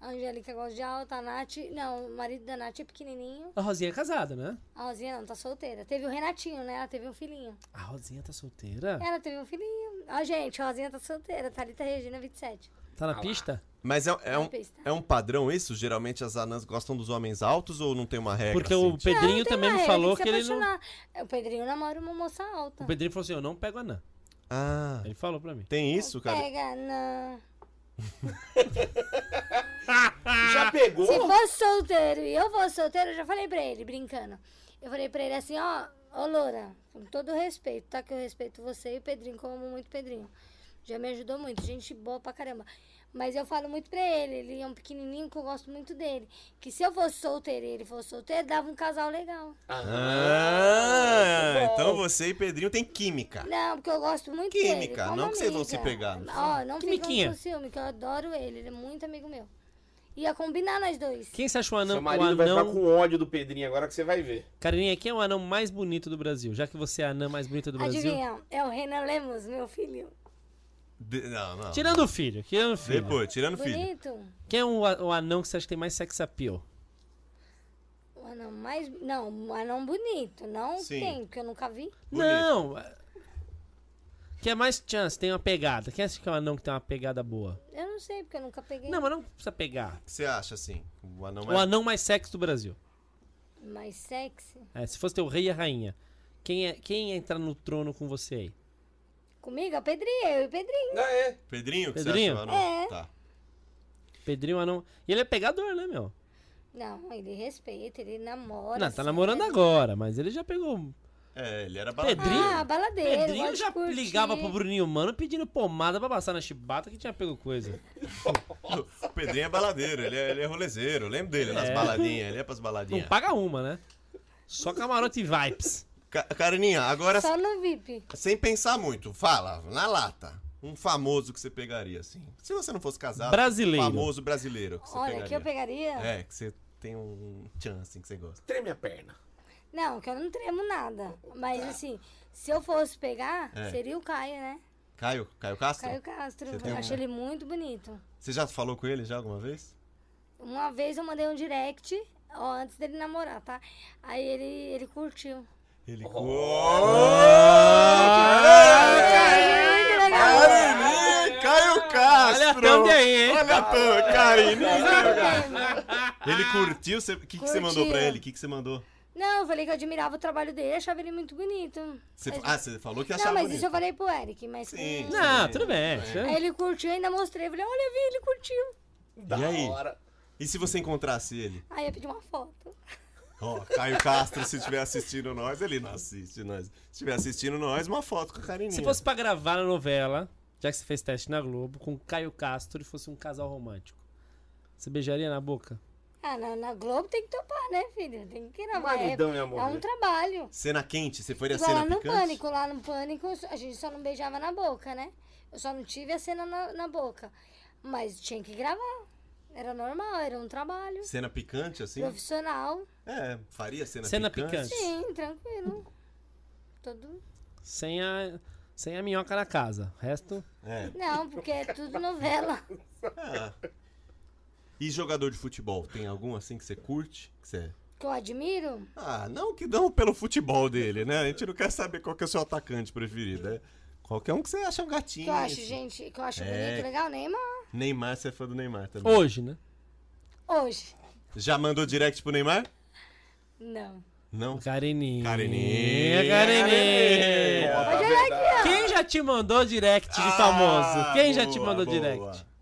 a Angélica gosta de alto, a Nath. Não, o marido da Nath é pequenininho.
A Rosinha é casada, né?
A Rosinha não, tá solteira. Teve o Renatinho, né? Ela teve um filhinho.
A Rosinha tá solteira?
Ela teve um filhinho. Ó, gente, a Rosinha tá solteira. Thalita Regina, 27.
Tá na pista?
Mas é, é um,
pista.
é um padrão isso? Geralmente as anãs gostam dos homens altos ou não tem uma regra?
Porque
assim,
o
tipo-
Pedrinho
Não, tem
também
uma
me
regra,
falou
tem
que
se
ele não.
apaixonar. O Pedrinho namora uma moça alta.
O Pedrinho falou assim: eu não pego anã.
Ah,
Ele falou pra mim.
tem isso, cara?
Pega na...
Já pegou?
Se fosse solteiro e eu fosse solteiro, eu já falei pra ele, brincando. Eu falei pra ele assim, ó, ô Loura, com todo respeito, tá? Que eu respeito você e o Pedrinho, que eu amo muito o Pedrinho. Já me ajudou muito, gente boa pra caramba. Mas eu falo muito pra ele, ele é um pequenininho que eu gosto muito dele. Que se eu fosse solteiro e ele fosse solteiro, dava um casal legal.
Ah,
É.
Bom.
então você e Pedrinho tem química.
Não, porque eu gosto muito dele.
Química,
como
não que vocês vão
amiga.
se pegar, não
Ó, não
Quimiquinha.
ficam com ciúme, que eu adoro ele, ele é muito amigo meu. Ia combinar nós dois.
Quem você acha o anão?
Seu
O
marido vai ficar
anão...
com ódio do Pedrinho agora que você vai ver.
Carinha, quem é o anão mais bonito do Brasil? Já que você é a anã mais bonita do Brasil.
Adivinha, é o Renan Lemos, meu filho.
De- não, não.
Tirando o filho, tirando o filho.
Depois, tirando o filho.
Bonito.
Quem é o, a- o anão que você acha que tem mais sex appeal?
O anão mais. Não, um anão bonito. Não
Sim.
tem, porque eu nunca vi.
Bonito.
Não! é- Que é mais chance, tem uma pegada. Quem acha que é um anão que tem uma pegada boa?
Eu não sei, porque eu nunca peguei.
Não, mas não precisa pegar.
O que você acha, assim? O anão
O
mais...
anão mais sexy do Brasil.
Mais sexy.
É, se fosse teu rei e a rainha. Quem, é, quem ia entrar no trono com você aí?
Comigo, a Pedrinho, eu e o Pedrinho.
Ah, é.
Pedrinho, que
Pedrinho?
você acha? o anão?
É.
Tá.
Pedrinho, anão. E ele é pegador, né, meu?
Não, ele respeita, ele namora.
não, tá
assim,
namorando
né?
agora, mas ele já pegou.
É, ele era baladeiro.
Pedrinho?
Ah, baladeiro. gosta
Pedrinho
de
já
curtir.
ligava pro Bruninho Mano pedindo pomada pra passar na chibata que tinha pego coisa.
O Pedrinho é baladeiro, ele é, ele é rolezeiro. Eu lembro dele nas
É.
baladinhas, ele é pras
Não
baladinhas.
paga uma, né? Só camarote e vibes.
Ca- Carninha, agora
Só no VIP.
sem pensar muito, fala, na lata. Um famoso que você pegaria, assim. Se você não fosse casado.
Brasileiro.
Famoso brasileiro que você
Olha,
pegaria.
que eu pegaria.
É, que você tem um chance que você gosta.
Treme a perna.
Não, que eu não tremo nada. Mas assim, se eu fosse pegar,
É.
seria o Caio, né?
Caio, Caio Castro?
Caio Castro.
Você tem
Eu
um-
acho ele muito bonito.
Você já falou com ele já alguma vez?
Uma vez eu mandei um direct, ó, antes dele namorar, tá? Aí ele, ele curtiu.
Oh.
Ele.
Muito legal.
Carine, Caio
Olha
Castro!
é a thumb aí, hein?
Olha a thumb, Carine!
Muito bem.
Ele curtiu? você- O que, que você mandou pra
Curtiu.
ele? O que, que você mandou?
Não, eu falei que eu admirava o trabalho dele, achava ele muito bonito.
Você-
Mas-
ah, você falou que achava
não, mas
bonito.
isso eu falei pro Eric, mas.
Sim.
hum.
Não, tudo
É.
bem.
Aí ele curtiu, ainda mostrei. Falei, olha, vi, ele curtiu.
Da
E aí?
hora.
E se você encontrasse ele?
Aí eu pedi uma foto.
Ó, Caio Castro, se estiver assistindo nós, ele não assiste nós. Se estiver assistindo nós, uma foto com a Carininha.
Se fosse pra gravar na novela, já que você fez teste na Globo, com Caio Castro e fosse um casal romântico, você beijaria na boca?
Ah, na, na Globo tem que topar, né, filho? Tem que gravar. É,
Maridão, meu
é um
né?
amor.
trabalho.
Cena quente, você foi a
Igual
cena
lá no
picante?
pânico, lá no pânico, a gente só não beijava na boca, né? Eu só não tive a cena na, na boca. Mas tinha que gravar. Era normal, era um trabalho.
Cena picante, assim?
Profissional.
É, faria cena,
Cena
picante.
picante.
Sim, tranquilo. Todo.
Sem a, sem a minhoca na casa. O resto.
É.
Não, porque é tudo novela.
Ah. E jogador de futebol, tem algum assim que você curte? Que você...
Que eu admiro.
Ah, não que não pelo futebol dele, né? A gente não quer saber qual que é o seu atacante preferido, né? Qualquer um que você acha um gatinho.
Que eu acho,
assim.
gente, que eu acho
É.
bonito, legal, Neymar.
Neymar, você é fã do Neymar também.
Hoje, né?
Hoje.
Já mandou direct pro Neymar?
Não.
Não.
Kareninha.
Kareninha.
Kareninha.
Conta a Ah,
é
verdade.
Quem já te mandou direct de famoso?
Ah,
Quem já te
boa,
mandou
boa.
direct?
Ó,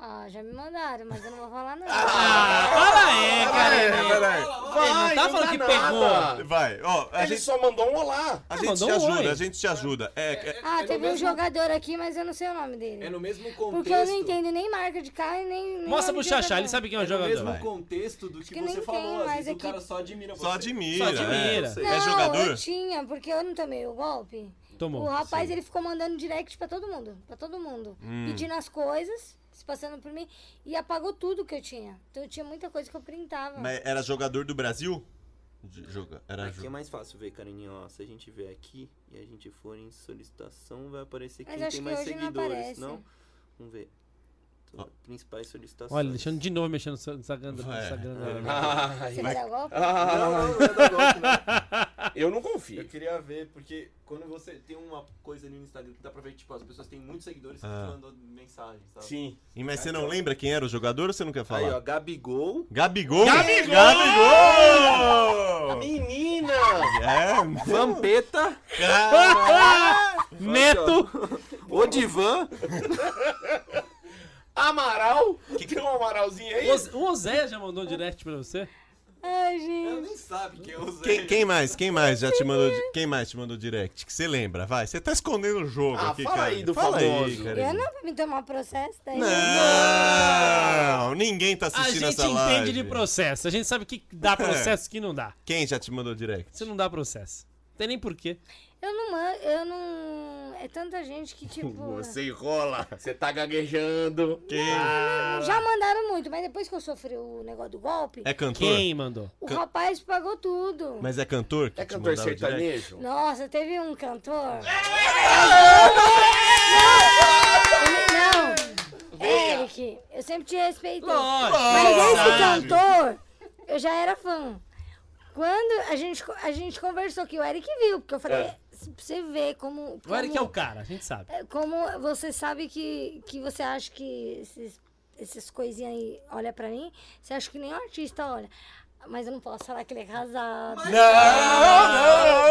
Ah, já me mandaram, mas eu não vou falar não.
Ah, para aí, Kareninha.
Peraí,
Ele não tá falando que pegou.
Vai, ó, a
Ele
gente,
só mandou um olá.
a
Ah,
gente
mandou
te
um
ajuda,
oi.
a gente te ajuda. É, é-
Ah,
é no
teve um
mesmo-
jogador aqui, mas eu não sei o nome dele.
É no mesmo contexto.
Porque eu não entendo nem marca de carro e nem. nem
Mostra pro
nome de
Xaxá,
jogador.
ele sabe quem é
É
o
no mesmo
jogador.
contexto do que,
que nem
você
tem
falou. Às
mais
vezes o
aqui.
cara só admira você.
só admira.
Só admira.
É,
Não,
é jogador?
Eu tinha, porque eu não tomei o golpe.
Tomou.
o rapaz, ele ficou mandando direct pra todo mundo. Pra todo mundo. Pedindo as coisas, se passando por mim. E apagou tudo que eu tinha. Então eu tinha muita coisa que eu printava.
Mas era jogador do Brasil? De- joga- Era
Aqui é
jo-
mais fácil ver, Karen, ó. Se a gente vier aqui e a gente for em solicitação, vai aparecer
Mas
quem
acho
tem
que
mais
hoje não
seguidores,
aparece.
não? Vamos ver. Então, Principais solicitações.
Olha, deixando de novo mexendo nessa nessa grana.
É. Vai.
nessa grana.
Ai,
Você vai dar golpe?
Não,
ah,
não, não é da
né?
golpe, não.
eu não confio.
Eu queria ver, porque quando você tem uma coisa ali no Instagram, dá pra ver que tipo, as pessoas têm muitos seguidores que
Ah.
mandam mensagem, sabe?
Sim.
E, mas você não lembra quem era o jogador ou você não quer
Aí, ó,
falar?
Gabigol.
Gabigol!
Gabigol!
Gabigol!
Menina!
É,
Vampeta.
Neto!
Odivan.
Amaral? Tem um Amaralzinho aí?
O Z- O Zé já mandou um direct pra você?
Ai,
Ela
gente.
nem sabe quem é o Zé.
Quem, quem mais? Quem mais já te mandou? di- Quem mais te mandou direct? Que você lembra? Vai, você tá escondendo o jogo
Ah,
aqui,
fala
cara.
aí do
fala
famoso.
aí,
Eu,
cara.
não pra me tomar processo daí.
Não, ninguém tá
A
assistindo
gente
essa live. É.
entende de processo. A gente sabe que dá processo e que não dá.
Quem já te mandou direct?
Você não dá processo. Tem nem porquê.
Eu não man- eu não. É tanta gente que, tipo.
enrola. Você tá gaguejando. É
Quem?
Já mandaram muito, mas depois que eu sofri o negócio do golpe,
É cantor?
Quem mandou?
o rapaz pagou tudo.
Mas é cantor? que
É
te
cantor
mandava direct?
sertanejo?
Nossa, teve um cantor. Não! Não! Eric, eu sempre te respeito.
Lógico.
Mas esse
sabe.
cantor, eu já era fã. Quando a gente, co- a gente conversou que o Eric viu, porque eu falei,
É.
"Se- pra você ver como.
O Eric é o
como-
cara, a gente sabe.
é, Como você sabe que, que você acha que esses, essas coisinhas aí olha pra mim, você acha que nem artista olha. Mas eu não posso falar que ele é casado.
Não, não, não,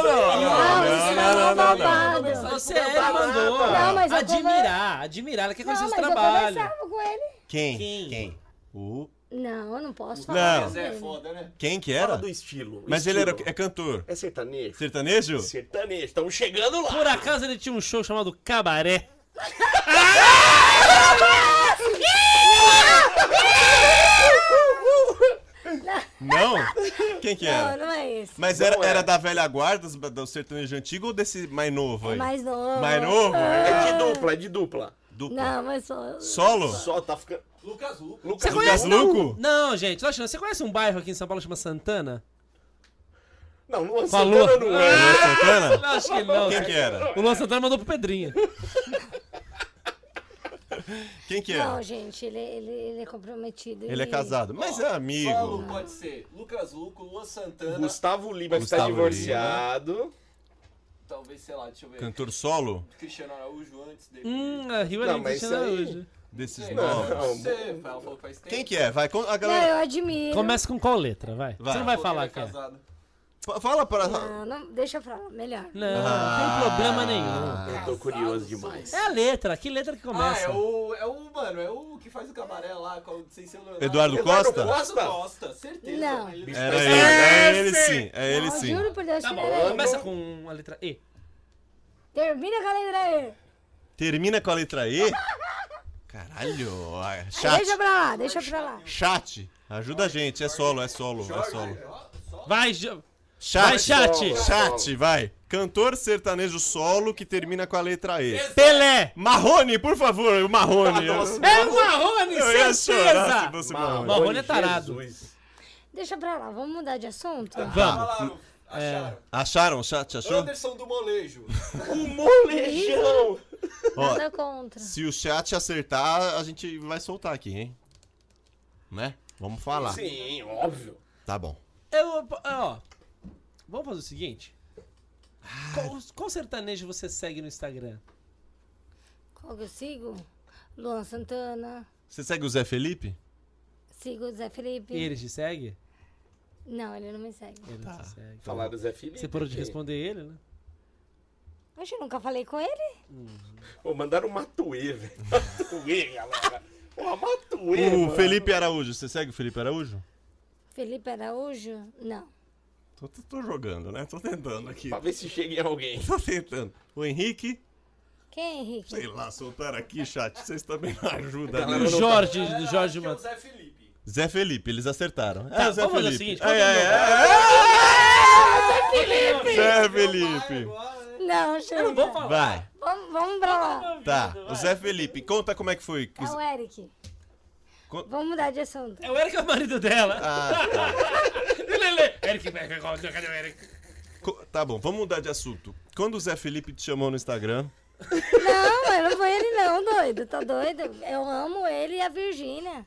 Não,
Ah, não,
isso
não, é não,
não,
não, não.
babado.
Você é, ele mandou.
Não, mas eu
admirar, admirar. Ela quer conhecer
Não,
o
mas eu
trabalho.
conversava com ele.
Quem?
Quem?
O...
Não, eu não posso falar.
O
Não.
com
Zé é
ele.
foda, né?
Quem que
Fala
era?
do estilo.
Mas
Estilo.
ele era, é cantor.
É sertanejo?
Sertanejo?
Sertanejo. Estamos chegando lá.
Por acaso ele tinha um show chamado Cabaré.
Não? Quem que
Não,
era?
não é esse.
Mas
Não
era,
é.
era da velha guarda, dos- do sertanejo antigo ou desse mais novo
É
aí?
mais novo.
Mais novo?
É de dupla, é de dupla.
Dupla.
Não, mas só.
Solo?
Só tá ficando.
Lucas Lucas.
Lucas,
Lucas Luco?
Não, gente, lógico, você conhece um bairro aqui em São Paulo que chama Santana?
Não, Luan
Falou.
Santana não é.
Luan Santana?
Eu acho que não.
Quem que é? era?
O Luan Santana mandou pro Pedrinha.
Quem que
Não,
era?
gente, ele, ele, ele é comprometido.
Ele é casado. Mas é
Solo
amigo.
pode ser Lucas Luco, Luan Santana,
Gustavo Lima, que tá
Gustavo
divorciado.
talvez, sei lá, deixa eu ver.
Cantor solo?
Cristiano Araújo antes dele.
Hum, a Rio
Não,
era
mas
Cristina
isso aí-
hoje.
Desses
Sei lá,
novos.
Não sei, ela falou que faz tempo.
Quem que é? Vai, con- a
Não,
galera.
eu admiro.
Começa com qual letra, vai.
Vai.
Você não vai
Falou
falar
ele
que é.
casado.
Fa- Fala pra.
Não, não, deixa pra lá, melhor.
Não, não tem problema nenhum.
Eu tô curioso demais.
É a letra, que letra que
Ah,
começa?
é o, é o, mano, é o que faz o cabaré lá, com, sem ser o Leonardo.
Eduardo Costa?
Eduardo Costa, certeza.
Não.
Ele-
Era ele, é ele sim, é ele
Não,
sim.
Juro por Deus
Tá
que
bom,
não era ele. é-
começa com a letra E.
Termina com a letra E.
Termina com a letra E. Caralho, ah, chat,
Deixa pra lá, deixa pra lá.
chat, ajuda a gente, é solo, é solo, é solo.
Vai, Jo- Vai,
Chat,
chat.
chat, vai. Cantor sertanejo solo que termina com a letra E.
Pelé!
Marrone, por favor, o Marrone. Eu,
Nossa,
É o Marrone,
eu ia chorar se
certeza!
fosse
Marrone.
Marrone.
Marrone é tarado.
Jesus.
Deixa pra lá, vamos mudar de assunto?
Tá
Vamos.
Falaram, acharam.
Acharam o chat, achou?
Anderson do Molejo.
O molejão!
Ó,
Nada contra.
se o chat acertar, a gente vai soltar aqui, hein? Né? Vamos falar.
Sim, óbvio.
Tá bom.
Eu, ó, vamos fazer o seguinte. Qual, qual sertanejo você segue no Instagram?
Qual que eu sigo? Luan Santana.
Você segue o Zé Felipe?
Sigo o Zé Felipe.
Ele te segue?
Não, ele não me segue.
Ele
Tá.
não te segue.
Falar do Zé Felipe.
Você parou de
aqui.
responder ele, né?
Oxe, eu nunca falei com ele.
Pô, mandaram um Matuê, velho. Matuê, galera. Porra, Matuê.
O
mano.
Felipe Araújo, você segue o Felipe Araújo?
Felipe Araújo? Não.
Tô, tô- tô jogando, né? Tô tentando aqui.
Pra ver se chega em alguém.
Tô tentando. O Henrique,
Quem é Henrique?
sei lá, soltaram aqui, chat. Vocês também não ajudam.
Galera,
né?
O
não-
Jorge,
Galera,
do
acho
Jorge
que é o
Matheus.
Zé Felipe.
Zé Felipe, eles acertaram.
Tá,
é, Zé
vamos fazer o
Felipe.
seguinte,
é,
qual que é o nome?
Zé
Vai
Felipe.
agora, né?
Não, chega.
Eu não vou falar.
Vai,
Vamos, vamos pra lá.
tá.
Vai.
O Zé Felipe, conta como é que foi.
É o Eric.
Co-
Vamos mudar de assunto.
É o Eric é o marido dela.
Ah, tá.
Lele. Eric, cadê o Eric?
Co- Tá bom, vamos mudar de assunto. Quando o Zé Felipe te chamou no Instagram,
Não, mas não foi ele não, doido. Tá doido? Eu amo ele e a Virgínia.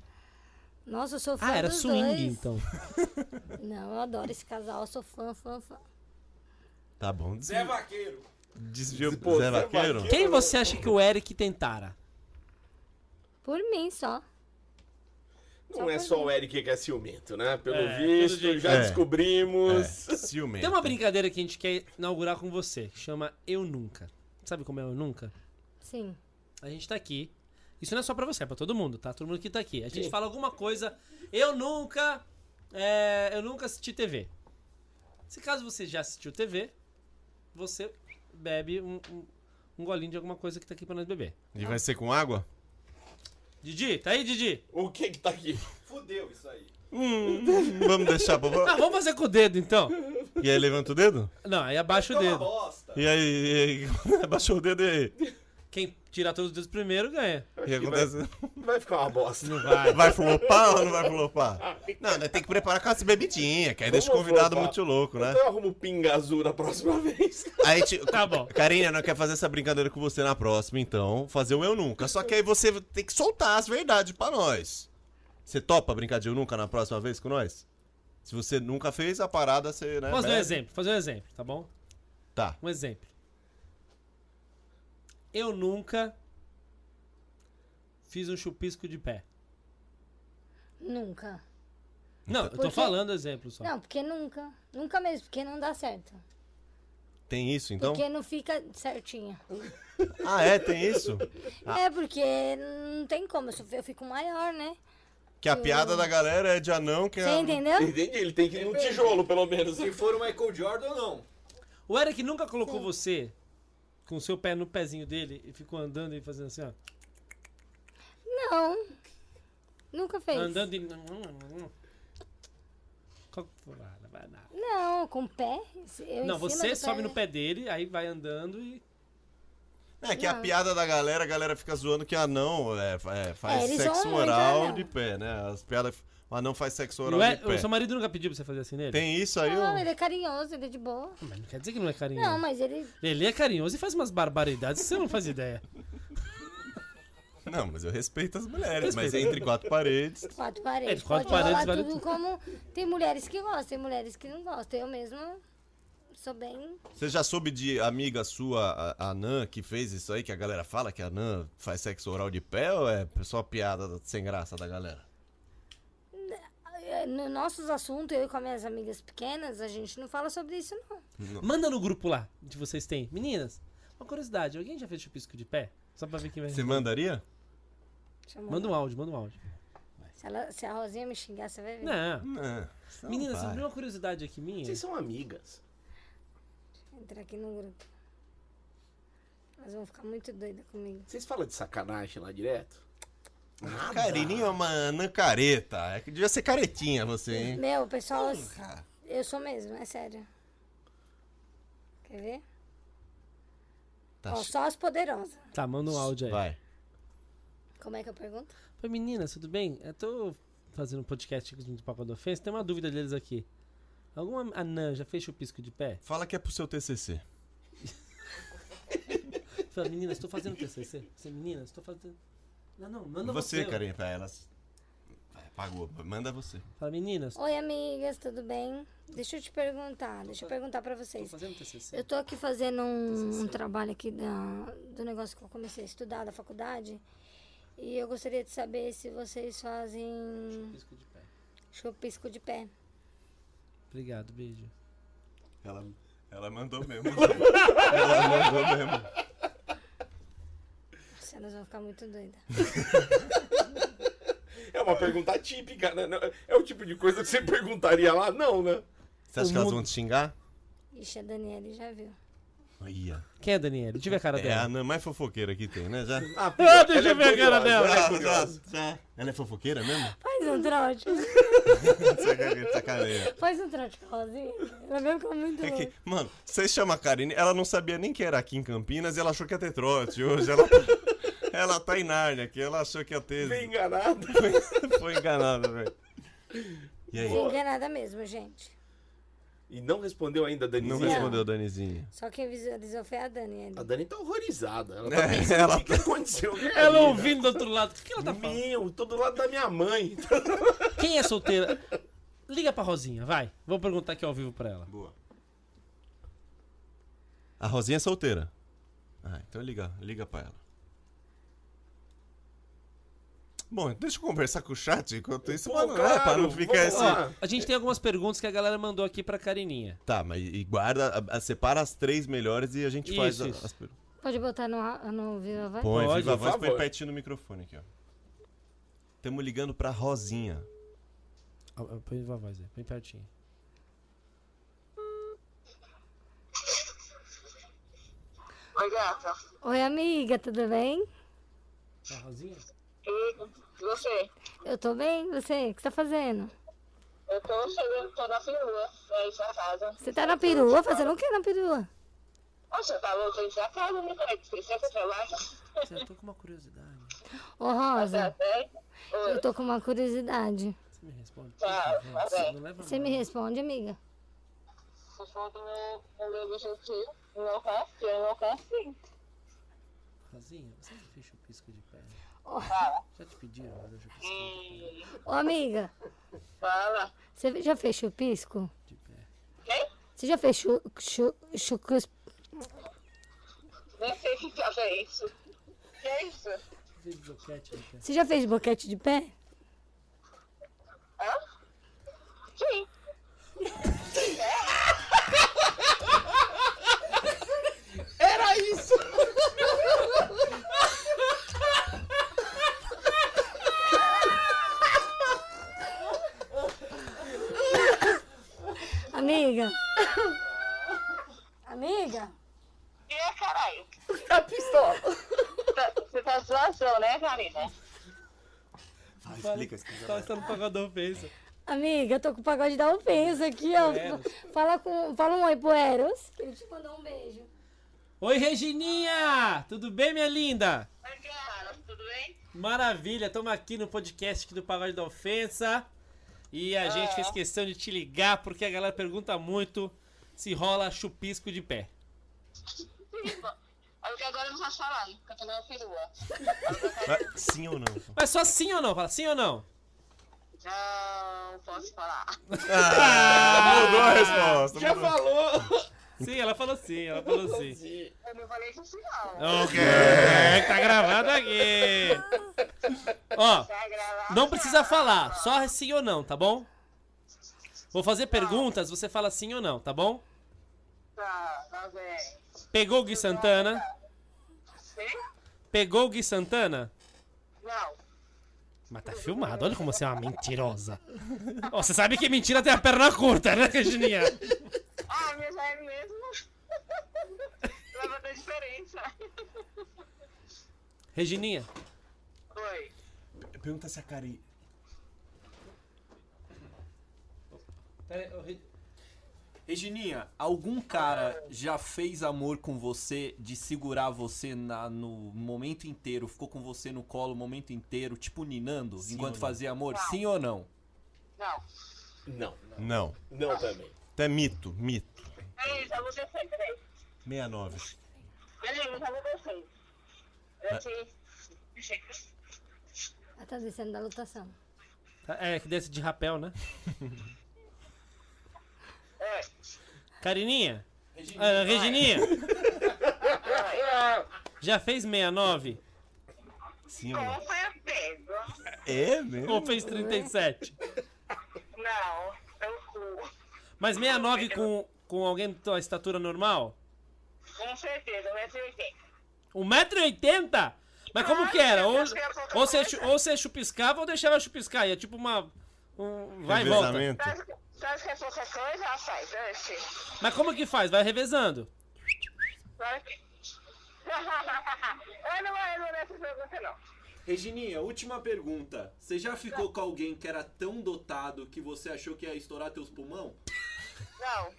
Nossa, eu sou fã
Ah, era
dos
swing,
dois.
então.
Não, eu adoro esse casal. Eu sou fã, fã, fã.
tá bom. Des...
Zé É Vaqueiro.
Desviou
Pô,
Zé
Zé
Vaqueiro?
Vaqueiro.
Quem você acha que o Eric tentara?
Por mim só.
Não é só o Eric que é ciumento, né? Pelo
É, todo
visto, já
É.
descobrimos.
É, ciumento.
Tem uma brincadeira que a gente quer inaugurar com você, que chama Eu Nunca. Sabe como é Eu Nunca?
Sim.
A gente tá aqui. Isso não é só pra você, é pra todo mundo, tá? Todo mundo que tá aqui. A gente
Sim.
fala alguma coisa. Eu nunca. é, eu nunca assisti TV. Se caso você já assistiu TV, você bebe um, um, um golinho de alguma coisa que tá aqui pra nós beber.
E vai ser com água?
Didi, tá aí, Didi?
O que que tá aqui?
Fudeu isso aí.
Hum, vamos deixar pra...
Ah, vamos fazer com o dedo então.
E aí levanta o dedo?
Não, aí abaixa o
Fica uma
dedo.
bosta.
E aí, e aí abaixou o dedo e aí?
Quem tirar todos os dedos primeiro ganha.
O que acontece?
Vai ficar uma bosta.
Não vai.
Vai flopar ou não vai flopar? Não, nós tem que preparar com as bebidinhas, que aí deixa o
Vamos
convidado
flopar.
muito louco, né?
Então eu arrumo pinga azul na próxima vez.
Aí, ti-
Tá bom.
Karina, nós quer fazer essa brincadeira com você na próxima, então. Fazer um Eu Nunca. Só que aí você tem que soltar as verdades pra nós. Você topa brincar de Eu Nunca na próxima vez com nós? Se você nunca fez a parada, você, né?
Posso dar um
bebe.
exemplo? Fazer um exemplo, tá bom?
Tá.
Um exemplo. Eu nunca fiz um chupisco de pé.
Nunca.
Não, eu
Por
tô
quê?
falando exemplo só.
Não, porque nunca. Nunca mesmo, porque não dá certo.
Tem isso, então?
Porque não fica certinha.
Ah, é? Tem isso?
Ah.
É, porque não tem como. Eu, sou- eu fico maior, né?
Que a piada da galera é de anão, que
Você
é...
entendeu?
Entendi, ele tem que ir num tijolo, pelo menos.
Se for o Michael Jordan, não.
O Eric nunca colocou você com o seu pé no pezinho dele e ficou andando e fazendo assim, ó.
Não. Então, Nunca fez.
Andando e. Qual que foi? Ah, não vai dar.
Não, com o pé. Eu em
Não,
cima
você
do
sobe
pé.
no pé dele, aí vai andando e.
É, que a
Não.
piada da galera, a galera fica zoando que anão é, é, faz
É, eles
sexo
zoam muito
oral
anão.
de pé, né? As piadas... O anão faz sexo
E
oral
o,
de
E- é, o
pé.
seu marido nunca pediu pra você fazer assim nele?
Tem isso aí?
Não,
ô?
ele é carinhoso, ele é de boa.
Mas não quer dizer que não é carinhoso.
Não, mas ele.
Ele é carinhoso e faz umas barbaridades que você não faz ideia.
Não, mas eu respeito as mulheres, mas é
Respeito.
entre quatro paredes.
Quatro paredes.
É, quatro
Pode rolar
paredes, vale
tudo como. Tem mulheres que gostam, tem mulheres que não gostam. Eu mesma sou bem.
Você já soube de amiga sua, a, a Nan, que fez isso aí, que a galera fala que a Nan faz sexo oral de pé ou é só piada sem graça da galera?
eh, Nos nossos assuntos, eu e com as minhas amigas pequenas, a gente não fala sobre isso, não.
Manda no grupo lá, de vocês tem. Meninas, uma curiosidade, alguém já fez chupisco de pé? Só pra ver quem vai
Você mandaria?
Chamou.
Manda um áudio, manda um áudio.
Se, ela- se a Rosinha me xingar, você vai ver.
Não.
Não.
Meninas,
Então vai.
abriu uma curiosidade aqui minha.
Vocês são amigas.
Entra aqui no grupo. Elas vão ficar muito doidas comigo.
Vocês falam de sacanagem lá direto?
Carininha é uma Nan careta. É que devia ser caretinha você, hein?
Meu, pessoal, assim,
cara.
eu sou mesmo, é sério. Quer ver?
Tá
Ó,
ch-
só as poderosas.
Tá, manda um áudio aí.
Vai.
Como é que eu pergunto?
Oi, meninas, tudo bem? Eu tô fazendo um podcast aqui do Paco da Ofensa, tem uma dúvida deles aqui. Alguma anã já fez chupisco de pé?
Fala que é pro seu TCC.
Fala, meninas, tô fazendo TCC. Você, meninas, tô fazendo... Não, não, manda
Você,
você.
carinha, pra elas. Vai, Pagou, manda você.
Fala, meninas,
Oi, amigas, tudo bem? Deixa eu te perguntar, deixa eu perguntar pra
tô
vocês.
fazendo TCC.
Eu tô aqui fazendo um, um trabalho aqui da, do negócio que eu comecei a estudar, da faculdade. E eu gostaria de saber se vocês fazem
Chupisco de pé.
chupisco de pé.
Obrigado, beijo.
Ela, ela mandou mesmo. ela mandou mesmo.
Nossa, elas vão ficar muito doidas.
É uma pergunta típica, né? Não- É o tipo de coisa que você perguntaria lá, não, né?
Você acha
O
que elas
mundo-
vão te xingar?
Ixi, a Daniele já viu.
Ia.
Quem é a Daniele? Deixa eu ver a cara
É a
dela.
anã mais fofoqueira que tem, né? Já.
Ah,
Ah, deixa eu ver a cara dela.
ela é
Já, já,
curiosa.
já. Ela é fofoqueira mesmo? Tá
Faz um trote.
Sacanagem, sacanagem.
Faz um trote com a Rosinha. Ela vai ficar muito
É que,
louca.
mano, você chama a Karine, ela não sabia nem que era aqui em Campinas e ela achou que ia ter trote hoje. Ela, tá, ela tá em Nárnia aqui, ela achou que ia ter.
Bem enganado.
Foi enganada, velho. E aí?
Não enganada mesmo, gente.
E não respondeu ainda a Dani.
Não
Não.
respondeu, Danizinha.
Só quem visualizou foi a é Daniele.
A Dani tá horrorizada. Ela tá
É,
pensando,
ela
o que, que aconteceu? com a
Ela é
Karina?
ouvindo do outro lado. O que que ela tá falando?
Meu, tô do lado da minha mãe.
Quem é solteira? Liga pra Rosinha, vai. Vou perguntar aqui ao vivo pra ela.
Boa. A Rosinha é solteira. Ah, então liga, liga pra ela. Bom, deixa eu conversar com o chat enquanto isso,
Pô,
mano,
claro,
é, pra não
vamos
ficar esse.
lá.
A gente tem algumas perguntas que a galera mandou aqui pra Carininha.
Tá, mas e guarda, a- a- separa as três melhores e a gente
Isso,
faz a-
isso.
as perguntas.
Pode botar no, a- no Viva Voz?
Põe,
Pode,
viva a
por
voz, põe
favor.
pertinho no microfone aqui, ó. Tamo ligando pra Rosinha.
Ah, ah, Põe a voz aí, põe pertinho.
Oi, gata.
Oi, amiga, tudo bem?
Tá, Rosinha?
E você?
Eu tô bem, você? O que você tá fazendo?
Eu tô chegando, tô na perua, aí pra casa.
Você tá na perua? Fazendo o que na perua?
Nossa, tá louco, eu já casa, né? Como é que você que trabalha?
Eu tô com uma curiosidade.
Ô, Rosa,
bem?
eu tô com uma curiosidade.
Você me responde?
Tá, tá bem.
Não leva
Ah, Você me responde, amiga?
Se for do meu, do meu objetivo, não faço, eu não faço sim.
Rosinha, você que fez chupisco de pé?
Ó.
Já te pediram fazer chupisco
Hum.
E
Ô, amiga,
fala.
você já fez chupisco?
de pé?
Quem?
Você já fez chu, chu, chucrus-
Nem sei o que diabo é isso. Que é isso?
Fez boquete de pé?
Você já fez boquete de pé?
Sim.
Era isso.
Amiga? Amiga?
E é, caralho?
Tá pistola.
Tá- Você tá zoação, né, Karina?
Vai, explica isso.
Tá estando pagando a ofensa.
Amiga, eu tô com o pagode da ofensa aqui, ó.
Eros.
Fala, com, fala um oi pro Eros. que Ele te mandou um beijo.
Oi, Regininha! Tudo bem, minha linda?
Oi, cara, tudo bem?
Maravilha, estamos aqui no podcast aqui do Pagode da Ofensa. E a gente fez questão de te ligar porque a galera pergunta muito se rola chupisco de pé.
Olha que agora eu não faço falando, porque eu tô na perua.
Ah, Sim ou não?
Mas só sim ou não? Fala sim ou não?
Não posso falar.
Ah, Mudou a resposta.
Já
mudou.
falou.
Sim, ela falou sim, ela falou sim.
Eu não falei isso não.
Ok, tá gravado aqui. Ó,
Tá gravado?
não precisa falar, só sim ou não, tá bom? Vou fazer perguntas, você fala sim ou não, tá bom?
Tá, tá bem.
Pegou o Gui Santana?
Sim?
Pegou o Gui Santana?
Não.
Mas tá filmado, olha como você é uma mentirosa. Ó, você sabe que mentira tem a perna curta, né, Regininha?
Ah, mas é mesmo. Leva da diferença.
Regininha,
Oi.
Pergunta se a Karine.
Regininha, algum cara já fez amor com você, de segurar você na- no momento inteiro, ficou com você no colo o momento inteiro, tipo ninando,
Sim
enquanto
ou não?
fazia amor? Sim ou não?
Não.
Não,
Não.
não também.
Até mito, mito.
É isso, eu vou ter seis.
69.
Beleza, eu vou ter seis. Eu te...
Ela tá descendo da lotação.
Tá- é que desce de rapel, né?
É.
Carininha? Ah, Regininha,
Ah,
já fez 69?
Sim ou não?
Com certeza.
É mesmo?
Ou fez 37?
Não, é eu fui.
Mas 69 com, com alguém da tua estatura normal?
Com certeza, 1,80m.
1,80m? Mas como que era? Ou,
Ah, eu acho que era pouca
ou, você,
coisa.
chu- ou você chupiscava ou deixava chupiscar? E é tipo uma. Um, vai e volta.
Revezamento.
Sabe sabe que é pouca coisa, rapaz? Tá, Oxe.
Mas como que faz? Vai revezando.
Claro que- eu não eu não nessa pergunta, não.
Regininha, última pergunta. Você já ficou com alguém que era tão dotado que você achou que ia estourar teus pulmão?
Não,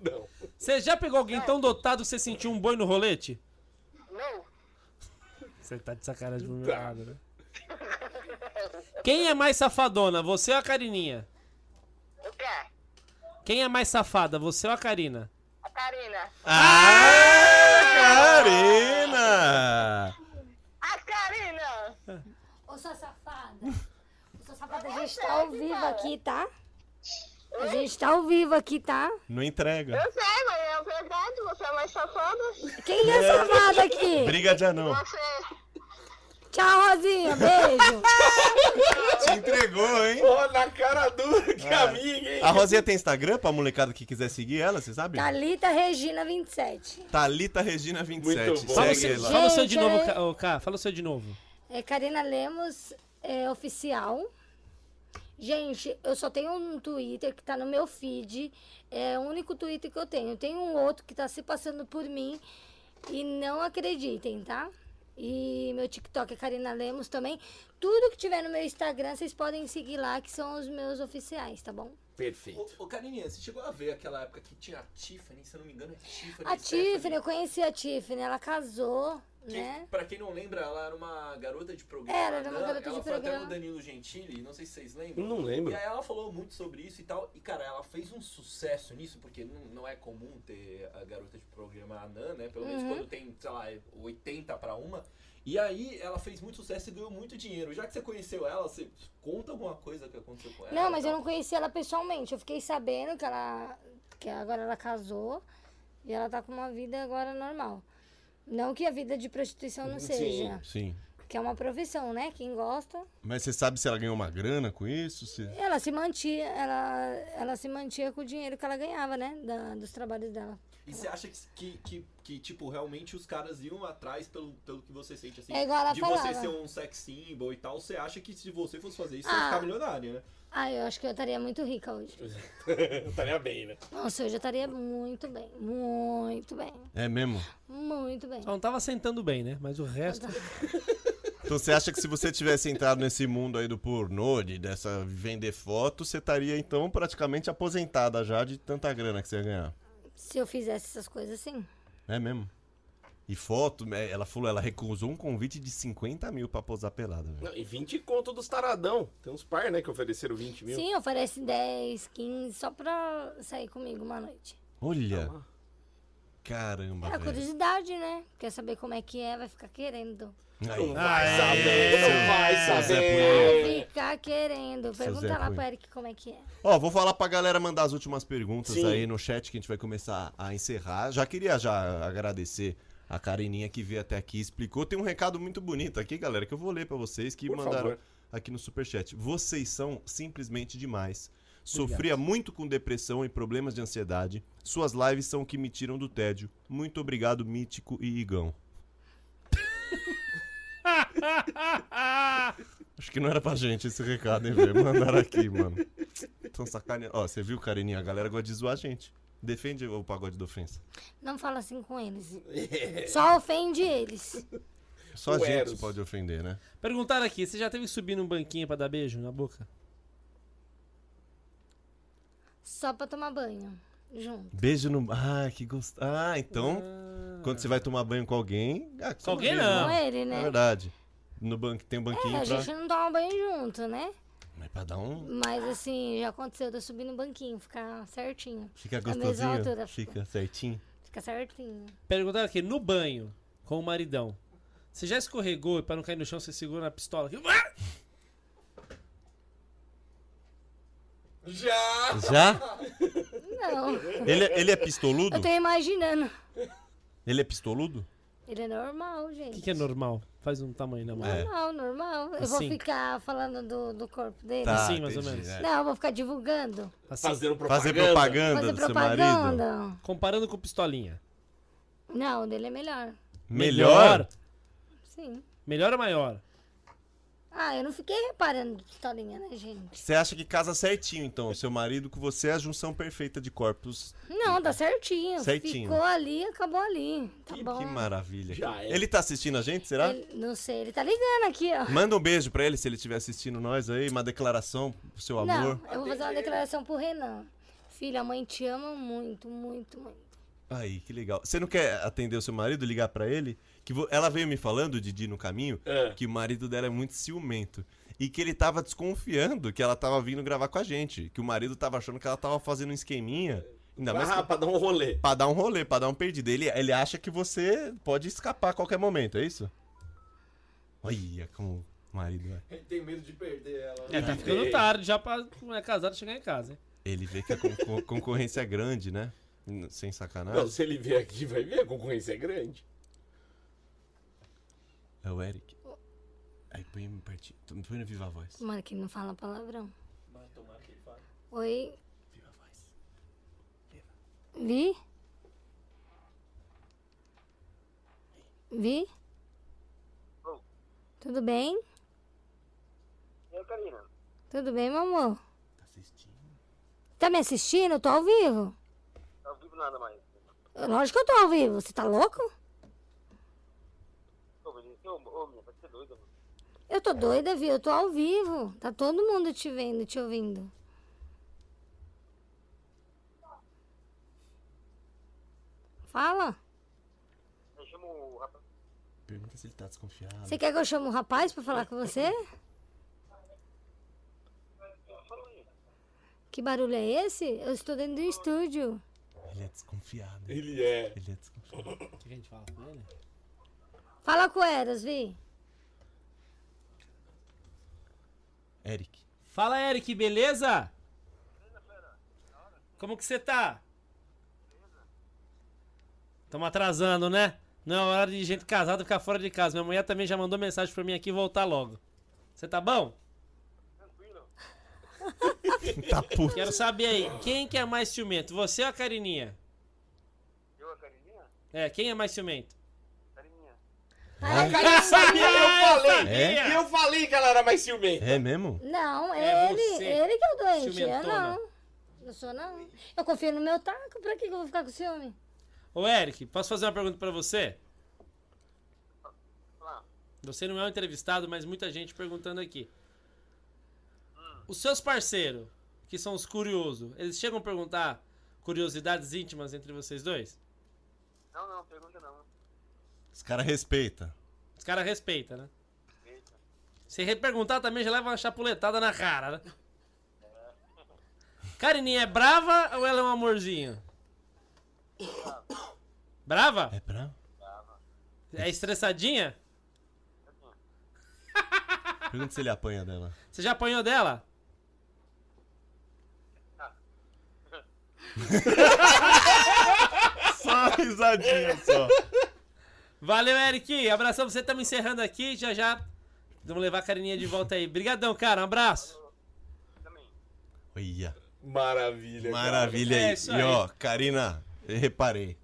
Não.
Você já pegou alguém tão dotado que você sentiu um boi no rolete?
não.
Você tá de sacanagem pro meu lado, né? Quem é mais safadona? Você ou a Carininha?
O quê?
Quem é mais safada? Você ou a Karina?
A Karina.
Karina!
A Karina!
Ô, sua safada. Ô, sua safada, a gente tá ao vivo aqui, tá? A gente tá ao vivo aqui, tá?
Não entrega.
Eu sei, mas é verdade, você é mais safada.
Quem é safada aqui?
Briga de anão.
Você.
Tchau, Rosinha. Beijo.
Te entregou, hein?
Ó, na cara dura que amiga, hein?
É. A Rosinha tem Instagram pra molecada que quiser seguir ela, você sabe?
Thalita Regina 27.
Thalita Regina 27.
Muito bom.
Fala o,
Segue
seu,
ela.
fala o seu de
Gente,
novo,
é-
Ca- ô, Ká. Fala o seu de novo.
É Karina Lemos é, oficial. Gente, eu só tenho um Twitter que tá no meu feed. É o único Twitter que eu tenho. Tem um outro que tá se passando por mim. E não acreditem, tá? E meu TikTok é Karina Lemos também. Tudo que tiver no meu Instagram, vocês podem seguir lá, que são os meus oficiais, tá bom?
Perfeito.
Ô, ô Carininha, você chegou a ver aquela época que tinha a Tiffany, se eu não me engano, é Tiffany.
A
Stephanie,
Tiffany, eu conheci a Tiffany, ela casou,
que,
né?
Pra quem não lembra, ela era uma garota de programa.
Era, era uma
né?
garota
ela
de
foi até
programa.
no Danilo Gentili, não sei se vocês lembram.
Não
E
lembro.
aí ela falou muito sobre isso e tal. E, cara, ela fez um sucesso nisso, porque não, não é comum ter a garota de programa anã, né? Pelo
Uhum.
menos quando tem, sei lá, 80 pra uma. E aí ela fez muito sucesso e ganhou muito dinheiro. Já que você conheceu ela, você conta alguma coisa que aconteceu com ela?
É,
Não, mas
e
então.
eu
tal?
não conheci ela pessoalmente. Eu fiquei sabendo que ela. que agora ela casou e ela tá com uma vida agora normal. Não que a vida de prostituição não
Uhum, Sim.
seja.
Sim.
Que é uma profissão, né? Quem gosta.
Mas você sabe se ela ganhou uma grana com isso? Se-
Ela se mantinha, ela, ela se mantinha com o dinheiro que ela ganhava, né? da- dos trabalhos dela.
E você acha que, que, que, que, tipo, realmente os caras iam atrás pelo, pelo que você sente, assim?
É igual ela
de
falava.
você ser um sex symbol e tal, você acha que se você fosse fazer isso, você ia
Ah.
ficar milionária, né?
Ah, eu acho que eu estaria muito rica hoje.
Estaria bem, né?
Nossa, hoje eu estaria muito bem. Muito bem.
É mesmo?
Muito bem.
Só não tava sentando bem, né? Mas o resto.
Então você acha que se você tivesse entrado nesse mundo aí do pornô, de dessa vender foto, você estaria então praticamente aposentada já de tanta grana que você ia ganhar?
Se eu fizesse essas coisas assim.
É mesmo? E foto, é, ela falou, ela recusou um convite de 50 mil pra posar pelada, velho.
Não, e 20 conto dos taradão. Tem uns par, né, que ofereceram 20 mil.
Sim, oferece 10, 15, só pra sair comigo uma noite.
Olha!
Ah,
Caramba,
É a
velho.
curiosidade, né? Quer saber como é que é, vai ficar querendo.
Não
Aí.
vai
Ah,
saber,
é.
não vai
Seu Zé
saber.
Punheta.
Vai ficar querendo.
Seu
Pergunta
Zé
lá
Cunha.
pro Eric como é que é.
Ó, vou falar pra galera mandar as últimas perguntas
Sim.
aí no chat que a gente vai começar a encerrar. Já queria já agradecer a Kareninha que veio até aqui e explicou. Tem um recado muito bonito aqui, galera, que eu vou ler pra vocês que
Por
mandaram
favor.
aqui no superchat. Vocês são simplesmente demais. Sofria muito com depressão e problemas de ansiedade. Suas lives são o que me tiram do tédio. Muito obrigado, Mítico e Igão.
Ah,
Acho que não era pra gente esse recado, hein, velho? Mandaram aqui, mano. Tão sacaneando. Ó, você viu, Kareninha? A galera gosta de zoar a gente. Defende o pagode da ofensa.
Não fala assim com eles. Só ofende eles.
Só a
O
gente
Eros.
pode ofender, né?
Perguntaram aqui, você já teve que subir num banquinho pra dar beijo na boca?
Só pra tomar banho. Junto.
Beijo no. Ah, que gosto. Ah, então. Quando você vai tomar banho com alguém. Ah,
Ah.
só
Com alguém
beijo,
não.
Com
né?
ele,
É
né?
verdade. No banco tem um
É,
banquinho pra.
a gente não toma banho junto, né?
Mas pra dar um.
Mas assim, já aconteceu de eu subir no banquinho, ficar certinho.
Fica
mesma
gostosinho.
altura.
Fica certinho.
Fica certinho.
Perguntaram aqui, no banho, com o maridão. Você já escorregou e pra não cair no chão você segura na pistola? aqui? Ah!
Já!
Já?
Não,
Ele, ele é pistoludo?
eu tô imaginando.
Ele é pistoludo?
Ele é normal,
O
gente.
que, que é normal? Faz um tamanho na mão.
É.
Normal, normal. Eu vou
Assim.
ficar falando do, do corpo dele?
Tá,
Assim, mais ou
entendi,
menos.
é.
Não, eu vou ficar divulgando.
Assim,
Fazendo propaganda.
Fazer propaganda
Fazer
Tá do seu marido?
propaganda.
comparando com o pistolinha.
Não, o dele é melhor.
Melhor?
Sim.
Melhor ou maior?
Ah, eu não fiquei reparando de pistolinha, né, gente?
Você acha que casa certinho, então, o seu marido com você é a junção perfeita de corpos.
Não, tá certinho.
Certinho.
Ficou ali, acabou ali. Tá
Que,
bom.
que maravilha.
Já é.
Ele tá assistindo a gente, será?
Ele- não sei, ele tá ligando aqui, ó.
Manda um beijo pra ele se ele estiver assistindo nós aí, uma declaração pro seu amor.
Não, eu vou fazer uma declaração pro Renan. Filha, a mãe te ama muito, muito, muito.
Aí, que legal. Você não quer atender o seu marido, ligar pra ele? Que vo- ela veio me falando, Didi, no caminho,
É.
que o marido dela é muito ciumento. E que ele tava desconfiando que ela tava vindo gravar com a gente. Que o marido tava achando que ela tava fazendo um esqueminha. Ainda mais
Ah,
que,
pra dar um rolê.
pra dar um rolê, pra dar um perdido. Ele, ele acha que você pode escapar a qualquer momento, é isso? Olha como o marido é.
Ele tem medo de perder ela.
É, tá ficando tarde já pra mulher casada chegar em casa, hein?
Ele vê que a con- con- concorrência é grande, né? N- Sem sacanagem.
Não, se ele vier aqui, vai ver, a concorrência é grande.
É o Eric. Aí põe me pertinho. Põe no Viva Voz.
Tomara que ele não fala palavrão. Oi. Vi? Vi?
Alô?
Tudo bem?
E aí, Karina?
Tudo bem, meu amor?
Tá assistindo?
Tá me assistindo? Eu tô ao vivo.
Tá vivo nada mais.
Lógico que eu tô ao vivo. Você tá louco?
Ô, menino, ô, ô, menina, vai ser doida, mano.
Eu tô doida, Vi. Eu tô ao vivo. Tá todo mundo te vendo, te ouvindo. Fala.
Aí chama o rapaz.
Pergunta se ele tá desconfiado.
Você quer que eu chame um rapaz pra falar com você?
Fala aí.
Que barulho é esse? Eu estou dentro do estúdio.
Ele é desconfiado. Ele
Ele é.
é desconfiado.
O que, que a gente fala com ele?
Fala com o Eros, Vi.
Eric.
Fala, Eric, beleza? Como que você tá? Tamo atrasando, né? Não é hora de gente casada ficar fora de casa. Minha mulher também já mandou mensagem pra mim aqui voltar logo. Você tá bom?
Tá puto.
Quero saber aí, quem que é mais ciumento? Você ou a Carininha?
Eu, a Carininha?
É, quem é mais ciumento?
Carininha.
A Karina sabia, eu falei.
É?
E eu falei que ela era mais ciumenta.
É mesmo?
Não, é,
É
ele.
você,
Ele que é o doente. Eu
ciumentona.
não. Eu sou não. Eu confio no meu taco. Pra que que eu vou ficar com ciúme?
Ô, Eric, posso fazer uma pergunta pra você?
Fala.
Você não é um entrevistado, mas muita gente perguntando aqui. Os seus parceiros, que são os curiosos, eles chegam a perguntar curiosidades íntimas entre vocês dois?
Não, não, pergunta não.
Os caras respeitam.
Os caras respeitam, né?
Eita.
Se re- perguntar também, já leva uma chapuletada na cara, né? Carininha é brava ou ela é um amorzinho? Brava?
É bravo?
É estressadinha?
Pergunta se ele apanha dela.
Você já apanhou dela?
Só uma risadinha só.
Valeu, Eric. Abração. Você estamos encerrando aqui. Já já vamos levar a Carininha de volta aí. Obrigadão, cara. Um abraço.
Também.
Olha.
Maravilha. cara.
Maravilha
É
aí.
isso aí.
E ó, Karina, eu reparei.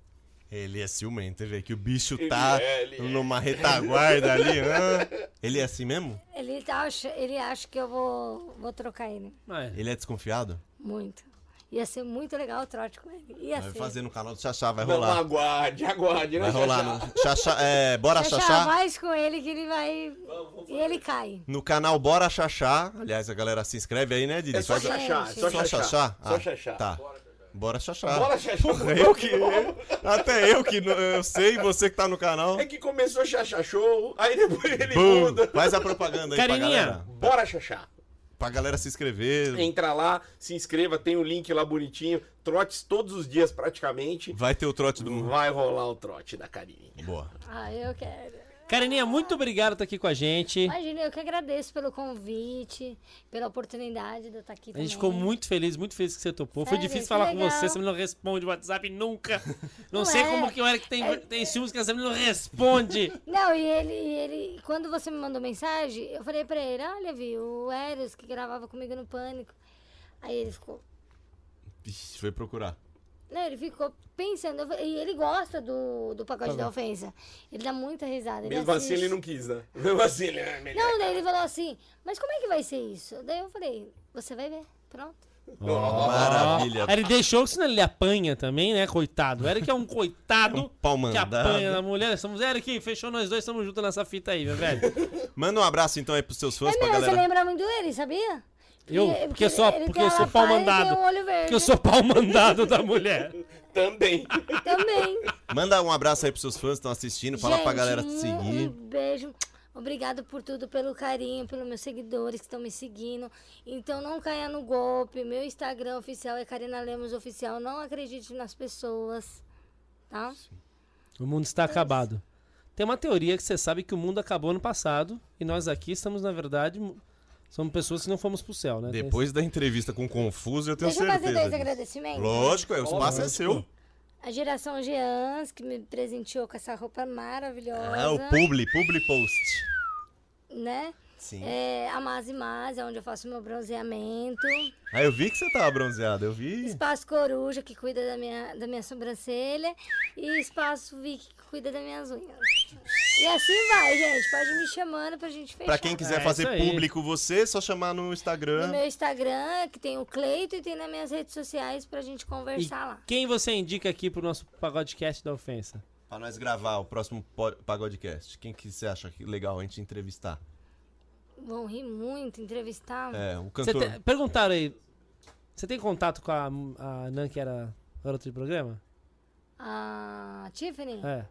Ele é ciumento, hein, velho? Que o bicho
Ele
tá
é, ele é.
numa retaguarda ali. hã? Ele é assim mesmo?
Ele, tá, acha- ele acha que eu vou, vou trocar ele.
Vai.
Ele é desconfiado?
Muito. Ia ser muito legal o trote com ele. Ia
Vai
ser.
fazer no canal do Xaxá, vai
Não,
rolar.
aguarde, aguarde.
Vai
né,
rolar
Xaxá?
no Xaxá, é, Bora
Deixa
Xaxá.
mais com ele que ele vai. e ele cai.
No canal Bora Xaxá. Aliás, a galera se inscreve aí, né, Didi?
É só
Faz a-
xaxá, é só
Só
xaxá.
Xaxá?
Só
Ah,
xaxá.
Tá. Bora Xaxá.
Bora, xaxá.
Eu que... Até eu que não, eu sei, você que tá no canal.
É que começou xaxá show, aí depois ele
Bum!
muda.
Faz a propaganda aí pra
Carininha.
galera.
Bora xaxá.
Pra galera se inscrever.
Entra lá, se inscreva, tem o link lá bonitinho. Trotes todos os dias praticamente.
Vai ter o trote do...
Vai rolar o trote da Karine.
Boa.
Ah, eu quero.
Karininha, muito obrigado por estar aqui com a gente.
Imagina, eu que agradeço pelo convite, pela oportunidade de eu estar aqui
A gente ficou muito feliz, muito feliz que você topou. Foi
Sério,
difícil
que
falar com
legal.
você, você não responde o WhatsApp nunca. Não,
Não
sei
é-
como que o Eric tem,
é-
tem ciúmes que a Sammy não responde.
Não, e ele, e ele, quando você me mandou mensagem, eu falei pra ele, olha, viu, o Eros que gravava comigo no Pânico. Aí ele ficou,
Ixi, foi procurar.
não, ele ficou pensando, eu falei- e ele gosta do, do pacote
Tá
da ofensa. Ele dá muita risada, ele
Mesmo assim,
assiste.
ele não quis, né? Mesmo assim, ele é melhor.
Não, daí ele falou assim, mas como é que vai ser isso? Daí eu falei, você vai ver, pronto.
Maravilha.
Aí ele deixou, que senão ele apanha também, né? Coitado. O Eric é um coitado
Pau
que apanha
mandado.
da mulher. Estamos, Eric, fechou nós dois, estamos juntos nessa fita aí, meu velho.
Manda um abraço então aí pros seus fãs,
é
pra
meu, você
galera.
lembra muito dele, sabia?
Eu,
Ele-
porque eu sou,
ele
porque
tem
eu
a
sou pau
lapaz e tem
mandado.
o olho verde.
Porque eu sou pau mandado da mulher.
Também.
Ah,
Também.
Manda um abraço aí pros seus fãs que estão assistindo. Fala pra
é- Gente,
galera te
um-
seguir.
Um beijo. Obrigado por tudo, pelo carinho, pelos meus seguidores que estão me seguindo. Então não caia no golpe. Meu Instagram oficial é Karina Lemos Oficial. Não acredite nas pessoas. Tá?
O mundo está acabado. Tem uma teoria que você sabe que o mundo acabou no passado e nós aqui estamos, na verdade, mu- somos pessoas que não fomos pro céu, né? Tem
Depois da entrevista com o Confuso, eu tenho
Deixa eu fazer
certeza.
dois
disso.
agradecimentos.
Lógico, é, o espaço é
Lógico.
seu.
A geração Jeans, que me presenteou com essa roupa maravilhosa.
Ah, o Publi, Publi Post.
né?
Sim.
É, a Mazi Mazi, é onde eu faço meu bronzeamento.
Ah, eu vi que você tava bronzeado, eu vi.
Espaço Coruja, que cuida da minha, da minha sobrancelha. E Espaço Vic, que cuida das minhas unhas. E assim vai, gente. Pode ir me chamando pra gente fechar.
Pra quem
É,
quiser fazer
isso aí.
público você, é só chamar no Instagram.
No meu Instagram, que tem o Cleito, e tem nas minhas redes sociais pra gente conversar lá.
Quem você indica aqui pro nosso pagodecast da ofensa?
Pra nós gravar o próximo po- Pagodecast. Quem que você acha que legal a gente entrevistar?
Vão rir muito, entrevistar.
É, o
Você
cantor.
te- Perguntaram aí. Você tem contato com a, a Nan, que era garota de programa?
A Tiffany?
É.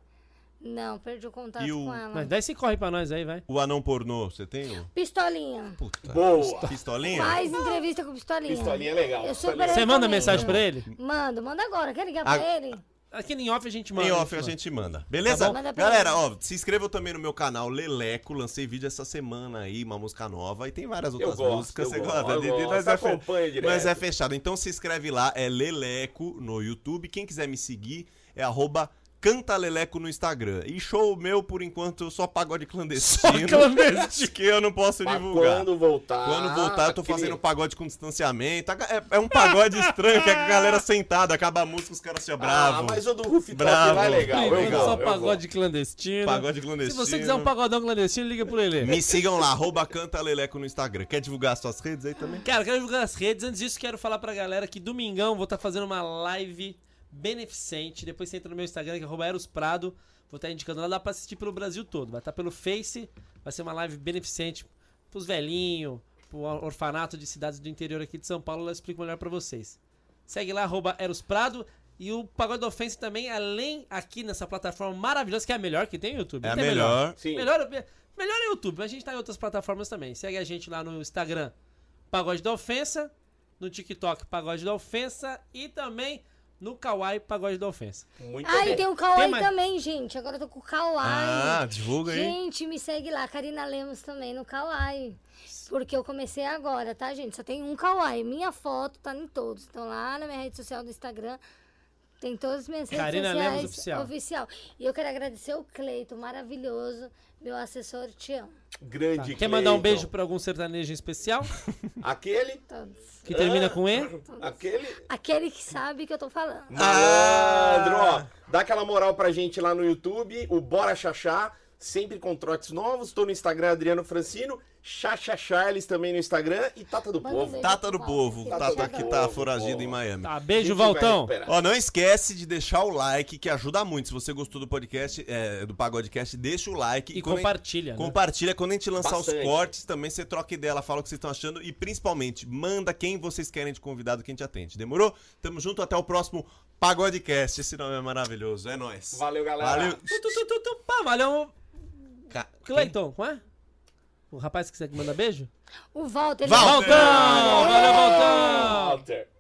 Não, perdi o contato
E o-
com ela.
Mas daí se corre pra nós aí, vai.
O anão pornô, você tem? o-
Pistolinha.
Puta.
Boa.
Pistolinha?
Faz entrevista com o Pistolinha.
Pistolinha é legal.
Eu sou
pistolinha.
Você manda
recomendo.
mensagem pra ele?
Manda, manda agora. Quer ligar
Ah,
pra ele?
Aqui em off a gente manda.
Em off a gente manda. Beleza?
Tá bom? Manda pra
Galera,
mim.
ó, se inscrevam também no meu canal Leleco. Lancei vídeo essa semana aí, uma música nova. E tem várias outras
gosto,
músicas.
eu
Você
gosto,
gosta?
eu
Didi?
gosto.
Mas, é
Acompanha
fe...
direto.
Mas é fechado. Então se inscreve lá, é Leleco no YouTube. Quem quiser me seguir é arroba Cantaleleco no Instagram. E show meu, por enquanto, eu só pagode clandestino.
Só clandestino.
que eu não posso
Mas
divulgar.
quando voltar.
Quando voltar, eu
Ah,
tô
aquele-
fazendo pagode com distanciamento. É, é um pagode estranho, que é a galera sentada, acaba a música, os caras se
Ah,
abravam.
mas o do Rooftop
Bravo.
lá é legal. Eu
Primeiro
vou,
só
eu vou.
pagode clandestino.
Pagode
Se
clandestino.
você quiser um pagodão clandestino, liga pro Lelê.
Me sigam lá, arroba Canta Leleco no Instagram. Quer divulgar suas redes aí também?
Cara, quero divulgar as redes. Antes disso, quero falar pra galera que domingão vou estar fazendo uma live beneficente. Depois você entra no meu Instagram, que é arroba Eros Prado. Vou estar indicando lá, dá pra assistir pelo Brasil todo. Vai estar pelo Face, vai ser uma live beneficente pros velhinhos, pro or- orfanato de cidades do interior aqui de São Paulo. Eu explico melhor pra vocês. Segue lá, arroba Eros Prado. E o Pagode da Ofensa também, além aqui nessa plataforma maravilhosa, que é a melhor que tem no YouTube.
É a
Não tem
melhor.
Sim.
Melhor, melhor é o YouTube, mas a gente tá em outras plataformas também. Segue a gente lá no Instagram, Pagode da Ofensa, no TikTok, Pagode da Ofensa e também no Kawaii, Pagode da Ofensa.
Muito
Ah, e
bem.
tem o Kawaii
Tem mais-
também, gente. Agora eu tô com o Kawaii.
Ah, divulga aí.
gente, me segue lá, Karina Lemos também no Kawaii. Porque eu comecei agora, tá, gente? Só tem um Kawaii. Minha foto tá em todos. Então lá na minha rede social do Instagram. Tem todas as minhas redes
Karina
sociais.
Lemos Oficial.
oficial. E eu quero agradecer o Cleito, maravilhoso, meu assessor, te amo.
Tá.
Grande
Quer mandar um
Cleiton.
beijo pra algum sertanejo em especial?
Aquele.
Todos.
Que termina com E?
Aquele.
Aquele que sabe que eu tô falando.
Malandro, ó. Dá aquela moral pra gente lá no YouTube, o Bora Xaxá, sempre com trotes novos. Tô no Instagram, Adriano Francino, Xaxá Charles também no Instagram e Tata do
Manda um
Povo.
beijo.
Tata do Povo,
Tata
Tata
do
que
Povo,
tá foragido
pô.
em Miami.
Tá,
A gente
beijo,
vai
Valtão.
recuperar.
Ó, não esquece de deixar o like, que ajuda muito. Se você gostou do podcast, é, do Pagodecast, deixa o like.
E
quando a gente-
compartilha. né?
Compartilha. Quando a gente lançar os
Bastante.
cortes, também você troca ideia, ela fala o que vocês estão achando e principalmente manda quem vocês querem de convidado que a gente atende. Demorou? Tamo junto, até o próximo Pagodecast. Esse nome é maravilhoso, é nóis.
Valeu, galera.
Valeu.
Tu, tu, tu, tu, tu, pá, valeu.
Ca-
Cleiton, como é? O rapaz que você manda beijo?
O Walter. ele
Walter!
Valtão! Valeu, Valtão!
Walter.